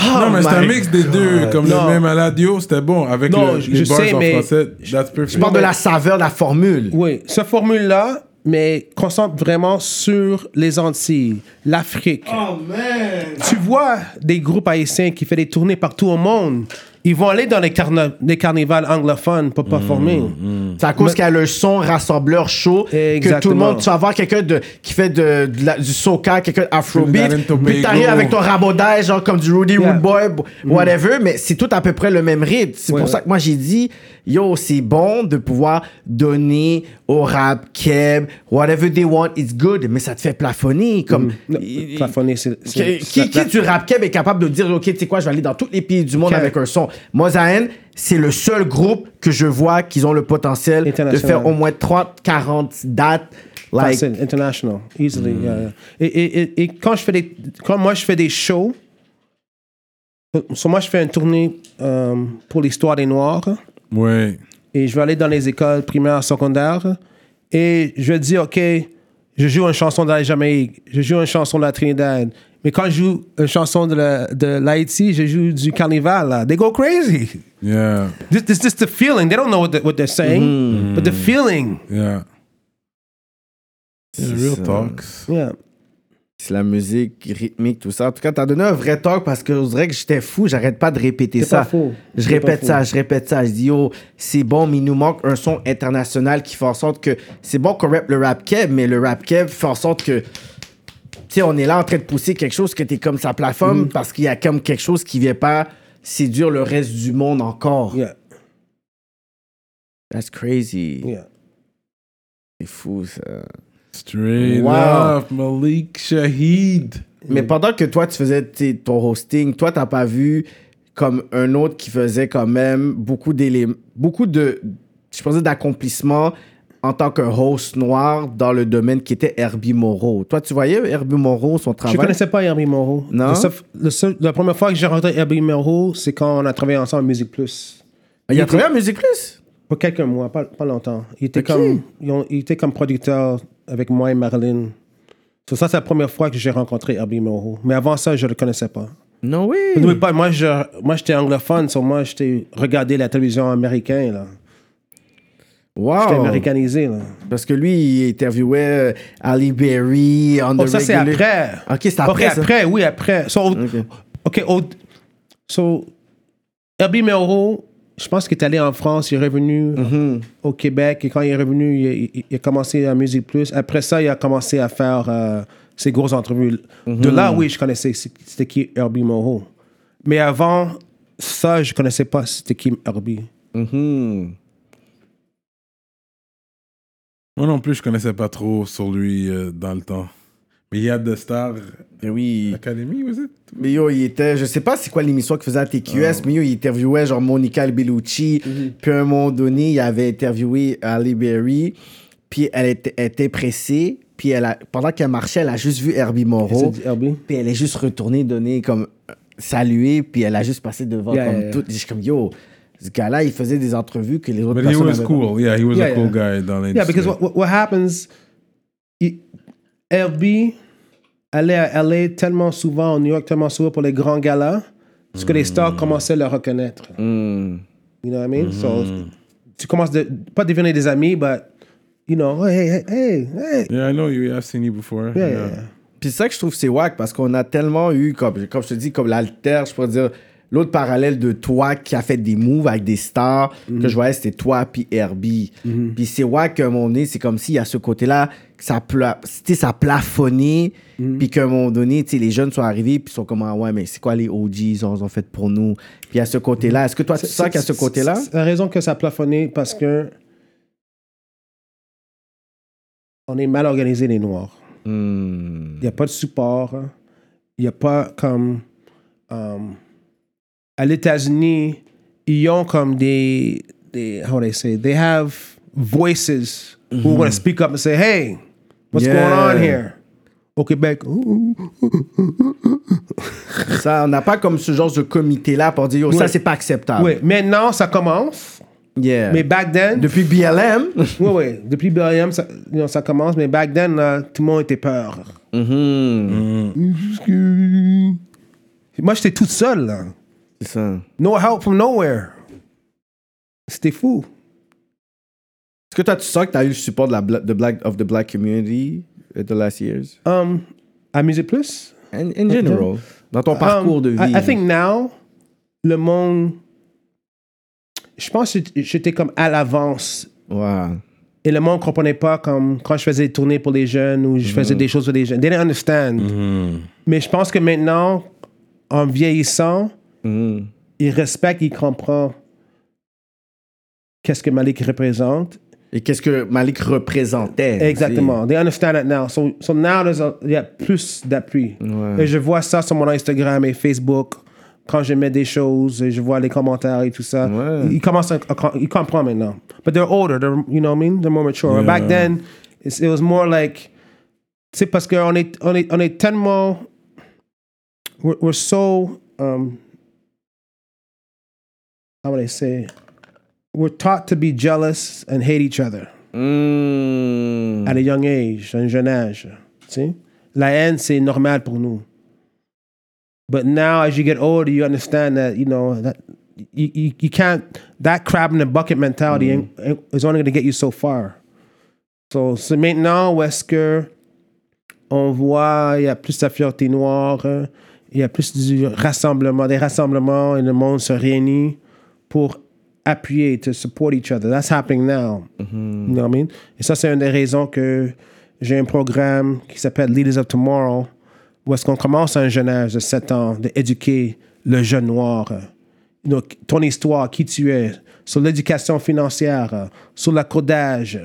Speaker 3: Non, mais c'est un
Speaker 4: my
Speaker 3: mix des deux. Comme
Speaker 5: Oh Non.
Speaker 3: le même à l'audio, c'était bon. Avec
Speaker 5: Non,
Speaker 3: le,
Speaker 5: je-
Speaker 3: les
Speaker 5: je
Speaker 3: bars
Speaker 5: sais,
Speaker 3: en
Speaker 5: mais
Speaker 3: français, that's perfect.
Speaker 4: Je parle de la saveur, de la formule.
Speaker 5: Oui, ce formule-là, mais concentre vraiment sur les Antilles, l'Afrique.
Speaker 4: Oh, man!
Speaker 5: Tu vois des groupes haïtiens qui font des tournées partout au monde. Ils Ils vont aller dans les, carna- les carnivals anglophones pour
Speaker 4: Mm,
Speaker 5: performer.
Speaker 4: C'est à cause qu'il y a le son rassembleur chaud que tout le
Speaker 5: Exactement.
Speaker 4: monde. Tu vas voir quelqu'un de, qui fait de, de la- du soca, quelqu'un
Speaker 3: Trinidad and
Speaker 4: d'afrobeat.
Speaker 3: Tobago.
Speaker 4: Puis t'arrives avec ton rabodage, genre comme du Rudy
Speaker 5: Yeah. Mm.
Speaker 4: Rude Boy, b- whatever. Mais c'est tout à peu près le même rythme. C'est
Speaker 5: Ouais,
Speaker 4: pour
Speaker 5: ouais.
Speaker 4: ça que moi j'ai dit, yo, c'est bon de pouvoir donner au rap, keb, whatever they want, it's good. Mais ça te fait plafonner. Comme.
Speaker 5: Non, Mm. plafonner, c'est- c'est-
Speaker 4: Qui, qui, qui du rap keb est capable de dire, OK, tu sais quoi, je vais aller dans tous les pays du monde
Speaker 5: Quel-
Speaker 4: avec un son. Mozaïen, c'est le seul groupe que je vois qu'ils ont le potentiel de
Speaker 5: International.
Speaker 4: faire au moins 30, 40 dates. Like, Mm.
Speaker 5: Facile, international, easily. yeah, yeah. Et, et- et- et quand je fais des, quand moi je fais des shows, euh, so moi je fais une tournée euh, pour l'histoire des Noirs
Speaker 3: Ouais.
Speaker 5: et je vais aller dans les écoles primaires, secondaires et je dis ok, je joue une chanson de la Jamaïque, je joue une chanson de la Trinidad, mais quand je joue une chanson de la- de l'Haïti, je joue du carnaval. là. They go crazy.
Speaker 3: Yeah.
Speaker 5: This, this, this the feeling. They don't know what, the- what they're saying, but the feeling.
Speaker 3: Yeah. Yeah, real talks.
Speaker 5: Yeah.
Speaker 7: C'est la musique rythmique, tout ça. En tout cas, t'as donné
Speaker 4: un vrai talk parce que je dirais que j'étais fou, j'arrête pas de répéter
Speaker 5: C'est pas
Speaker 4: ça.
Speaker 5: faux.
Speaker 4: Je
Speaker 5: C'est
Speaker 4: répète
Speaker 5: pas
Speaker 4: ça, je répète ça. Je dis, yo, c'est bon, mais il nous manque un son international qui fait en sorte que. C'est bon qu'on rappe le rap keb, mais le rap keb fait en sorte que. Tu sais, on est là en train de pousser quelque chose que t'es comme sa plateforme
Speaker 5: Mm.
Speaker 4: parce qu'il y a comme quelque chose qui vient pas séduire le reste du monde encore.
Speaker 5: Yeah.
Speaker 4: That's crazy.
Speaker 5: Yeah.
Speaker 7: C'est fou, ça.
Speaker 3: Straight
Speaker 4: Wow.
Speaker 3: up, Malik Shahid.
Speaker 5: Mm.
Speaker 4: Mais pendant que toi, tu faisais t'sais, ton hosting, toi, t'as pas vu comme un autre qui faisait quand même beaucoup d'éléments, beaucoup de, je pensais, d'accomplissements en tant que host noir dans le domaine qui était Herbie Moreau. Toi, tu voyais Herbie Moreau, son
Speaker 5: Je
Speaker 4: travail?
Speaker 5: connaissais pas Herbie Moreau.
Speaker 4: Ah Non?
Speaker 5: Le seul- le seul- la première fois que j'ai rencontré Herbie Moreau, c'est quand on a travaillé ensemble à Musique Plus.
Speaker 4: Il a travaillé à Musique Plus?
Speaker 5: Pour quelques mois, pas, pas longtemps. Il était, comme, ils ont- il était comme producteur avec moi et Marilyn. So, ça, c'est la première fois que j'ai rencontré Herbie Moreau. Mais avant ça, je le connaissais pas.
Speaker 7: Non, oui.
Speaker 4: Hmm.
Speaker 5: N'oublie pas, moi, je, moi, j'étais anglophone, so moi, j'étais regardé la télévision américaine, là. J'étais
Speaker 4: Wow!
Speaker 5: américanisé, là.
Speaker 4: Parce que lui, il interviewait euh, Ali Berry, on
Speaker 5: Oh,
Speaker 4: the
Speaker 5: ça, c'est
Speaker 4: regular.
Speaker 5: après.
Speaker 4: Ok, c'est après,
Speaker 5: Ok,
Speaker 4: ça.
Speaker 5: après, oui, après. So,
Speaker 4: Ok.
Speaker 5: OK. au- so, Herbie Meuro, je pense qu'il est allé en France, il est revenu
Speaker 4: Mm-hmm.
Speaker 5: au Québec, et quand il est revenu, il, il- il a commencé à Musique Plus. Après ça, il a commencé à faire euh, ses grosses entrevues.
Speaker 4: Mm-hmm.
Speaker 5: De là, oui, je connaissais c'est- c'était qui Herbie Meuro. Mais avant ça, je connaissais pas c'était qui Herbie.
Speaker 7: Mhm.
Speaker 3: Moi non plus, je connaissais pas trop sur lui euh, dans le temps. Mais il y a The Star
Speaker 5: Ben
Speaker 4: Mais Oui.
Speaker 3: Academy, was it?
Speaker 4: Mais yo, il était, je sais pas c'est quoi l'émission qu'il faisait à
Speaker 5: Ah.
Speaker 4: TQS, mais yo, il interviewait genre Monica Bellucci.
Speaker 5: Mm-hmm.
Speaker 4: Puis à un moment donné, il avait interviewé Ali Berry. Puis elle était, elle était pressée. Puis elle a, pendant qu'elle marchait, elle a juste vu Herbie Moreau.
Speaker 5: C'est Herbie?
Speaker 4: Puis elle est juste retournée, donner comme euh, saluer. Puis elle a juste passé devant
Speaker 5: Yeah,
Speaker 4: comme
Speaker 5: yeah,
Speaker 4: tout. Je suis comme yo, ce gars-là, il faisait des entrevues que les autres
Speaker 3: But he
Speaker 4: personnes.
Speaker 3: was
Speaker 4: avaient-
Speaker 3: cool. Yeah, he was a
Speaker 5: Yeah,
Speaker 3: cool guy dans l'industrie.
Speaker 5: Yeah, because what, what, what happens, i- RB allait à LA tellement souvent, en New York tellement souvent pour les grands galas, parce que les stars commençaient à le reconnaître. You know what I mean? So, tu commences de, pas à devenir des amis, but, you know, hey, hey, hey, hey.
Speaker 3: Yeah, I know you. I've seen you before.
Speaker 5: Yeah,
Speaker 3: Yeah.
Speaker 5: yeah, yeah.
Speaker 4: Puis c'est ça que je trouve c'est wack parce qu'on a tellement eu, comme, comme je te dis, comme l'alter, je pourrais dire, l'autre parallèle de toi qui a fait des moves avec des stars
Speaker 5: Mhm.
Speaker 4: que je voyais, c'était toi puis Herbie. Puis c'est wack qu'à un moment donné, c'est comme s'il y a ce côté-là, que ça, pla- tu sais, ça plafonnait,
Speaker 5: Mhm.
Speaker 4: puis qu'à un moment donné, tu sais, les jeunes sont arrivés, puis sont comme, ah ouais, mais c'est quoi les OGs, ils ont, ils ont fait pour nous. Puis à ce côté-là, est-ce que toi, tu
Speaker 5: C'est-
Speaker 4: sens qu'à ce
Speaker 5: c'est-
Speaker 4: côté-là?
Speaker 5: c'est- c'est La raison que ça a plafonné, parce que on est mal organisé, les Noirs.
Speaker 4: Hmm.
Speaker 5: Il n'y a pas de support. hein. Il n'y a pas comme... euh, à l'États-Unis, ils ont comme des... des how do they say? They have voices who want to speak up and say, hey, what's
Speaker 4: Mm-hmm. Yeah.
Speaker 5: going on here? Au Québec, ouh,
Speaker 4: Ça, on n'a pas comme ce genre de comité-là pour dire, oh, ça, c'est pas acceptable.
Speaker 5: oui, maintenant, ça commence.
Speaker 4: Yeah.
Speaker 5: Mais back then...
Speaker 4: Depuis BLM,
Speaker 5: Oui, oui. Depuis Birmingham, ça, you know, ça commence, mais back then, là, tout le monde était peur. Mm-hmm. Moi, j'étais toute seule. là.
Speaker 7: C'est ça.
Speaker 5: No help from nowhere. C'était fou.
Speaker 4: Est-ce que toi, tu sens que tu as eu le support de la bla- de black, of the black community uh, the last years?
Speaker 5: Um, à Musique Plus,
Speaker 4: In, in general. Dans ton
Speaker 5: um,
Speaker 4: parcours de vie.
Speaker 5: I, I think now, le monde je pense que j'étais comme à l'avance.
Speaker 4: Ouais.
Speaker 5: Et le monde comprenait pas comme quand je faisais des tournées pour les jeunes ou je faisais des choses pour les jeunes. They didn't understand. Mais je pense que maintenant, en vieillissant,
Speaker 4: Mm.
Speaker 5: ils respectent, ils comprennent qu'est-ce que Malik représente.
Speaker 6: Et qu'est-ce que Malik représentait
Speaker 5: Exactement. They understand it now. So, so now there's a- il y a plus d'appui. Et je vois ça sur mon Instagram et Facebook quand je mets des choses et je vois les commentaires et tout ça.
Speaker 4: Ouais.
Speaker 5: Ils commencent à, à com- ils comprennent maintenant. But they're older, they're, you know what I mean? They're more mature. Back then, it's- it was more like. C'est parce qu'on est, on est, on est tellement. We're, we're so. Um, how would I say? We're taught to be jealous and hate each other.
Speaker 4: Mm.
Speaker 5: à a young age, à un jeune âge. Tu sais? La haine, c'est normal pour nous. But now, as you get older, you understand that, you know, that you, you, you can't, that crab in the bucket mentality ain't- ain't- is only going to get you so far. So, c'est maintenant où est-ce que on voit, il y a plus de fierté noire, euh, il y a plus du rassemblement, des rassemblements, et le monde se réunit pour appuyer, to support each other. That's happening now. You know what I mean? Et ça, c'est une des raisons que j'ai un programme qui s'appelle Leaders of Tomorrow, où est-ce qu'on commence à un jeune âge de 7 ans d'éduquer le jeune noir. euh, you know, ton histoire, qui tu es, sur l'éducation financière, euh, sur l'accordage,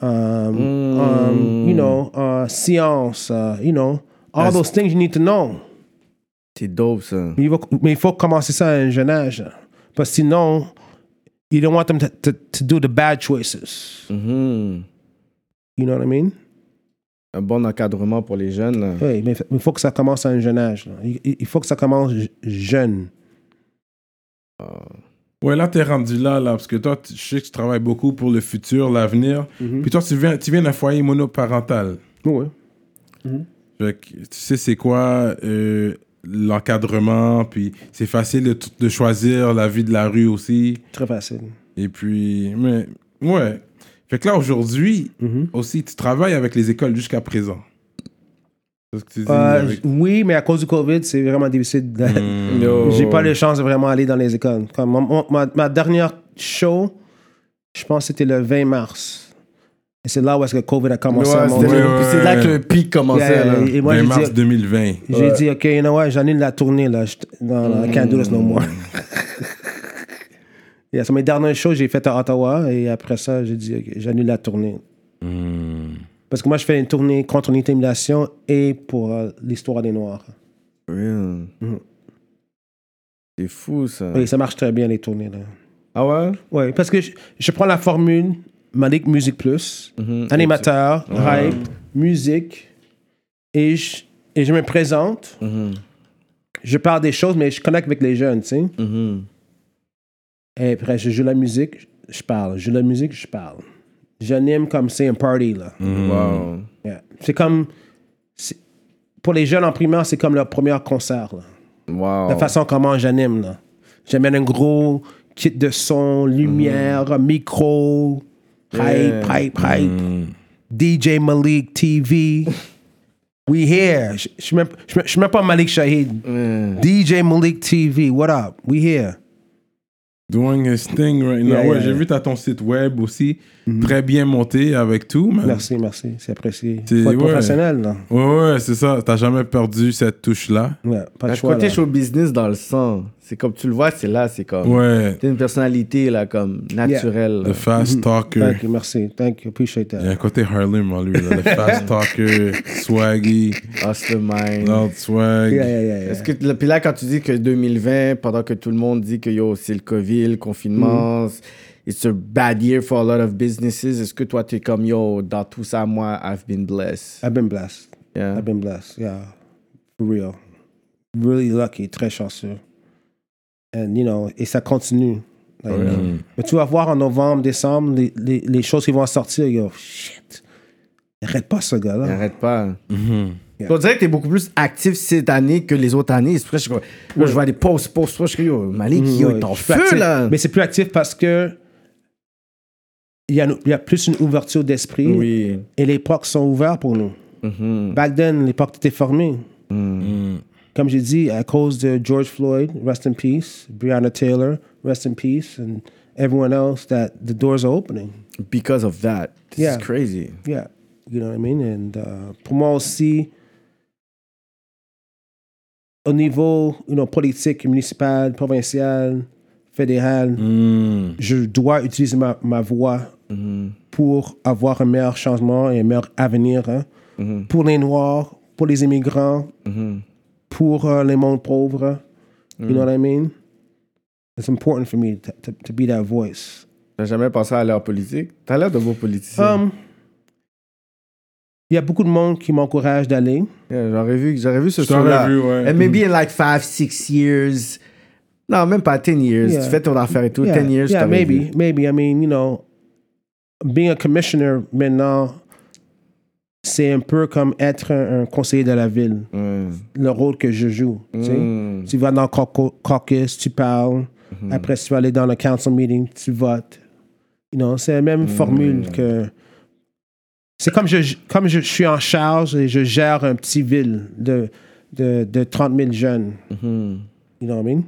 Speaker 5: um, um, you know, uh, science, uh, you know, all those things you need to know.
Speaker 4: C'est dope, ça.
Speaker 5: Mais il, va- mais il faut commencer ça à un jeune âge. hein. Parce que sinon, you don't want them to, to, to do the bad choices.
Speaker 4: Mhm.
Speaker 5: You know what I mean?
Speaker 4: Un bon encadrement pour les jeunes. là.
Speaker 5: Oui, mais il faut que ça commence à un jeune âge. là. Il, il- il faut que ça commence je- jeune.
Speaker 3: Ouais, là, t'es rendu là, là, parce que toi, tu- je sais que tu travailles beaucoup pour le futur, l'avenir. Puis toi, tu viens, tu viens d'un foyer monoparental.
Speaker 5: Oui.
Speaker 3: Fait que tu sais c'est quoi euh, l'encadrement, puis c'est facile de, t- de choisir la vie de la rue aussi.
Speaker 5: Très facile.
Speaker 3: Et puis, mais, ouais. Fait que là, aujourd'hui,
Speaker 5: Mhm.
Speaker 3: aussi, tu travailles avec les écoles jusqu'à présent. C'est ce que tu dis.
Speaker 5: Euh,
Speaker 3: avec-
Speaker 5: Oui, mais à cause du COVID, c'est vraiment difficile. de-
Speaker 6: Hmm.
Speaker 4: Oh.
Speaker 5: J'ai pas les chances de vraiment aller dans les écoles. Comme mon- mon- ma, ma dernière show, je pense que c'était le 20 mars. Et c'est là où est-ce que COVID a
Speaker 6: Ouais,
Speaker 5: commencé à
Speaker 6: c'était-
Speaker 5: monter.
Speaker 3: ouais,
Speaker 6: puis c'est là que le pic commençait.
Speaker 5: Yeah,
Speaker 6: là.
Speaker 5: et moi,
Speaker 3: 20
Speaker 5: j'ai
Speaker 3: mars
Speaker 5: dit,
Speaker 3: 2020.
Speaker 5: j'ai dit, OK, you know what, j'annule la tournée, là. Je- Non,
Speaker 6: Hmm.
Speaker 5: non, I can't do this no more. yeah, so mes dernières shows, j'ai fait à Ottawa, et après ça, j'ai dit, OK, j'annule la tournée.
Speaker 6: Hmm.
Speaker 5: Parce que moi, je fais une tournée contre l'intimidation et pour euh, l'histoire des Noirs.
Speaker 4: Real. C'est fou, ça.
Speaker 5: Mm-hmm. Oui, ça marche très bien, les tournées, là.
Speaker 4: Ah ouais?
Speaker 5: Oui, parce que je, je prends la formule Malik Musique Plus, animateur, hype, musique, et je, et je me présente. Je parle des choses, mais je connecte avec les jeunes, tu sais. Et après, je joue la musique, je- je parle. Je joue la musique, je parle. J'anime comme c'est un party, là.
Speaker 4: Mm. Wow.
Speaker 5: Yeah. C'est comme... c'est- Pour les jeunes en primaire, c'est comme leur premier concert, là
Speaker 4: Wow.
Speaker 5: la façon comment j'anime. là. J'amène un gros kit de son, lumière,
Speaker 4: Mm.
Speaker 5: micro, hype, hype, hype. DJ Malik TV. We here. Je je suis même, je suis- je suis même pas Malik Shahid.
Speaker 4: Mm.
Speaker 5: DJ Malik TV, what up? We here.
Speaker 3: Doing his thing right now.
Speaker 5: Yeah,
Speaker 3: ouais,
Speaker 5: yeah,
Speaker 3: j'ai
Speaker 5: yeah. Mhm.
Speaker 3: vu, t'as ton site web aussi. Très bien monté avec tout, man.
Speaker 5: Merci, merci. C'est apprécié.
Speaker 3: C'est-
Speaker 5: Faut être
Speaker 3: ouais.
Speaker 5: professionnel, là.
Speaker 3: Ouais, ouais, c'est ça. T'as jamais perdu cette touche-là.
Speaker 5: Ouais, pas de
Speaker 4: Le
Speaker 5: choix.
Speaker 4: côté
Speaker 5: là.
Speaker 4: show business dans le sang. C'est comme tu le vois, c'est là, c'est comme.
Speaker 3: Ouais.
Speaker 4: T'es une personnalité, là, comme naturelle.
Speaker 3: The fast talker.
Speaker 5: Mhm. Thank you, merci. Thank you, appreciate that.
Speaker 3: Il y a un côté Harlem en lui, là. The fast talker, swaggy,
Speaker 4: Hustle mind.
Speaker 3: loud swag.
Speaker 5: Yeah, yeah, yeah, yeah.
Speaker 4: Est-ce que, t- puis là, quand tu dis que 2020, pendant que tout le monde dit que yo, c'est le COVID, le
Speaker 5: Mm.
Speaker 4: confinement, c'est- it's a bad year for a lot of businesses, est-ce que toi, t'es comme yo, dans tout ça, moi, I've been blessed?
Speaker 5: I've been blessed.
Speaker 4: Yeah.
Speaker 5: I've been blessed. Yeah, for real. Really lucky, très chanceux. And you know, et ça continue. Like,
Speaker 6: Oh,
Speaker 5: Mais tu vas voir en novembre, décembre, les, les, les choses qui vont sortir. Yo, shit. Arrête pas ce gars-là.
Speaker 4: Arrête pas.
Speaker 5: Yeah.
Speaker 6: On dirait que t'es beaucoup plus actif cette année que les autres années. C'est pour ça que je, moi, je vois des posts, posts, posts. Je suis yo, Malik, yo, il est en
Speaker 5: Mm. Mm-hmm. Je suis plus
Speaker 6: feu,
Speaker 5: actif.
Speaker 6: là.
Speaker 5: Mais c'est plus actif parce que il y, a, une- il y a plus une ouverture d'esprit
Speaker 4: Oui.
Speaker 5: et les portes sont ouvertes pour nous. Back then, les portes étaient fermées. comme j'ai dit, à cause de George Floyd, rest in peace, Breonna Taylor, rest in peace, and everyone else that the doors are opening.
Speaker 6: because of that. This is
Speaker 5: Yeah.
Speaker 6: crazy.
Speaker 5: Yeah, you know what I mean? And uh, pour moi aussi, au niveau you know, politique, municipal, provincial, fédéral, je dois utiliser ma, ma voix pour avoir un meilleur changement et un meilleur avenir hein, pour les Noirs, pour les immigrants,
Speaker 3: Mm-hmm.
Speaker 5: pour euh, les mondes pauvres. You know what I mean? It's important for me to, to, to be that voice.
Speaker 6: T'as jamais pensé à l'heure politique? T'as l'air de beau politicien.
Speaker 5: Um, Il y a beaucoup de monde qui m'encourage d'aller.
Speaker 6: Yeah, j'aurais vu, j'aurais vu ce
Speaker 3: Je t'aurais
Speaker 6: show-là.
Speaker 3: vu, ouais.
Speaker 6: And maybe in like 5, 6 years. Non, même pas 10 years.
Speaker 5: Yeah.
Speaker 6: Tu fais ton affaire et tout. 10 years,
Speaker 5: yeah,
Speaker 6: t'aurais
Speaker 5: maybe,
Speaker 6: vu.
Speaker 5: maybe. I mean, you know, being a commissioner maintenant, c'est un peu comme être un, un conseiller de la ville. Le rôle que je joue. tu sais. Tu vas dans le cauco- caucus, tu parles. Après, tu vas aller dans le council meeting, tu votes. You know, c'est la même formule que. C'est comme je, comme je suis en charge et je gère un petit ville de, de, de 30 000 jeunes. You know what I mean?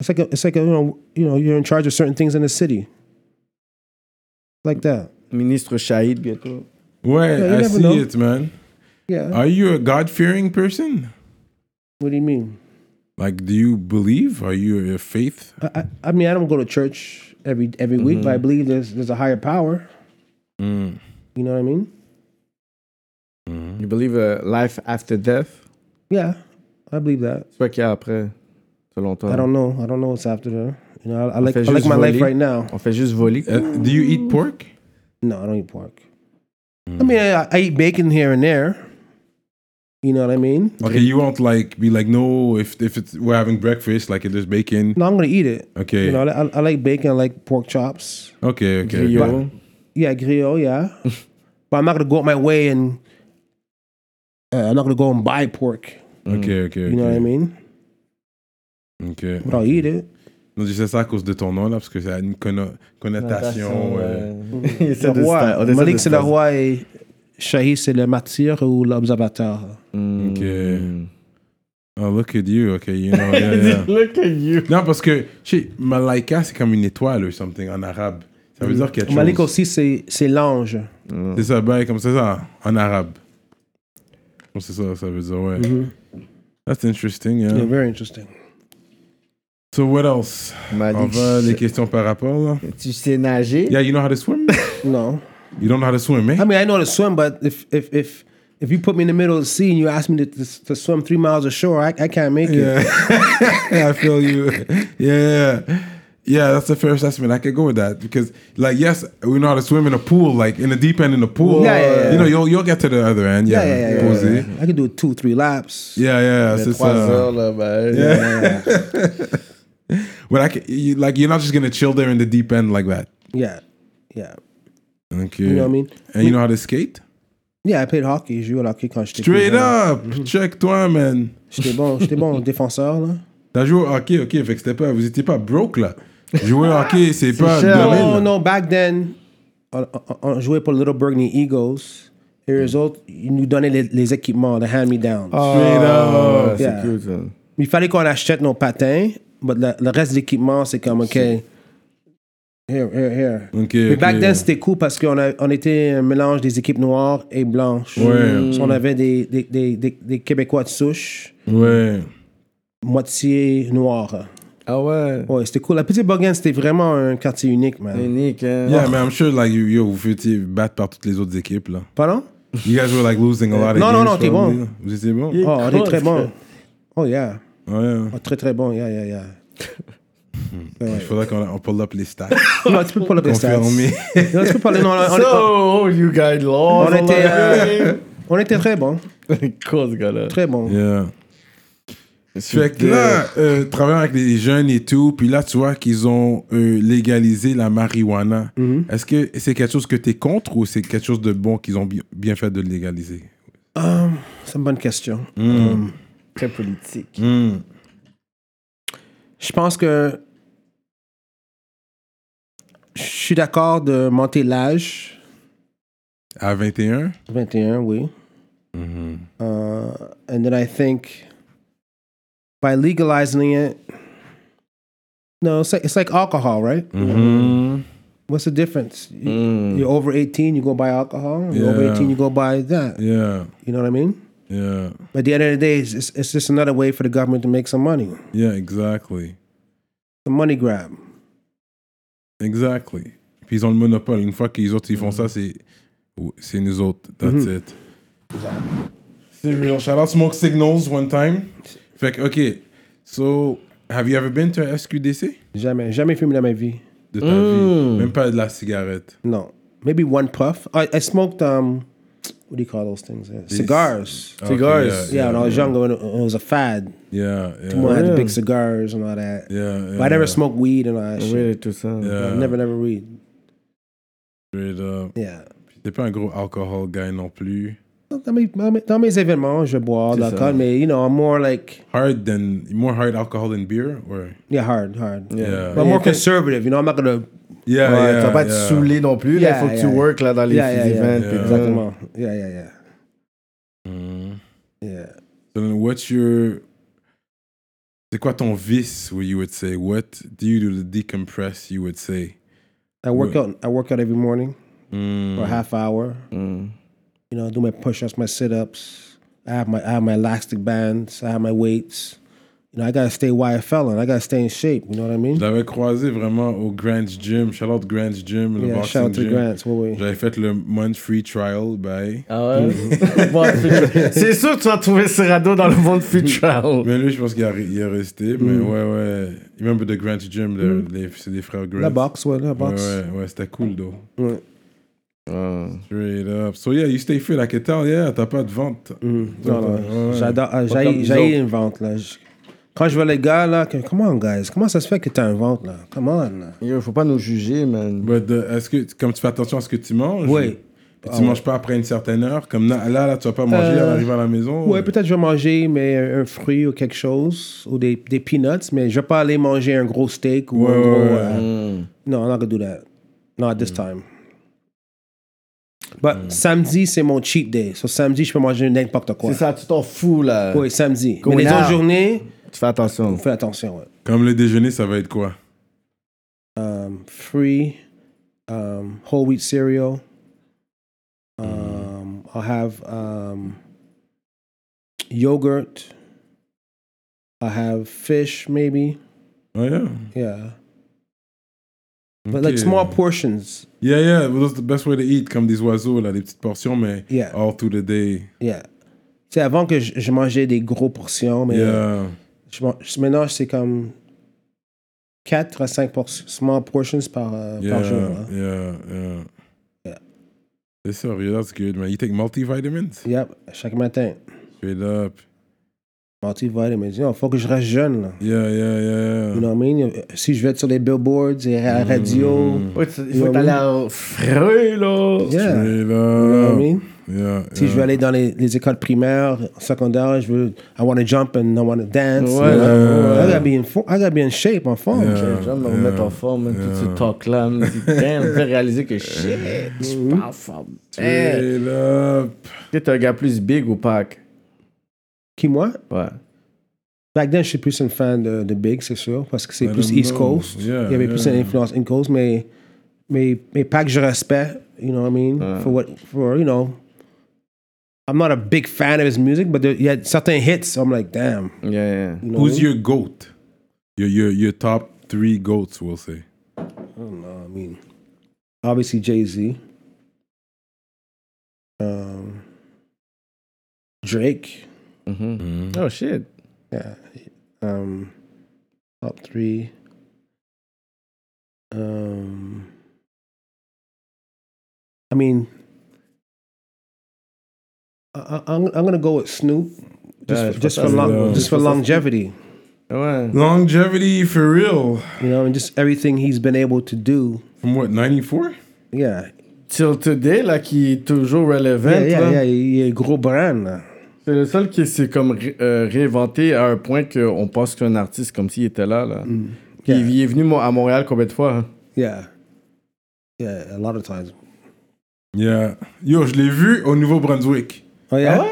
Speaker 5: It's like a, it's like a, you know, you know, you're in charge of certain things in the city, like that.
Speaker 6: Ministre Shahid bientôt.
Speaker 3: Ouais,
Speaker 5: Yeah, you
Speaker 3: I
Speaker 5: never
Speaker 3: see
Speaker 5: know.
Speaker 3: it, man.
Speaker 5: Yeah.
Speaker 3: Are you a God-fearing person?
Speaker 5: what do you mean?
Speaker 3: Like, do you believe? Are you a faith?
Speaker 5: I, I, I mean, I don't go to church every every week, but I believe there's there's a higher power.
Speaker 3: Mm-hmm.
Speaker 5: You know what I mean?
Speaker 6: You believe a life after death?
Speaker 5: Yeah, I believe that.
Speaker 6: C'est quoi qu'il y a après, selon toi?
Speaker 5: I don't know. I don't know what's after that. You know, I, I like I
Speaker 6: fait
Speaker 5: like
Speaker 6: juste
Speaker 5: my life
Speaker 6: voler.
Speaker 5: right now.
Speaker 6: On fait juste voler.
Speaker 3: Uh, do you
Speaker 5: Mm.
Speaker 3: eat pork?
Speaker 5: No, I don't eat pork. I
Speaker 3: Mm.
Speaker 5: mean, I, I eat bacon here and there. You know what I mean?
Speaker 3: Okay, you won't like be like no if if it's we're having breakfast like if there's bacon.
Speaker 5: No, I'm gonna eat it.
Speaker 3: Okay.
Speaker 5: You know, I, I like bacon. I like pork chops.
Speaker 3: Okay, okay.
Speaker 6: Yo.
Speaker 3: okay.
Speaker 5: Yeah, griot, yeah. but I'm not gonna go out my way and uh, I'm not gonna go and buy pork.
Speaker 3: Okay, okay,
Speaker 5: Mm. You know what I mean?
Speaker 3: okay.
Speaker 5: But I'll eat it.
Speaker 3: Non, je sais ça à cause de ton nom là parce que ça a une conno- eh. connotation. ouais.
Speaker 6: Il essaie de se
Speaker 5: Le roi.
Speaker 6: taire. On essaie de
Speaker 5: Malik
Speaker 6: se
Speaker 5: c'est le
Speaker 6: taire.
Speaker 5: roi et Shahi c'est le martyr ou l'observateur. eh.
Speaker 3: Ok. Oh, look at you. Okay, you know. yeah, yeah.
Speaker 6: Look at you.
Speaker 3: non, parce que, je sais, Malaika, c'est comme une étoile ou something en arabe. Ça veut dire quelque
Speaker 5: Mm. Malik
Speaker 3: chose.
Speaker 5: aussi c'est c'est l'ange.
Speaker 3: C'est ça, ben, comme c'est ça, en arabe. Comme c'est ça, ça veut dire, ouais. That's interesting, yeah.
Speaker 5: Mm-hmm. Yeah, very interesting.
Speaker 3: So what else? On
Speaker 6: Malik,
Speaker 3: va les questions par rapport, là.
Speaker 6: tu sais nager?
Speaker 3: Yeah, you know how to swim?
Speaker 5: No,
Speaker 3: you don't know how to swim, eh?
Speaker 5: I mean I know how to swim, but if if if if you put me in the middle of the sea and you ask me to, to, to swim three miles ashore, I, I can't make it.
Speaker 3: I feel you. Yeah, yeah. Yeah, that's a fair assessment. I could go with that because, like, yes, we know how to swim in a pool, like in the deep end in the pool.
Speaker 5: Yeah, yeah, yeah.
Speaker 3: You know, you'll you'll get to the other end. Yeah,
Speaker 5: Yeah, yeah, yeah, yeah,
Speaker 3: posé.
Speaker 5: yeah. I can do two, three laps.
Speaker 3: Yeah, yeah, uh,
Speaker 6: C'est
Speaker 3: c'est
Speaker 6: trois
Speaker 3: ça.
Speaker 6: heures, là, ben,
Speaker 3: But I can, you, like, you're not just gonna chill there in the deep end like that.
Speaker 5: Yeah, yeah.
Speaker 3: Okay.
Speaker 5: You know what I mean?
Speaker 3: And you know how to skate?
Speaker 5: Yeah, I played hockey. Je jouais au hockey quand j'étais plus
Speaker 3: Straight
Speaker 5: jeune.
Speaker 3: up, check toi, man.
Speaker 5: J'étais bon, j'étais bon défenseur là.
Speaker 3: T'as joué au hockey, ok, fait que c'était pas, vous étiez pas broke là. Jouer au hockey, c'est pas
Speaker 6: cher.
Speaker 3: donné,
Speaker 5: Non,
Speaker 3: là.
Speaker 5: non, back then, on, on- on jouait pour Little Burgundy Eagles. Et eux autres, ils nous donnaient les, les équipements, les hand-me-downs.
Speaker 3: Straight
Speaker 6: Ah,
Speaker 3: up.
Speaker 6: c'est
Speaker 5: Yeah.
Speaker 6: cute, ça.
Speaker 5: Il fallait qu'on achète nos patins, mais le, le reste de l'équipement, c'est comme, OK, here, here, here.
Speaker 3: Ok,
Speaker 5: Mais
Speaker 3: ok.
Speaker 5: back then, c'était cool parce qu'on a- on était un mélange des équipes noires et blanches.
Speaker 3: Ouais.
Speaker 5: So, on avait des, des, des, des, des Québécois de souche,
Speaker 3: Ouais.
Speaker 5: moitié noirs.
Speaker 6: Ah ouais.
Speaker 5: Ouais, c'était cool. La petite Bourgogne, c'était vraiment un quartier unique, man.
Speaker 6: Unique,
Speaker 5: Oh.
Speaker 6: hein.
Speaker 3: Yeah, man, I'm sure, like, you, yo, vous faites battre par toutes les autres équipes là.
Speaker 5: Pardon?
Speaker 3: You guys were like losing a lot of games.
Speaker 5: Non, non, non, t'es
Speaker 3: probably.
Speaker 5: bon.
Speaker 3: Vous étiez bon?
Speaker 5: Oh, on est très
Speaker 6: Crosque.
Speaker 5: bon. Oh, yeah.
Speaker 3: Ouais.
Speaker 5: Oh, très très bon, yeah, yeah, yeah.
Speaker 3: Il faudrait qu'on on pull up les stats.
Speaker 5: Non, tu peux pas le rester.
Speaker 3: Confirmé.
Speaker 5: Non, tu peux pas le. Non, on,
Speaker 6: So,
Speaker 5: on-
Speaker 6: you guys lost.
Speaker 5: on était, euh, on était très bon,
Speaker 6: Quoi, ce gars-là?
Speaker 5: très bon.
Speaker 3: Yeah. Fait que là, euh, travaillant avec les jeunes et tout, puis là, tu vois qu'ils ont euh, légalisé la marijuana. Est-ce que c'est quelque chose que tu es contre ou c'est quelque chose de bon qu'ils ont bi- bien fait de le légaliser?
Speaker 5: C'est une bonne question. Um,
Speaker 6: Très politique.
Speaker 5: Je pense que je suis d'accord de monter l'âge,
Speaker 3: À 21?
Speaker 5: 21, oui. Uh, and then I think by legalizing it, No, it's like, it's like alcohol, right?
Speaker 3: Mm-hmm.
Speaker 5: What's the difference? You- You're over 18, you go buy alcohol. You're over
Speaker 3: Mm. Yeah.
Speaker 5: 18, you go buy that.
Speaker 3: Yeah,
Speaker 5: You know what I mean?
Speaker 3: yeah,
Speaker 5: But at the end of the day, it's, it's, it's just another way for the government to make some money.
Speaker 3: yeah, exactly.
Speaker 5: The money grab.
Speaker 3: Exactly. Puis ils ont le monopole. Une fois qu'ils autres, ils
Speaker 6: Mm-hmm.
Speaker 3: font ça, c'est ou- c'est nous autres. That's it. C'est real. Shout out Smoke Signals one time. Fait que, OK. So, have you ever been to a SQDC?
Speaker 5: Jamais, jamais fumé dans ma vie.
Speaker 3: De ta
Speaker 6: Mm.
Speaker 3: vie. Même pas de la cigarette.
Speaker 5: No. Maybe one puff. I, I smoked, um, what do you call those things? Uh, cigars.
Speaker 3: Oh, Okay, Cigars. yeah,
Speaker 5: yeah, when I was
Speaker 3: yeah.
Speaker 5: younger, when it, when it was a fad.
Speaker 3: Yeah, yeah.
Speaker 5: When I had the
Speaker 4: Yeah.
Speaker 5: big cigars and all that.
Speaker 3: Yeah, yeah.
Speaker 5: But I never smoked weed and all that shit.
Speaker 4: Oui, tout ça.
Speaker 3: Yeah.
Speaker 5: Never, never weed.
Speaker 3: Straight up.
Speaker 5: Yeah.
Speaker 3: T'es pas un gros alcohol guy non plus.
Speaker 5: Dans mes, dans mes- dans mes événements, je bois de
Speaker 4: C'est ça.
Speaker 5: l'alcool, mais, you know, I'm more like,
Speaker 3: Hard than, more hard alcohol than beer? Or?
Speaker 5: yeah, hard, hard.
Speaker 3: Yeah.
Speaker 5: But I'm
Speaker 6: Yeah,
Speaker 5: more
Speaker 6: 'cause-
Speaker 5: conservative, you know, I'm not gonna,
Speaker 3: Yeah,
Speaker 6: Ouais,
Speaker 3: yeah,
Speaker 6: tu vas pas
Speaker 3: yeah.
Speaker 6: te saouler non plus.
Speaker 5: Yeah,
Speaker 6: il faut que
Speaker 5: yeah,
Speaker 6: tu
Speaker 5: yeah.
Speaker 6: work là, dans les
Speaker 5: Yeah, yeah, yeah.
Speaker 6: events.
Speaker 3: Yeah.
Speaker 6: puis tout.
Speaker 5: exactement. Yeah, yeah, yeah.
Speaker 3: Mhm.
Speaker 5: Yeah.
Speaker 3: So then what's your c'est quoi ton vice where you would say what do you do to decompress you would say
Speaker 5: I work
Speaker 3: What-
Speaker 5: out, I work out every morning
Speaker 3: Mm.
Speaker 5: for a half hour.
Speaker 4: Mm.
Speaker 5: you know, I do my push-ups, my sit-ups. I have my I have my elastic bands. I have my weights. You know, I gotta stay YFL and I gotta stay in shape. You know what I mean?
Speaker 3: je l'avais croisé vraiment au Grant's Gym shout out Grant's Gym le
Speaker 5: yeah.
Speaker 3: boxing
Speaker 5: Shout out to
Speaker 3: gym
Speaker 5: Grants. What were we?
Speaker 3: j'avais fait le month free trial bye
Speaker 4: Ah ouais? Bon, c'est-
Speaker 6: C'est sûr que tu vas trouver Serrado dans le monde future.
Speaker 3: mais lui je pense qu'il a- il est resté mais
Speaker 5: Mm.
Speaker 3: ouais ouais you remember the Grant's Gym le- les- c'est des frères Grant
Speaker 5: La box, ouais, la box.
Speaker 3: ouais ouais, ouais, c'était cool though
Speaker 4: Ah.
Speaker 3: straight up so yeah you stay fit I can tell yeah t'as pas de vente
Speaker 5: Mm. Non,
Speaker 3: Ouais,
Speaker 5: non,
Speaker 3: ouais.
Speaker 5: j'adore, ah,
Speaker 4: comme
Speaker 5: j'ai
Speaker 4: nous
Speaker 5: j'ai une vente là. Je- Quand je vois les gars là, que, come on guys, comment ça se fait que t'as une vente là? Come on. Là.
Speaker 4: Yo, faut pas nous juger, man.
Speaker 3: But, euh, est-ce que comme tu fais attention à ce que tu manges
Speaker 5: Oui.
Speaker 3: Puis tu manges pas après une certaine heure, comme là, là, là, tu vas pas manger
Speaker 5: Ah Euh,
Speaker 3: à l'arrivée à la maison.
Speaker 5: Ouais, peut-être je vais manger mais un, un fruit ou quelque chose ou des, des peanuts, mais je vais pas aller manger un gros steak ou
Speaker 3: Ouais,
Speaker 5: un gros.
Speaker 3: ouais, ouais. Mm.
Speaker 5: euh,
Speaker 6: Hmm.
Speaker 4: Mm.
Speaker 5: No, I'm not gonna do that. Not this time. But samedi, c'est mon cheat day. So samedi, je peux manger n'importe quoi.
Speaker 6: C'est ça, tu t'en fous là.
Speaker 5: Oui, samedi.
Speaker 6: Going
Speaker 5: Mais les autres
Speaker 6: out.
Speaker 5: journées,
Speaker 6: Tu fais attention.
Speaker 5: fais attention. Ouais.
Speaker 3: Comme le déjeuner, ça va être quoi
Speaker 5: Um, free, um, whole wheat cereal.
Speaker 3: Mm.
Speaker 5: Um, I'll have um, yogurt. I'll have fish, maybe.
Speaker 3: Oh, yeah.
Speaker 5: Yeah. But
Speaker 3: Ok.
Speaker 5: like small portions.
Speaker 3: Yeah, yeah, but that's the best way to eat, comme des oiseaux, là, des petites portions, mais
Speaker 5: Yeah.
Speaker 3: all through the day.
Speaker 5: Yeah. Tu sais, avant que je, je mangeais des gros portions, mais euh,
Speaker 3: Yeah.
Speaker 5: je, man- je- maintenant, c'est comme 4 à 5 por- small portions par, euh,
Speaker 3: Yeah,
Speaker 5: par jour.
Speaker 3: yeah,
Speaker 5: hein.
Speaker 3: yeah,
Speaker 5: Yeah.
Speaker 3: C'est sérieux, that's good, man. You take multivitamins?
Speaker 5: Yep, chaque matin.
Speaker 3: Straight up.
Speaker 5: Multivitamins. Il faut que je reste jeune. Là.
Speaker 3: Yeah, yeah, yeah.
Speaker 5: You know what I mean? Euh, Si je vais être sur les billboards et à la
Speaker 3: Mm.
Speaker 5: radio.
Speaker 6: Ouais, tu- il
Speaker 5: You
Speaker 6: faut
Speaker 5: know
Speaker 6: aller
Speaker 5: what
Speaker 6: à Freux là.
Speaker 5: Yeah. You
Speaker 3: Straight up.
Speaker 5: know what I mean?
Speaker 3: Yeah,
Speaker 5: Si je veux
Speaker 3: oh. yeah.
Speaker 5: aller dans les, les écoles primaires, secondaires, je veux. I want to jump and I want to dance.
Speaker 4: Ouais.
Speaker 5: You know?
Speaker 3: Yeah.
Speaker 5: I, gotta be in fo- I gotta be in shape, en forme.
Speaker 3: Yeah.
Speaker 6: Je vais me remettre en forme, tout ce talk là. Me dit, damn, me fait réaliser que shit, je suis pas en forme. Hey,
Speaker 3: Straight up.
Speaker 6: T'es un gars plus big ou pas?
Speaker 5: Qui, moi?
Speaker 6: Ouais.
Speaker 5: Back then, je suis plus une fan de, de Big, c'est sûr, parce que c'est
Speaker 3: I
Speaker 5: plus
Speaker 3: don't
Speaker 5: East
Speaker 3: know.
Speaker 5: Coast.
Speaker 3: Yeah,
Speaker 5: Il y avait
Speaker 3: yeah.
Speaker 5: plus une influence East Coast, mais, mais, mais pas que je respecte, you know what I mean? For what, for, you know. I'm not a big fan of his music, but there, il y a certains hits, I'm like, damn.
Speaker 4: Yeah, yeah.
Speaker 5: You know
Speaker 3: Who's
Speaker 5: what
Speaker 3: your goat? Your your your top three goats, we'll say.
Speaker 5: I mean? I don't know, I mean, obviously Jay-Z. Um, Drake.
Speaker 6: Mm-hmm.
Speaker 4: Mhm. Oh, shit.
Speaker 5: Yeah. Um, top three. Um, I mean, I, I, I'm I'm gonna go with Snoop just
Speaker 6: Yeah,
Speaker 5: for, just
Speaker 6: it's
Speaker 5: for
Speaker 3: fantastic.
Speaker 5: long, just for
Speaker 6: It's fantastic.
Speaker 5: longevity,
Speaker 6: Ouais.
Speaker 3: Longevity for real.
Speaker 5: you know, and just everything he's been able to do.
Speaker 3: From what, 94?
Speaker 5: Yeah,
Speaker 6: Till Today là, qui est toujours relevant.
Speaker 5: yeah, yeah,
Speaker 6: là.
Speaker 5: yeah. Il est gros brand. uh, là.
Speaker 6: C'est le seul qui s'est comme ré- euh, réinventé à un point qu'on pense qu'un artiste comme s'il était là. là. Puis
Speaker 5: Mm. Yeah.
Speaker 6: Il, il est venu mo- à Montréal combien de fois? hein?
Speaker 5: Yeah, yeah. A lot of times.
Speaker 3: Yeah. Yo, je l'ai vu au Nouveau-Brunswick.
Speaker 5: Oh yeah,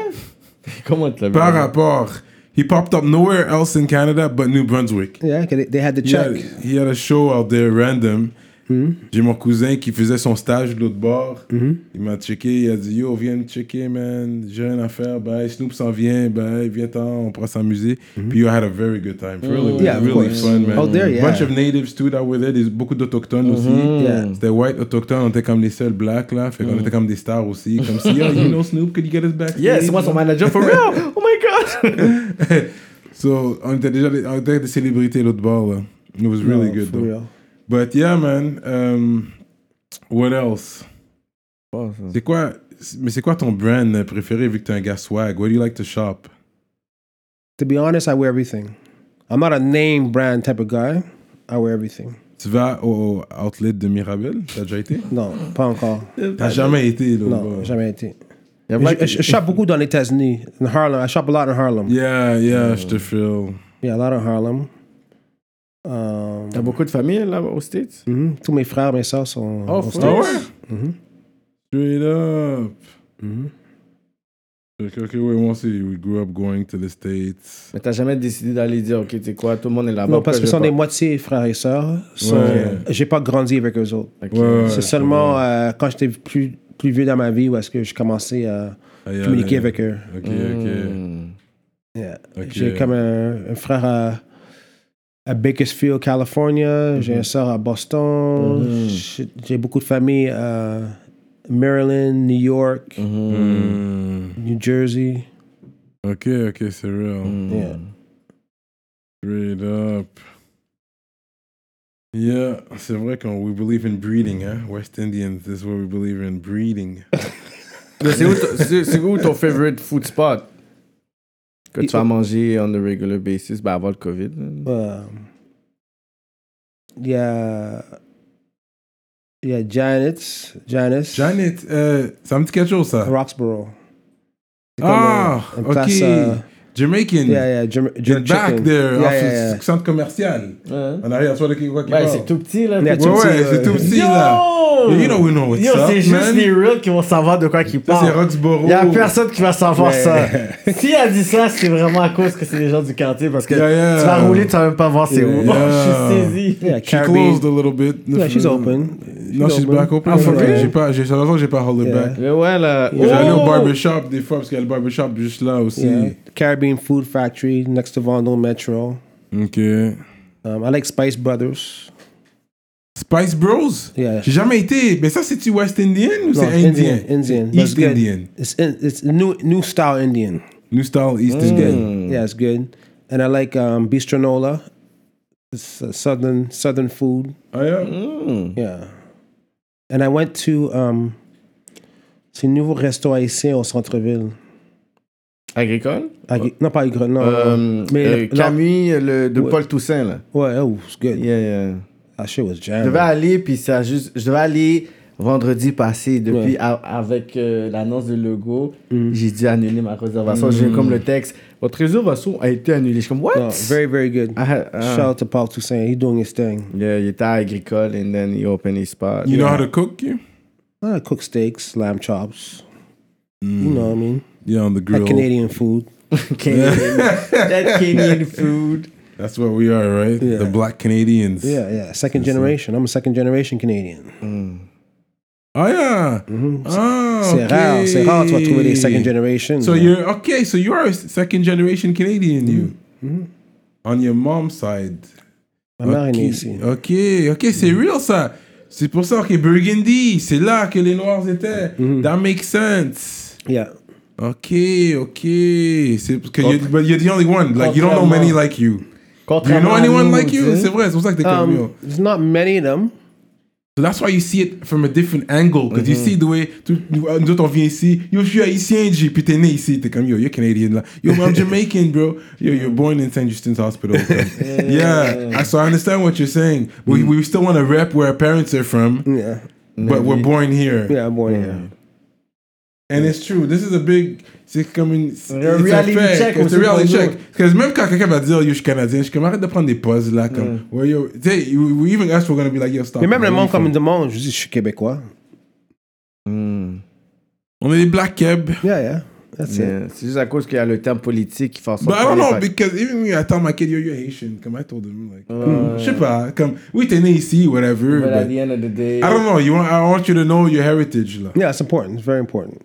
Speaker 6: Comment tu l'as vu?
Speaker 3: Par rapport, He popped up nowhere else in Canada but New Brunswick.
Speaker 5: Yeah, 'cause they, they had the
Speaker 3: He had,
Speaker 5: check. Hmm?
Speaker 3: he had a show out there random. J'ai mon cousin qui faisait son stage de l'autre bord. Il m'a checké, il a dit Yo, viens me checker, man. J'ai rien à faire. Bye, Snoop s'en vient. Bye, viens-t'en, on prend s'amuser. Puis, yo, I had a very good time. Really, it was
Speaker 5: Hmm? Yeah, of
Speaker 3: really
Speaker 5: course.
Speaker 3: fun, man.
Speaker 5: Out there, yeah.
Speaker 3: Bunch of natives too that were there. Des- beaucoup d'autochtones aussi. C'était white, autochtones. On était comme les seuls blacks, là. Fait qu'on était comme des stars aussi. Comme si, Yo, you know Snoop, could you get us back?
Speaker 6: Yeah, c'est moi son manager for real. Oh my god.
Speaker 3: So, on était déjà des, on était des célébrités l'autre bord, là. It was really good,
Speaker 5: For
Speaker 3: though.
Speaker 5: real.
Speaker 3: But yeah, man. Um, what else?
Speaker 4: Oh, ça.
Speaker 3: C'est quoi, mais c'est quoi ton brand préféré vu que t'es un gars swag? What do you like to shop?
Speaker 5: To be honest, I wear everything. I'm not a name brand type of guy. I wear everything.
Speaker 3: Tu vas au outlet de Mirabel? T'as déjà été?
Speaker 5: Non, pas encore.
Speaker 3: T'as jamais été, là.
Speaker 5: Euh, Non,
Speaker 3: bas.
Speaker 5: jamais été.
Speaker 4: Y a
Speaker 5: Mais
Speaker 4: pas
Speaker 5: Je,
Speaker 4: que-
Speaker 5: je, je shop beaucoup dans les États-Unis. In Harlem. I shop a lot in Harlem.
Speaker 3: Yeah, yeah, je te feel.
Speaker 5: Yeah, a lot in Harlem. Um,
Speaker 6: T'as beaucoup de famille là aux States?
Speaker 5: mhm. Tous mes frères, mes soeurs sont... Mm-hmm.
Speaker 6: Oh,
Speaker 5: sont-
Speaker 6: frère.
Speaker 3: Straight up.
Speaker 5: Mm-hmm.
Speaker 3: Ok, ok, ouais, moi aussi, we grew up going to the States.
Speaker 6: Mais t'as jamais décidé d'aller dire, ok, t'es quoi, tout le monde est là-bas.
Speaker 5: Non, parce que
Speaker 6: pourquoi
Speaker 5: ce sont
Speaker 6: je
Speaker 5: des
Speaker 6: vais
Speaker 5: moitiés frères et sœurs. So,
Speaker 3: Ouais.
Speaker 5: J'ai pas grandi avec eux autres.
Speaker 6: pas? Ok.
Speaker 3: Ouais, ouais.
Speaker 5: C'est seulement euh, quand j'étais plus, plus vieux dans ma vie où est-ce que je commençais à
Speaker 3: Ah, yeah,
Speaker 5: communiquer
Speaker 3: yeah.
Speaker 5: avec eux.
Speaker 3: Ok, ok.
Speaker 4: Hmm.
Speaker 5: Yeah.
Speaker 3: Ok.
Speaker 5: J'ai comme un, un frère à, à Bakersfield, California.
Speaker 3: Mhm.
Speaker 5: J'ai un soeur à Boston. J'ai- J'ai beaucoup de familles à Maryland, New York,
Speaker 3: Mhm. Hmm.
Speaker 5: New Jersey.
Speaker 3: Ok, ok, c'est real.
Speaker 5: Yeah.
Speaker 6: Hmm.
Speaker 3: Straight up. Yeah, c'est vrai qu'on we believe in breeding, hein? West Indians, this is where we believe in breeding.
Speaker 6: Mais C'est où, ton- c'est- c'est où ton favorite food spot? Que tu vas manger on a regular basis, ben avant le COVID. là.
Speaker 5: Euh, Il y a. Il y a Janet's. Janet's.
Speaker 3: Janet, euh, ça me dit quelque chose, ça?
Speaker 5: Roxborough. C'est comme
Speaker 3: Ah,
Speaker 5: un- une
Speaker 3: ok.
Speaker 5: place, euh,
Speaker 3: Jamaican.
Speaker 5: yeah, yeah, Jim, Jim
Speaker 3: Get back
Speaker 5: Chicken.
Speaker 3: there,
Speaker 5: Yeah,
Speaker 3: off
Speaker 5: yeah,
Speaker 3: le
Speaker 5: yeah. Uh-huh.
Speaker 3: centre commercial. En arrière, soit le Québécois qui
Speaker 6: Ouais,
Speaker 3: parle.
Speaker 6: c'est tout petit là.
Speaker 5: Yeah,
Speaker 6: tout
Speaker 3: Ouais,
Speaker 5: petit,
Speaker 3: ouais,
Speaker 5: euh,
Speaker 3: c'est tout petit,
Speaker 6: Yo!
Speaker 3: là. Yo, you know we know what's
Speaker 6: Yo,
Speaker 3: up,
Speaker 6: c'est juste
Speaker 3: man.
Speaker 6: les reals qui vont savoir de quoi qu'ils
Speaker 3: Ça, c'est
Speaker 6: parlent.
Speaker 3: Roxborough.
Speaker 6: Il y a personne qui va savoir
Speaker 5: Ouais.
Speaker 6: ça. Si elle dit ça, c'est vraiment à cause que c'est des gens du quartier parce que
Speaker 3: Yeah, yeah.
Speaker 6: tu vas rouler, tu vas même pas voir c'est où.
Speaker 3: Yeah.
Speaker 6: je suis saisi.
Speaker 5: Yeah,
Speaker 3: She
Speaker 5: Caribbean.
Speaker 3: closed a little bit.
Speaker 5: Yeah, she's open.
Speaker 3: Non, she's back open.
Speaker 5: Ah, for
Speaker 3: Ouais,
Speaker 5: real?
Speaker 3: J'ai pas, j'ai, ça fait longtemps que j'ai pas hold her
Speaker 5: Yeah.
Speaker 3: back.
Speaker 6: Mais ouais là.
Speaker 3: J'allais
Speaker 6: Oh!
Speaker 3: au barbershop des fois parce qu'il y a le barbershop juste là aussi.
Speaker 5: Yeah. Caribbean Food Factory next to Vendôme Metro.
Speaker 3: Ok.
Speaker 5: Um, I like Spice Brothers.
Speaker 3: Spice Bros?
Speaker 5: Yeah.
Speaker 3: J'ai jamais été. Mais ça, c'est-tu West Indian ou
Speaker 5: No,
Speaker 3: c'est Indien?
Speaker 5: Indian. That's
Speaker 3: East
Speaker 5: good.
Speaker 3: Indian.
Speaker 5: It's in, it's new new style Indian.
Speaker 3: New style East
Speaker 5: Mm.
Speaker 3: Indian.
Speaker 5: Yeah, it's good. And I like um, Bistro Nola. It's uh, southern southern food.
Speaker 3: Ah, yeah?
Speaker 5: Yeah. And I went to um, c'est un nouveau resto haïtien au centre-ville.
Speaker 6: oh! Agricole?
Speaker 5: Ah, Non, pas Igre, non.
Speaker 6: Euh,
Speaker 4: Um,
Speaker 6: euh,
Speaker 5: mais la-
Speaker 6: Camille le- de
Speaker 5: Ouais.
Speaker 6: Paul Toussaint là.
Speaker 5: ouais, oh, it's good.
Speaker 6: Yeah, yeah.
Speaker 5: That shit was
Speaker 6: Je
Speaker 5: jammed.
Speaker 6: devais aller, puis ça a juste. Je devais aller vendredi passé, depuis
Speaker 5: Ouais.
Speaker 6: a- avec euh, l'annonce de Lego,
Speaker 3: Mm.
Speaker 6: j'ai dû annuler ma réservation. J'ai eu comme le texte. Votre réservation a été annulée. Je suis comme, what?
Speaker 5: No, Oh, very, very good.
Speaker 6: Ah,
Speaker 4: uh,
Speaker 6: ah.
Speaker 5: Shout out to Paul Toussaint. He's doing his thing.
Speaker 6: Yeah, il était à agricole, and then he opened his spot.
Speaker 3: You know how to cook? You?
Speaker 5: I cook steaks, lamb chops. You know what I mean?
Speaker 3: Yeah, on the grill.
Speaker 5: Like Canadian food.
Speaker 6: Canadian, that Canadian food.
Speaker 3: That's what we are, right?
Speaker 5: Yeah.
Speaker 3: The black Canadians.
Speaker 5: Yeah, yeah. Second generation. I'm a second generation Canadian.
Speaker 3: Ah, yeah. Ah,
Speaker 5: Mm-hmm. C'est rare, c'est rare tu vas trouver des second generation.
Speaker 3: So you're, okay, so you are a second generation Canadian, you.
Speaker 5: Mm-hmm.
Speaker 3: On your mom's side.
Speaker 5: Ma mère est
Speaker 3: Ok,
Speaker 5: née ici. Mm-hmm.
Speaker 3: Ok, ok, c'est real ça. C'est pour ça que Burgundy, c'est là que les Noirs étaient.
Speaker 5: Mm-hmm.
Speaker 3: That makes sense.
Speaker 5: Yeah.
Speaker 3: Ok, ok. C'est parce que you're, but you're the only one. Like, you don't know many like you. Do you know anyone like you? C'est vrai, c'est pour ça que t'es comme yo.
Speaker 5: Um, there's not many of them.
Speaker 3: So that's why you see it from a different angle. Because you see the way, tout, nous euh, nous autres on vient ici, yo je suis haïtien, G, puis t'es né ici, t'es comme yo, you're Canadian là. Yo, I'm Jamaican, bro. Yo, you're born in St. Justin's Hospital. yeah, I- so I understand what you're saying. We, we still want to rep where our parents are from,
Speaker 5: Yeah.
Speaker 3: but we're born here.
Speaker 5: Yeah, I'm born
Speaker 3: Mm.
Speaker 5: here.
Speaker 3: And it's true. This is a big. C'est comme une. C'est un
Speaker 6: reality
Speaker 3: fait.
Speaker 6: check
Speaker 3: It's
Speaker 6: aussi
Speaker 3: a reality
Speaker 6: pour nous.
Speaker 3: check. Parce que même quand quelqu'un va dire, yo, je suis canadien, je suis comme arrête de prendre des pauses là. Comme, Where you- tu sais, we we even asked, we're gonna be like, yo, stop.
Speaker 5: Mm. Mais même
Speaker 3: Where
Speaker 5: le
Speaker 3: you
Speaker 5: monde
Speaker 3: from?
Speaker 5: comme le monde, je dis, je suis québécois.
Speaker 6: hmm,
Speaker 3: On est des black keb.
Speaker 5: Yeah, yeah. That's it.
Speaker 4: Mais C'est juste à cause qu'il y a le terme politique qui force.
Speaker 3: But I don't know, because even when I tell my kid, yo, you're Haitian, comme I told him,
Speaker 5: Uh,
Speaker 3: like, hmm, je sais pas, comme, oui, t'es né ici, whatever,
Speaker 4: But at
Speaker 3: but
Speaker 4: the end of the day,
Speaker 3: I don't know, you want, I want you to know your heritage, là.
Speaker 5: Yeah, it's important. It's very important.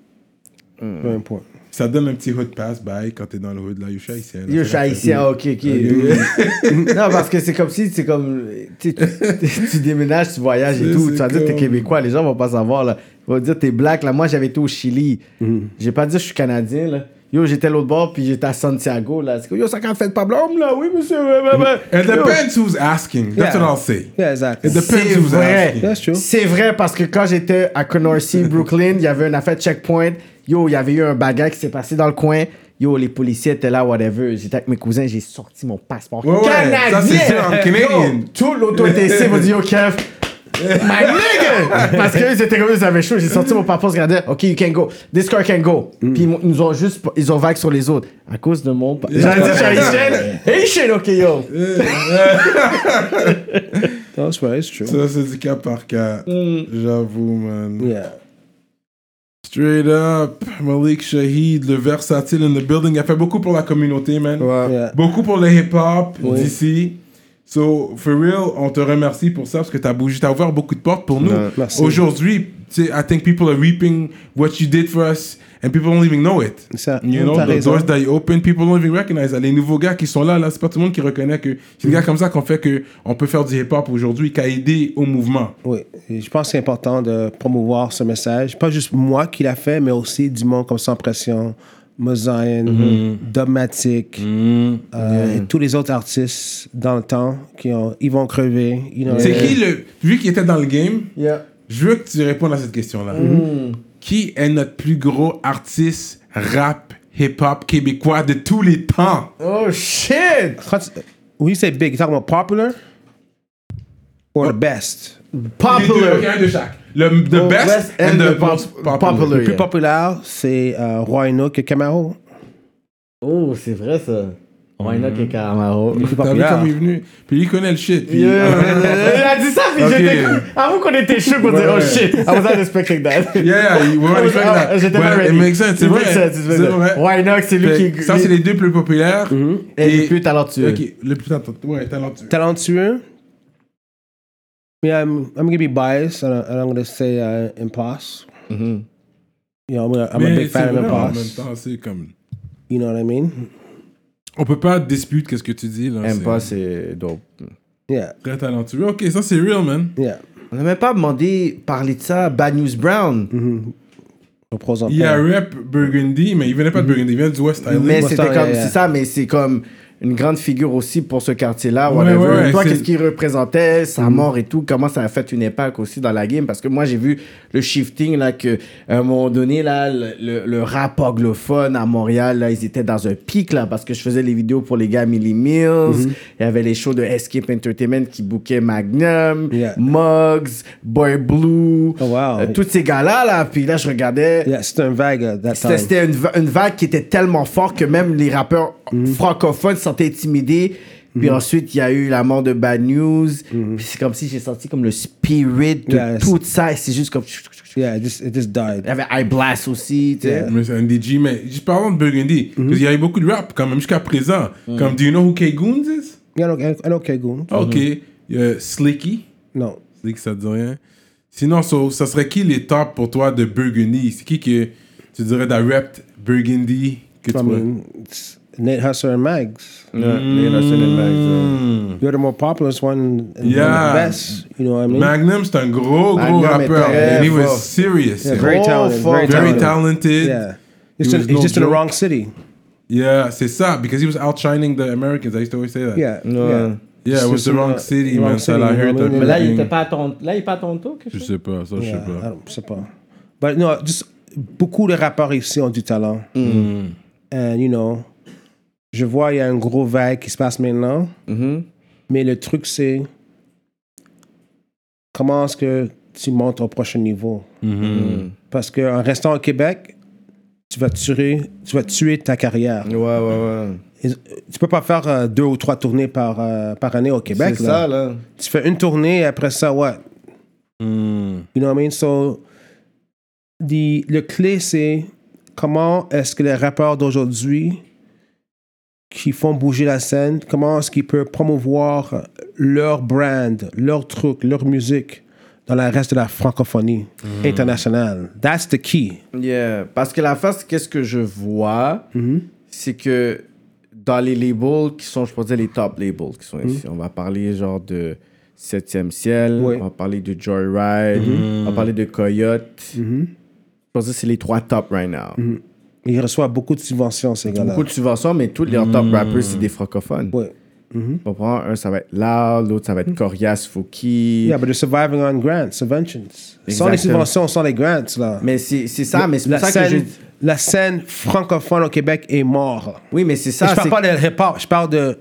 Speaker 3: Mm.
Speaker 5: Very important.
Speaker 3: Ça donne un petit hood pass, bye, quand t'es dans le hood, là, yo, je suis haïtien. là,
Speaker 4: Yo,
Speaker 3: c'est
Speaker 4: je suis
Speaker 3: la
Speaker 4: haïtien, ah, ok, ok. non, parce que c'est comme si, c'est comme, tu, sais, tu- tu déménages, tu voyages et
Speaker 3: C'est-
Speaker 4: tout.
Speaker 3: c'est
Speaker 4: Tu vas dire que t'es
Speaker 3: comme-
Speaker 4: québécois, les gens vont pas savoir, là. Ils vont dire t'es black, là. Moi, j'avais été au Chili.
Speaker 3: Mm.
Speaker 4: J'ai pas dit je suis canadien, là. Yo, j'étais à l'autre bord, puis j'étais à Santiago, là. C'est comme, yo, ça quand fait pas blanc, là. Oui, monsieur. ouais, ouais, ouais.
Speaker 3: It
Speaker 4: Yo,
Speaker 3: depends who's asking. That's
Speaker 5: Yeah.
Speaker 3: what I'll say.
Speaker 5: Yeah, exactly.
Speaker 3: It depends
Speaker 4: C'est
Speaker 3: who's
Speaker 4: vrai.
Speaker 3: asking.
Speaker 5: That's true.
Speaker 4: C'est vrai parce que quand j'étais à Canarsie, Brooklyn, il y avait une affaire checkpoint. Yo, il y avait eu un bagarre qui s'est passé dans le coin. Yo, les policiers étaient là, whatever. J'étais avec mes cousins, j'ai sorti mon passeport
Speaker 3: Ouais, ouais,
Speaker 4: canadien.
Speaker 3: ça, c'est sûr, en Canadian.
Speaker 4: Yo, tout l'autorité ici m'a dit, yo, Kev, my nigga! Parce que c'était comme ça, ils avaient chaud. J'ai sorti mon passeport, je regardais, OK, you can go. This car can go.
Speaker 3: Mm.
Speaker 4: Puis ils m'ont- ils nous ont juste, ils ont vague sur les autres. À cause de mon. pa- J'allais dire, je suis haïtienne. Haïtienne, OK, yo.
Speaker 5: That's right. It's true.
Speaker 3: Ça, c'est du cas par cas. J'avoue, man.
Speaker 5: Yeah.
Speaker 3: Straight up, Malik Shahid, le versatile in the building, a fait beaucoup pour la communauté, man.
Speaker 5: Yeah.
Speaker 3: Beaucoup pour le hip-hop d'ici. So, for real, on te remercie pour ça parce que t'as bougé, t'as ouvert beaucoup de portes pour nous.
Speaker 5: merci.
Speaker 3: Aujourd'hui, tu sais, I think people are reaping what you did for us and people don't even know it.
Speaker 5: Ça,
Speaker 3: You know,
Speaker 5: t'as
Speaker 3: the
Speaker 5: raison.
Speaker 3: doors that you open, people don't even recognize that. Les nouveaux gars qui sont là, là, c'est pas tout le monde qui reconnaît que c'est
Speaker 5: Mm.
Speaker 3: des gars comme ça qu'on fait que on peut faire du hip-hop aujourd'hui, qui a aidé au mouvement.
Speaker 5: Oui, et je pense que c'est important de promouvoir ce message. Pas juste moi qui l'a fait, mais aussi du monde comme Sans Pression, Mosaïen,
Speaker 3: Mm-hmm.
Speaker 5: Dogmatic, euh, et tous les autres artistes dans le temps qui ont, ils vont crever. you know.
Speaker 4: Euh.
Speaker 3: C'est qui le, vu qu'il était dans le game,
Speaker 4: Yeah.
Speaker 3: je veux que tu répondes à cette question-là.
Speaker 4: Mm.
Speaker 3: Qui est notre plus gros artiste rap hip-hop québécois de tous les temps?
Speaker 4: Oh, shit!
Speaker 5: Quand tu- When you say big, you talking about popular or the best?
Speaker 3: Les deux,
Speaker 4: Popular.
Speaker 3: ok, un de chaque. Le the
Speaker 4: Oh,
Speaker 3: best,
Speaker 4: best
Speaker 3: and,
Speaker 4: and
Speaker 3: the,
Speaker 4: the
Speaker 3: most
Speaker 4: pop-
Speaker 3: popular.
Speaker 4: popular.
Speaker 5: Le plus populaire, c'est euh, Roy Enoch et Camaro.
Speaker 4: Oh, c'est vrai ça. Why
Speaker 3: Mhm.
Speaker 4: not que Caramaro?
Speaker 3: T'as vu
Speaker 5: Yeah.
Speaker 3: comme il est venu? Puis lui, il connaît le shit. puis-
Speaker 4: Il a dit ça, puis
Speaker 3: Ok.
Speaker 4: j'étais comme. Avoue qu'on était chaud pour dire oh
Speaker 3: Ouais.
Speaker 4: shit, I was not expecting that.
Speaker 3: Yeah, yeah, we were expecting that.
Speaker 4: oh, Ah, J'étais pas
Speaker 3: But it
Speaker 4: ready.
Speaker 3: makes sense, c'est
Speaker 4: It
Speaker 3: vrai,
Speaker 4: makes sense, it makes
Speaker 3: c'est
Speaker 4: sense.
Speaker 3: vrai.
Speaker 4: Why not, c'est
Speaker 3: Fait
Speaker 4: lui
Speaker 3: que
Speaker 4: qui.
Speaker 3: ça, c'est les deux plus populaires.
Speaker 5: Mm-hmm.
Speaker 4: Et le plus talentueux.
Speaker 3: Ok, le plus talentueux. Ouais, talentueux.
Speaker 5: Talentueux. Yeah, I'm, I'm gonna be biased, and, I- and I'm gonna say uh, Impost. You know, I'm, a, I'm a
Speaker 3: Mais
Speaker 5: big
Speaker 3: c'est
Speaker 5: fan of
Speaker 3: vrai, en même
Speaker 5: Impost.
Speaker 3: temps, c'est comme...
Speaker 5: You know what I mean?
Speaker 3: On peut pas dispute qu'est-ce que tu dis, là. Ah, c'est
Speaker 4: c'est dope.
Speaker 5: Yeah,
Speaker 3: Très talentueux. Ok, ça, c'est real, man.
Speaker 5: yeah.
Speaker 4: On n'a même pas demandé parler de ça à Bad News Brown,
Speaker 5: On prose en
Speaker 3: Il y a
Speaker 5: paix.
Speaker 3: Rep Burgundy, mais il venait pas de Burgundy, il venait du West Island.
Speaker 4: Mm-hmm. mais
Speaker 5: Boston,
Speaker 4: c'était comme.
Speaker 5: yeah, yeah.
Speaker 4: C'est ça, mais c'est comme une grande figure aussi pour ce quartier-là.
Speaker 3: Ouais,
Speaker 4: whatever.
Speaker 3: ouais, ouais,
Speaker 4: Toi,
Speaker 3: c'est-
Speaker 4: qu'est-ce qu'il représentait, sa mort et tout, comment ça a fait une impact aussi dans la game? Parce que moi, j'ai vu le shifting, là, que, à un moment donné, là, le, le- le rap anglophone à Montréal, là, ils étaient dans un pic, là, parce que je faisais les vidéos pour les gars Millie Mills. Il y avait les shows de Escape Entertainment qui bookaient Magnum,
Speaker 5: Yeah.
Speaker 4: Muggs, Boy Blue,
Speaker 5: Oh, wow.
Speaker 4: euh, tous ces gars-là, là. Puis là, je regardais.
Speaker 5: Yeah, c'était un vague à that
Speaker 4: C'était-
Speaker 5: time.
Speaker 4: C'était une, va- une vague qui était tellement forte que même les rappeurs francophones se sentaient intimidés. Puis ensuite, il y a eu la mort de Bad News. Puis c'est comme si j'ai senti comme le spirit de
Speaker 5: Yes.
Speaker 4: tout ça. Et c'est juste comme...
Speaker 5: Yeah, it just, it just
Speaker 4: Il y
Speaker 5: died.
Speaker 4: avait I Blast aussi, tu sais.
Speaker 3: Mais c'est un DJ, mais juste parlons de Burgundy,
Speaker 4: Mm-hmm.
Speaker 3: parce qu'il y avait beaucoup de rap quand même jusqu'à présent. Comme, do you know who K-Goons is? Ah,
Speaker 5: Yeah, I don't, I don't care, Goon.
Speaker 3: Ok,
Speaker 4: Mm-hmm.
Speaker 3: il y a Slicky,
Speaker 5: Non.
Speaker 3: Slick ça te dit rien. Sinon, so, ça serait qui les top pour toi de Burgundy? C'est qui que tu dirais d'un rap Burgundy que tu
Speaker 5: I
Speaker 3: pourrais-
Speaker 5: mean, it's Nate Husser and Mags. Mm.
Speaker 4: Mm.
Speaker 3: Hmm.
Speaker 5: You're the more popular one and one of
Speaker 3: Yeah.
Speaker 5: the best. You know what I mean?
Speaker 3: Magnum, c'est un gros, gros
Speaker 4: Magnum est
Speaker 3: rappeur.
Speaker 4: très
Speaker 3: And he was
Speaker 4: fort.
Speaker 3: serious.
Speaker 5: Yeah, very
Speaker 4: Oh,
Speaker 5: talented.
Speaker 4: fuck.
Speaker 5: Very
Speaker 3: Very
Speaker 5: talented.
Speaker 3: talented.
Speaker 5: Yeah. It's,
Speaker 3: He
Speaker 5: in,
Speaker 3: was
Speaker 5: it's
Speaker 3: no
Speaker 5: just in the
Speaker 3: joke.
Speaker 5: wrong city.
Speaker 3: Yeah, c'est ça, because he was outshining the Americans. I used to always say that.
Speaker 5: Yeah. yeah.
Speaker 3: Yeah, it was the wrong city,
Speaker 5: Wrong
Speaker 3: man. Ça
Speaker 5: city,
Speaker 3: l'a
Speaker 5: you know
Speaker 3: hurt
Speaker 5: what I
Speaker 3: un
Speaker 5: mean?
Speaker 3: peu.
Speaker 5: Mais
Speaker 6: Là, il était pas à Toronto. Là, il est pas à Toronto, quelque
Speaker 3: Je
Speaker 6: chose.
Speaker 3: sais pas, ça, je sais
Speaker 5: Yeah, I
Speaker 3: pas.
Speaker 5: don't- Ah, je sais pas. But no, just Bah, beaucoup de rappeurs ici ont du talent. Mm. And you know, je vois il y a un gros vague qui se passe maintenant. Mais le truc c'est comment est-ce que tu montes au prochain niveau Parce que en restant au Québec, tu vas tuer, tu vas tuer ta carrière.
Speaker 4: Ouais, ouais, ouais.
Speaker 5: Et tu peux pas faire euh, deux ou trois tournées par euh, par année au Québec. là
Speaker 4: là.
Speaker 5: tu fais une tournée et après ça, what?
Speaker 4: Hmm.
Speaker 5: You know what I mean? So, the, le clé, c'est comment est-ce que les rappeurs d'aujourd'hui qui font bouger la scène, comment est-ce qu'ils peuvent promouvoir leur brand, leur truc, leur musique dans le reste de la francophonie
Speaker 4: Hmm.
Speaker 5: internationale. That's the key.
Speaker 4: Yeah. Parce que la face, qu'est-ce que je vois,
Speaker 5: Mm-hmm.
Speaker 4: c'est que dans les labels qui sont, je pourrais dire, les top labels qui sont
Speaker 5: Mm-hmm.
Speaker 4: ici, on va parler genre de Septième Ciel,
Speaker 5: Ouais. Mm-hmm.
Speaker 4: on va parler de Joyride, on va parler de Coyote. Je pense que c'est les trois top right now.
Speaker 5: Mm-hmm. Ils reçoivent beaucoup de subventions, ces gars-là.
Speaker 4: Beaucoup de subventions, mais tous les top rappers, c'est des francophones.
Speaker 5: Ouais. Mm-hmm.
Speaker 4: Tu comprends? Un, ça va être Loud, l'autre, ça va être Corias Fouki.
Speaker 5: Yeah, but they're surviving on grants, subventions. Sans les
Speaker 4: Exactement.
Speaker 5: subventions, sans les grants, là.
Speaker 4: Mais c'est c'est ça, mais c'est
Speaker 5: la,
Speaker 4: pour ça que je...
Speaker 5: scène, la scène francophone au Québec est morte.
Speaker 4: Oui, mais c'est
Speaker 5: Et
Speaker 4: ça.
Speaker 5: je
Speaker 4: c'est-
Speaker 5: parle pas de hip-hop, je parle de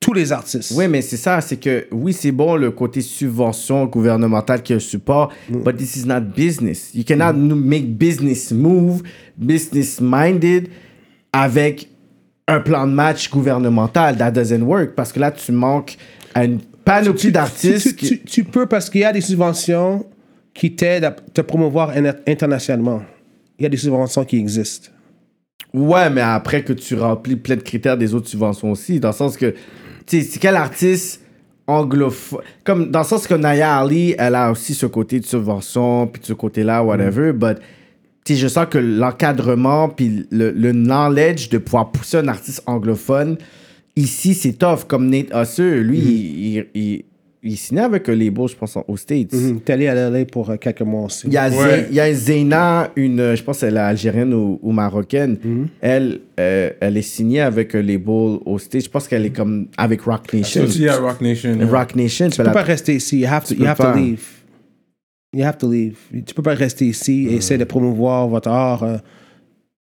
Speaker 5: tous les artistes.
Speaker 4: Oui, mais c'est ça, c'est que oui, c'est bon le côté subvention gouvernementale qui est le support,
Speaker 5: Mm.
Speaker 4: but this is not business. You cannot n- make business move, business minded avec un plan de match gouvernemental. That doesn't work parce que là, tu manques à une panoplie
Speaker 5: tu,
Speaker 4: d'artistes.
Speaker 5: tu-
Speaker 4: qui-
Speaker 5: tu- tu peux parce qu'il y a des subventions qui t'aident à te promouvoir in- internationalement. Il y a des subventions qui existent.
Speaker 4: Ouais, mais après que tu remplis plein de critères des autres subventions aussi, dans le sens que, tu sais, c'est quel artiste anglophone. Comme, dans le sens que Naya Ali, elle a aussi ce côté de subvention, puis de ce côté-là, whatever, but, tu sais, je sens que l'encadrement, puis le, le knowledge de pouvoir pousser un artiste anglophone, ici, c'est tough. Comme Nate Husser, lui, il, il, il- il signait avec les label, je pense, en- aux States.
Speaker 5: Hmm, T'es allé à LA pour euh, quelques mois aussi.
Speaker 4: Il y a, Zé-
Speaker 3: Ouais.
Speaker 4: il y a Zeyna, une, euh, je pense qu'elle est algérienne ou, ou marocaine.
Speaker 5: Mhm.
Speaker 4: Elle, euh, elle est signée avec les label au States. Je pense qu'elle est comme avec Rock Nation.
Speaker 3: Surtout, il y a Rock Nation. là.
Speaker 4: Rock Nation.
Speaker 5: hein. Tu peux pas rester ici. You have to, you
Speaker 4: peux
Speaker 5: have
Speaker 4: pas.
Speaker 5: to leave. You have to leave. Tu peux pas rester ici
Speaker 4: Hmm.
Speaker 5: et essayer de promouvoir votre art, euh,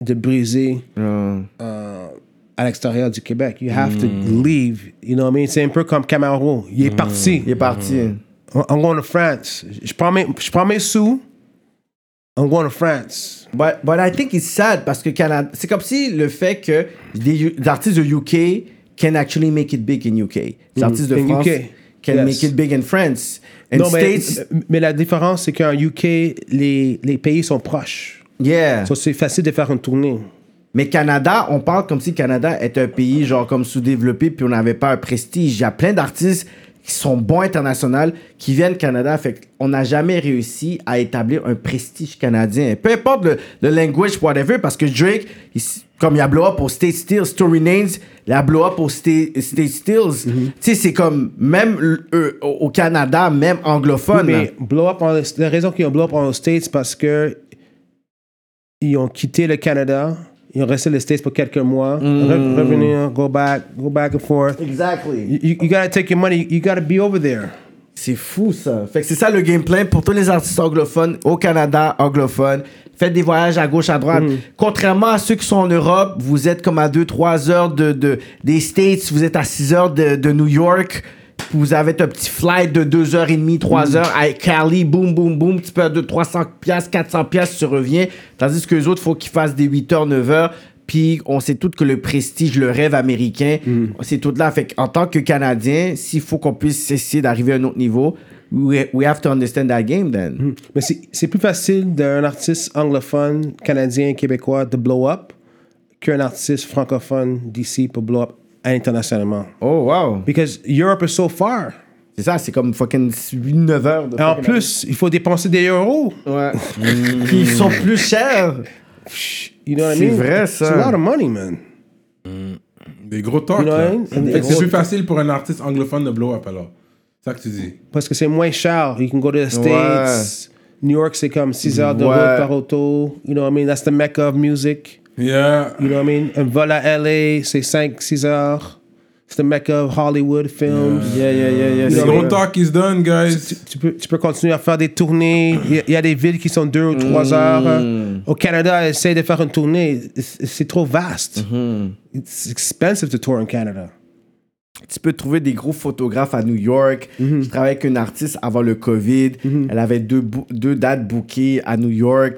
Speaker 5: de briser euh, à l'extérieur du Québec. You have to leave. You know what I mean? C'est un peu comme Camaro. Il est parti.
Speaker 4: il est parti.
Speaker 5: I'm going to France. Je prends mes, je prends mes sous. I'm going to France.
Speaker 4: But, but I think it's sad parce que Canada. C'est comme si le fait que des, U- des artistes de UK can actually make it big in UK. Des artistes de
Speaker 5: Mm. In
Speaker 4: France
Speaker 5: UK,
Speaker 4: can
Speaker 5: yes.
Speaker 4: make it big in France. In
Speaker 5: non, mais,
Speaker 4: States,
Speaker 5: mais la différence, c'est qu'en UK, les, les pays sont proches.
Speaker 4: yeah.
Speaker 5: So, c'est facile de faire une tournée.
Speaker 4: Mais Canada, on parle comme si Canada était un pays genre comme sous-développé puis on n'avait pas un prestige. Il y a plein d'artistes qui sont bons internationaux qui viennent Canada. Fait on n'a jamais réussi à établir un prestige canadien. Peu importe le, le language, whatever, parce que Drake, il s- comme il y a blow up au State Steels, Story Names, il y a blow up au State, State Steels. Tu sais, c'est comme même l- eux, au au Canada, même anglophone.
Speaker 5: Mais blow up, en- la raison qu'ils ont blow up aux States, c'est parce que ils ont quitté le Canada, ils ont resté aux States pour quelques mois, re- revenir, go back, go back and forth.
Speaker 4: Exactly.
Speaker 5: You, you- you gotta take your money, you gotta be over there.
Speaker 4: C'est fou ça. Fait que c'est ça le game plan pour tous les artistes anglophones au Canada, anglophones. Faites des voyages à gauche, à droite. Contrairement à ceux qui sont en Europe, vous êtes comme à 2-3 heures de, de- des States, vous êtes à 6 heures de, de New York. Vous avez un petit flight de 2h30, 3 heures à Cali, boum, boum, boum, tu perds de 300 piastres, 400 piastres, tu reviens. Tandis que les autres, faut qu'ils fassent des 8 heures, 9 heures. Puis on sait toutes que le prestige, le rêve américain, c'est tout là. Fait en tant que Canadien, s'il faut qu'on puisse essayer d'arriver à un autre niveau, we, we have to understand that game then.
Speaker 5: Mais c'est c'est plus facile d'un artiste anglophone, canadien, québécois de blow up qu'un artiste francophone d'ici pour blow up internationalement.
Speaker 4: Oh wow.
Speaker 5: Because Europe is so far.
Speaker 4: C'est ça, c'est comme fucking 8-9 heures de
Speaker 5: Et en
Speaker 4: fucking-
Speaker 5: plus, il faut dépenser des euros.
Speaker 4: Ouais. Puis ils sont plus chers.
Speaker 5: You know what I
Speaker 4: C'est
Speaker 5: mean?
Speaker 4: vrai,
Speaker 5: It's
Speaker 4: ça.
Speaker 5: a lot of money, man.
Speaker 3: Des gros talks.
Speaker 5: You know,
Speaker 3: là.
Speaker 5: hein,
Speaker 3: Fait que
Speaker 5: des
Speaker 3: C'est
Speaker 5: gros-
Speaker 3: plus facile pour un artiste anglophone de blow up alors. C'est ça que tu dis.
Speaker 5: Parce que c'est moins cher. You can go to the States. New York, c'est comme 6 heures de
Speaker 4: Ouais.
Speaker 5: route par auto. You know what I mean? That's the mecca of music.
Speaker 3: Yeah.
Speaker 5: You know what I mean? Un vol à LA, c'est 5-6 heures. It's the mecca of Hollywood films.
Speaker 4: Yeah, yeah, yeah, yeah.
Speaker 3: Des
Speaker 5: c'est
Speaker 3: gros
Speaker 5: vrai.
Speaker 3: talks qui se donnent,
Speaker 5: Tu,
Speaker 3: guys.
Speaker 5: tu peux, tu peux continuer à faire des tournées. Il y a- il y, a des villes qui sont 2 ou 3 heures. Au Canada, essaye de faire une tournée. C'est c'est trop vaste. It's expensive to tour in Canada.
Speaker 4: tu peux trouver des gros photographes à New York.
Speaker 5: Mhm.
Speaker 4: Je travaillais avec une artiste avant le COVID. Elle avait deux, bou- deux dates bookées à New York.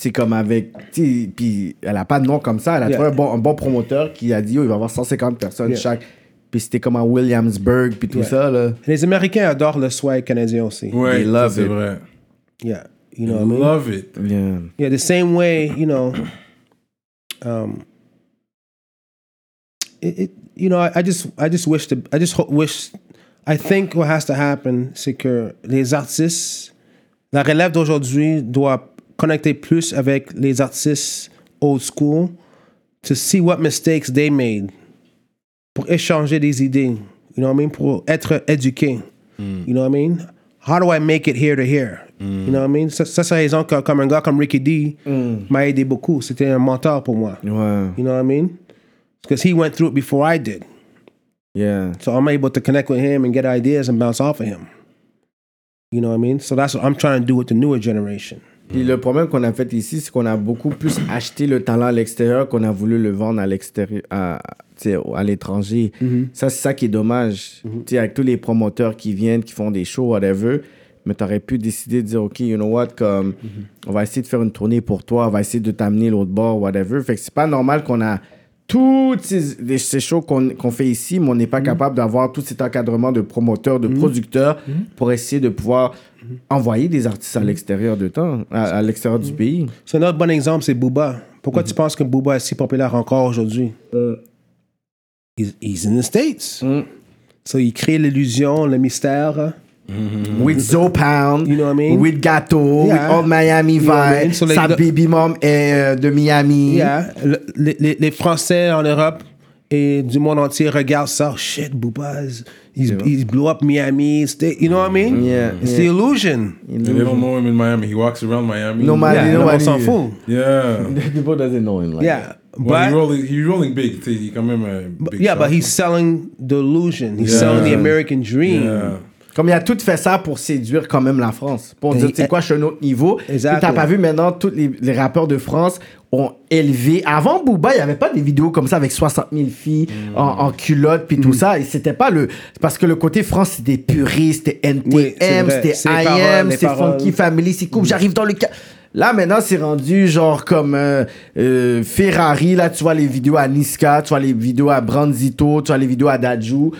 Speaker 4: C'est comme avec. tu sais, Puis elle a pas de nom comme ça. Elle a
Speaker 5: Yeah.
Speaker 4: trouvé un bon, un bon promoteur qui a dit oh, il va y avoir 150 personnes
Speaker 5: Yeah.
Speaker 4: chaque. Puis c'était comme à Williamsburg, puis tout
Speaker 5: Yeah.
Speaker 4: ça. Là.
Speaker 5: Les Américains adorent le swag canadien aussi.
Speaker 3: Ouais,
Speaker 4: They love
Speaker 3: c'est
Speaker 4: it.
Speaker 3: vrai.
Speaker 5: Mm-hmm. Yeah. You know what I mean?
Speaker 3: Love it.
Speaker 5: Yeah, the same way, you know, um, it, it you know, I, I just I just wish to I just ho- wish I think what has to happen, c'est que les artistes, la relève d'aujourd'hui doit connecter plus avec les artistes old school to see what mistakes they made pour échanger des idées, you know what I mean, pour être éduqué, you know what I mean. How do I make it here to here? You know what I mean? Ça, ça c'est la raison que comme un gars comme Ricky D m'a aidé beaucoup. C'était un mentor pour moi.
Speaker 4: Ouais.
Speaker 5: You know what I mean? Because he went through it before I did.
Speaker 4: Yeah.
Speaker 5: So I'm able to connect with him and get ideas and bounce off of him. You know what I mean? So that's what I'm trying to do with the newer generation.
Speaker 4: Puis le problème qu'on a fait ici, c'est qu'on a beaucoup plus acheté le talent à l'extérieur qu'on a voulu le vendre à l'extérieur, à, tu sais, à l'étranger. Ça, c'est ça qui est dommage. Tu sais, Avec tous les promoteurs qui viennent, qui font des shows, whatever, mais t'aurais pu décider de dire, OK, you know what, comme, on va essayer de faire une tournée pour toi, on va essayer de t'amener l'autre bord, whatever. Fait que c'est pas normal qu'on a toutes ces, les- ces shows qu'on qu'on fait ici, mais on n'est pas
Speaker 5: Mm.
Speaker 4: capable d'avoir tout cet encadrement de promoteurs, de producteurs
Speaker 5: Mm.
Speaker 4: pour essayer de pouvoir envoyer des artistes à l'extérieur de temps, à, à l'extérieur
Speaker 5: Mm.
Speaker 4: du pays.
Speaker 5: C'est un autre bon exemple, c'est Booba. Pourquoi
Speaker 3: Mm-hmm.
Speaker 5: tu penses que Booba est si populaire encore aujourd'hui?
Speaker 3: Euh.
Speaker 5: He's, he's in the States.
Speaker 3: Mm.
Speaker 5: So il crée l'illusion, le mystère.
Speaker 3: Mm-hmm.
Speaker 4: With Zoe Pound,
Speaker 5: Mm. You know what I mean?
Speaker 4: with Gato,
Speaker 5: Yeah.
Speaker 4: with Old Miami
Speaker 5: You know what I mean?
Speaker 4: Vibe,
Speaker 5: So, like,
Speaker 4: sa
Speaker 5: the-
Speaker 4: baby mom est euh, de Miami.
Speaker 5: Yeah. Le- les, les- les Français en Europe et du monde entier regardent ça. Oh, shit, Booba, is- he's, he's blew up Miami. It's the- You know what I
Speaker 3: Mm-hmm.
Speaker 5: mean?
Speaker 4: Yeah,
Speaker 5: It's
Speaker 4: yeah.
Speaker 5: the illusion.
Speaker 4: Mm-hmm.
Speaker 3: They don't know him in Miami. He walks around Miami.
Speaker 4: Nobody,
Speaker 5: Yeah, on
Speaker 4: nobody.
Speaker 5: s'en fout.
Speaker 3: Yeah.
Speaker 4: People doesn't know him like that.
Speaker 5: Yeah.
Speaker 3: Well,
Speaker 5: but-
Speaker 3: he rolling, he rolling big. T. He come in a big
Speaker 5: yeah, but
Speaker 3: shot.
Speaker 5: he's selling the illusion. He's
Speaker 3: Yeah.
Speaker 5: selling the American dream.
Speaker 3: Yeah.
Speaker 4: Comme il a tout fait ça pour séduire quand même la France. Pour dire,
Speaker 5: Et-
Speaker 4: tu sais quoi, je suis à un autre niveau. Puis
Speaker 5: Exactly.
Speaker 4: T'as pas vu maintenant, tous les, les rappeurs de France ont élevé. Avant Booba, il n'y avait pas des vidéos comme ça avec 60 000 filles en, en culotte puis tout ça. Et c'était pas le. Parce que le côté France, c'était puriste, c'était
Speaker 5: Oui, c'est
Speaker 4: NTM,
Speaker 5: vrai.
Speaker 4: c'était
Speaker 5: C'est les paroles,
Speaker 4: IM,
Speaker 5: les
Speaker 4: c'était
Speaker 5: paroles.
Speaker 4: Funky Family, c'est cool, j'arrive dans le cas. Là, maintenant, c'est rendu genre comme euh, euh, Ferrari. Là, tu vois les vidéos à Niska, tu vois les vidéos à Branzito, tu vois les vidéos à Dajou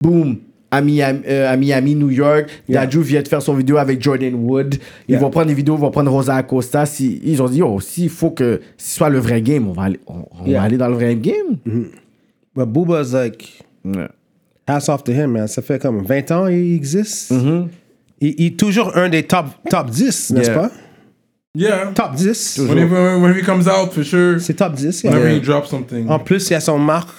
Speaker 4: boom, à Miami, euh, à Miami, New York. Dadju vient de faire son vidéo avec Jordan Wood. Ils
Speaker 5: Yeah.
Speaker 4: vont prendre des vidéos, ils vont prendre Rosa Acosta. Si, ils ont dit, oh, s'il faut que ce soit le vrai game, on va aller, on, on
Speaker 5: Yeah.
Speaker 4: va aller dans le vrai game.
Speaker 5: But Booba's like, hats off to him, man. Ça fait comme 20 ans il existe.
Speaker 4: Mm-hmm.
Speaker 5: il, il est toujours un des top, top 10, n'est-ce
Speaker 4: Yeah.
Speaker 5: pas?
Speaker 3: Yeah.
Speaker 5: Top 10.
Speaker 3: Whenever, when he comes out, for sure.
Speaker 5: C'est top 10. yeah. Oh,
Speaker 3: Whenever he drops something.
Speaker 5: En plus, il y a son marque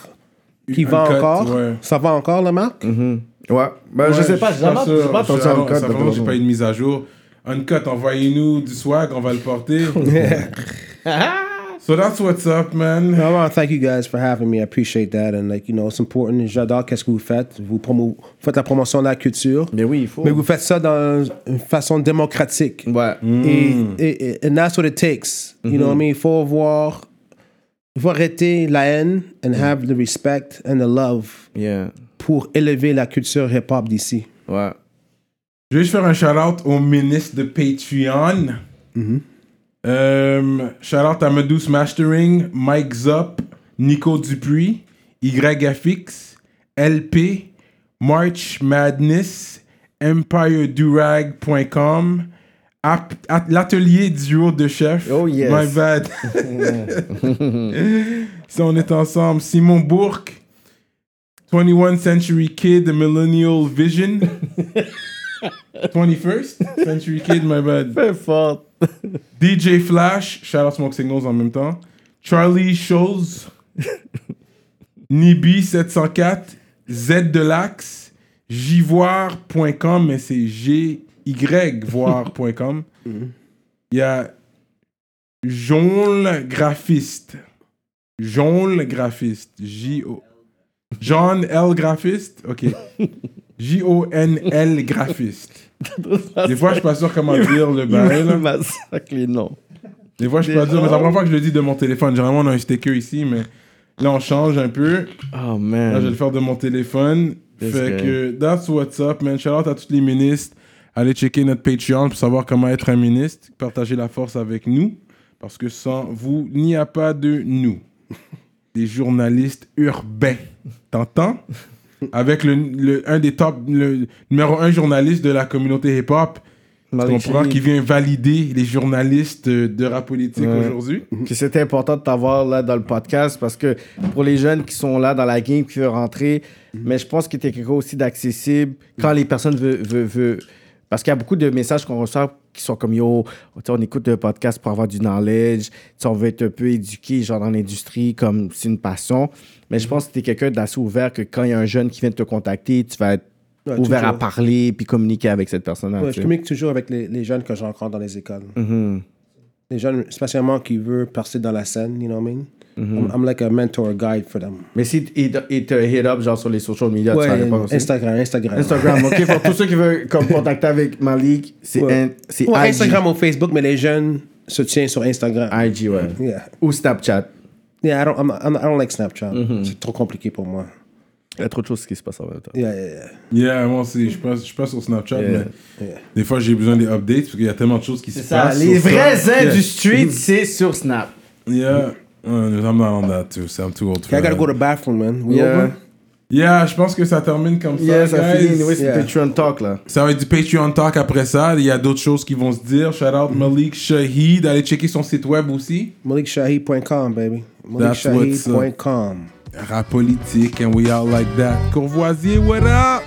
Speaker 5: qui
Speaker 3: Une
Speaker 5: va
Speaker 3: cut,
Speaker 5: encore.
Speaker 3: ouais.
Speaker 5: Ça va encore, la marque?
Speaker 4: Mm-hmm. Ouais. Ben, je
Speaker 3: Ouais,
Speaker 4: sais pas, j'ai jamais
Speaker 3: sûr.
Speaker 4: j'ai pas
Speaker 3: Je-
Speaker 4: entendu
Speaker 3: ah
Speaker 4: un
Speaker 3: non,
Speaker 4: code
Speaker 3: ça,
Speaker 4: de
Speaker 3: vraiment, j'ai
Speaker 4: promo.
Speaker 3: pas eu de mise à jour. Uncut, envoyez-nous du swag, on va le porter. so that's what's up, man.
Speaker 5: I want to thank you guys for having me. I appreciate that. And, like, you know, it's important. J'adore qu'est-ce que vous faites. Vous promo- faites la promotion de la culture.
Speaker 4: Mais oui, il faut.
Speaker 5: Mais vous faites ça dans une façon démocratique.
Speaker 4: Ouais.
Speaker 5: Et,
Speaker 4: Mm.
Speaker 5: et, et- and that's what it takes. You
Speaker 4: Mm-hmm.
Speaker 5: know what I mean? Il faut avoir. Il faut arrêter la haine and
Speaker 4: Mm.
Speaker 5: have the respect and the love
Speaker 4: Yeah.
Speaker 5: pour élever la culture hip-hop d'ici.
Speaker 4: Ouais.
Speaker 3: Je vais juste faire un shout-out au ministre de Patreon.
Speaker 4: Mhm.
Speaker 3: Euh, shout-out à Medus Mastering, Mike Zop, Nico Dupuis, YFX, LP, March Madness, EmpireDurag.com, Ap- At- l'atelier duo de chef.
Speaker 4: Oh, yes.
Speaker 3: My bad. si on est ensemble, Simon Bourque, 21 Century Kid, The Millennial Vision. 21st Century Kid, my bad.
Speaker 4: Peu fort.
Speaker 3: DJ Flash, shout out Smoke Signals en même temps. Charlie Scholes, Nibi704, Z de l'Axe, jivoire.com, mais c'est G-Y-voir.com. Il y a Jonle Graphiste. Jonle Graphiste. J-O. John L. Graphiste. Ok. J-O-N-L Graphiste. Des fois, je suis pas sûr comment dire le bail. Ben là.
Speaker 4: Massacre les noms.
Speaker 3: Des fois, je peux pas dire, mais c'est la première fois que je le dis de mon téléphone. Généralement, on a un sticker ici, mais là, on change un peu.
Speaker 4: Oh,
Speaker 3: Là, je vais
Speaker 4: man.
Speaker 3: le faire de mon téléphone. Fait que, that's what's up, man. Shout out à tous les ministres. Allez checker notre Patreon pour savoir comment être un ministre. Partagez la force avec nous. Parce que sans vous, il n'y a pas de nous. Des journalistes urbains. T'entends? Avec le, le- un des top, le numéro un journaliste de la communauté hip-hop. Tu comprends qu'il vient valider les journalistes euh, de rap politique
Speaker 4: Ouais.
Speaker 3: aujourd'hui.
Speaker 4: que c'était important de t'avoir là dans le podcast parce que pour les jeunes qui sont là dans la game, qui veulent rentrer, mais je pense que tu es quelque chose aussi d'accessible quand les personnes veulent. veulent- veulent- parce qu'il y a beaucoup de messages qu'on reçoit qui sont comme yo, tu sais, on écoute le podcast pour avoir du knowledge, tu sais, on veut être un peu éduqué, genre dans l'industrie, comme c'est une passion. Mais je pense que tu es quelqu'un d'assez ouvert que quand il y a un jeune qui vient te contacter, tu vas être
Speaker 5: Ouais,
Speaker 4: ouvert à
Speaker 5: toujours.
Speaker 4: parler puis communiquer avec cette personne-là.
Speaker 5: Ouais,
Speaker 4: tu
Speaker 5: je
Speaker 4: sais.
Speaker 5: communique toujours avec les, les jeunes que je rencontre dans les écoles.
Speaker 4: Mm-hmm.
Speaker 5: Les jeunes, spécialement qui veulent percer dans la scène, you know what I mean?
Speaker 4: Mm-hmm.
Speaker 5: I'm, I'm like a mentor guide for them.
Speaker 4: Mais si il te- il te hit up genre sur les social media, tu vas répondre aussi.
Speaker 5: Instagram, Instagram.
Speaker 4: Instagram, ok? Pour tous ceux qui veulent comme, contacter avec Malik, c'est
Speaker 5: Ouais.
Speaker 4: in- c'est
Speaker 5: Ouais,
Speaker 4: IG.
Speaker 5: Instagram ou Facebook, mais les jeunes se tiennent sur Instagram.
Speaker 4: IG, ouais.
Speaker 5: Yeah.
Speaker 4: Ou Snapchat.
Speaker 5: Yeah, I don't, I'm, I'm, I don't like Snapchat.
Speaker 4: Mm-hmm.
Speaker 5: C'est trop compliqué pour moi.
Speaker 4: Il y a trop de choses qui se passent en même temps.
Speaker 5: Yeah, yeah, yeah.
Speaker 3: Yeah, moi aussi, je passe, je passe sur Snapchat,
Speaker 4: Yeah,
Speaker 3: mais des fois j'ai besoin des updates parce qu'il y a tellement de choses qui se
Speaker 5: Ah,
Speaker 3: passent.
Speaker 4: les
Speaker 3: sur
Speaker 4: vrais
Speaker 3: Snap.
Speaker 4: ends
Speaker 3: Yeah.
Speaker 4: du street, c'est sur Snap.
Speaker 3: Yeah. Uh, I'm not on that too, so I'm too old for
Speaker 5: I gotta
Speaker 3: that.
Speaker 5: go to the bathroom, man. We
Speaker 4: Yeah.
Speaker 5: over?
Speaker 3: Yeah, je pense que ça termine comme
Speaker 4: Yeah,
Speaker 3: ça,
Speaker 4: ça
Speaker 3: guys.
Speaker 4: finit. Oui, c'est
Speaker 5: Yeah.
Speaker 4: Patreon Talk, là.
Speaker 3: Ça va être du Patreon Talk après ça. Il y a d'autres choses qui vont se dire. Shout out Malik Shahid. Allez checker son site web aussi.
Speaker 5: MalikShahi.com, baby.
Speaker 3: That's what's up.
Speaker 5: MalikShahi.com.
Speaker 3: Rap politique, and we out like that. Courvoisier, what up?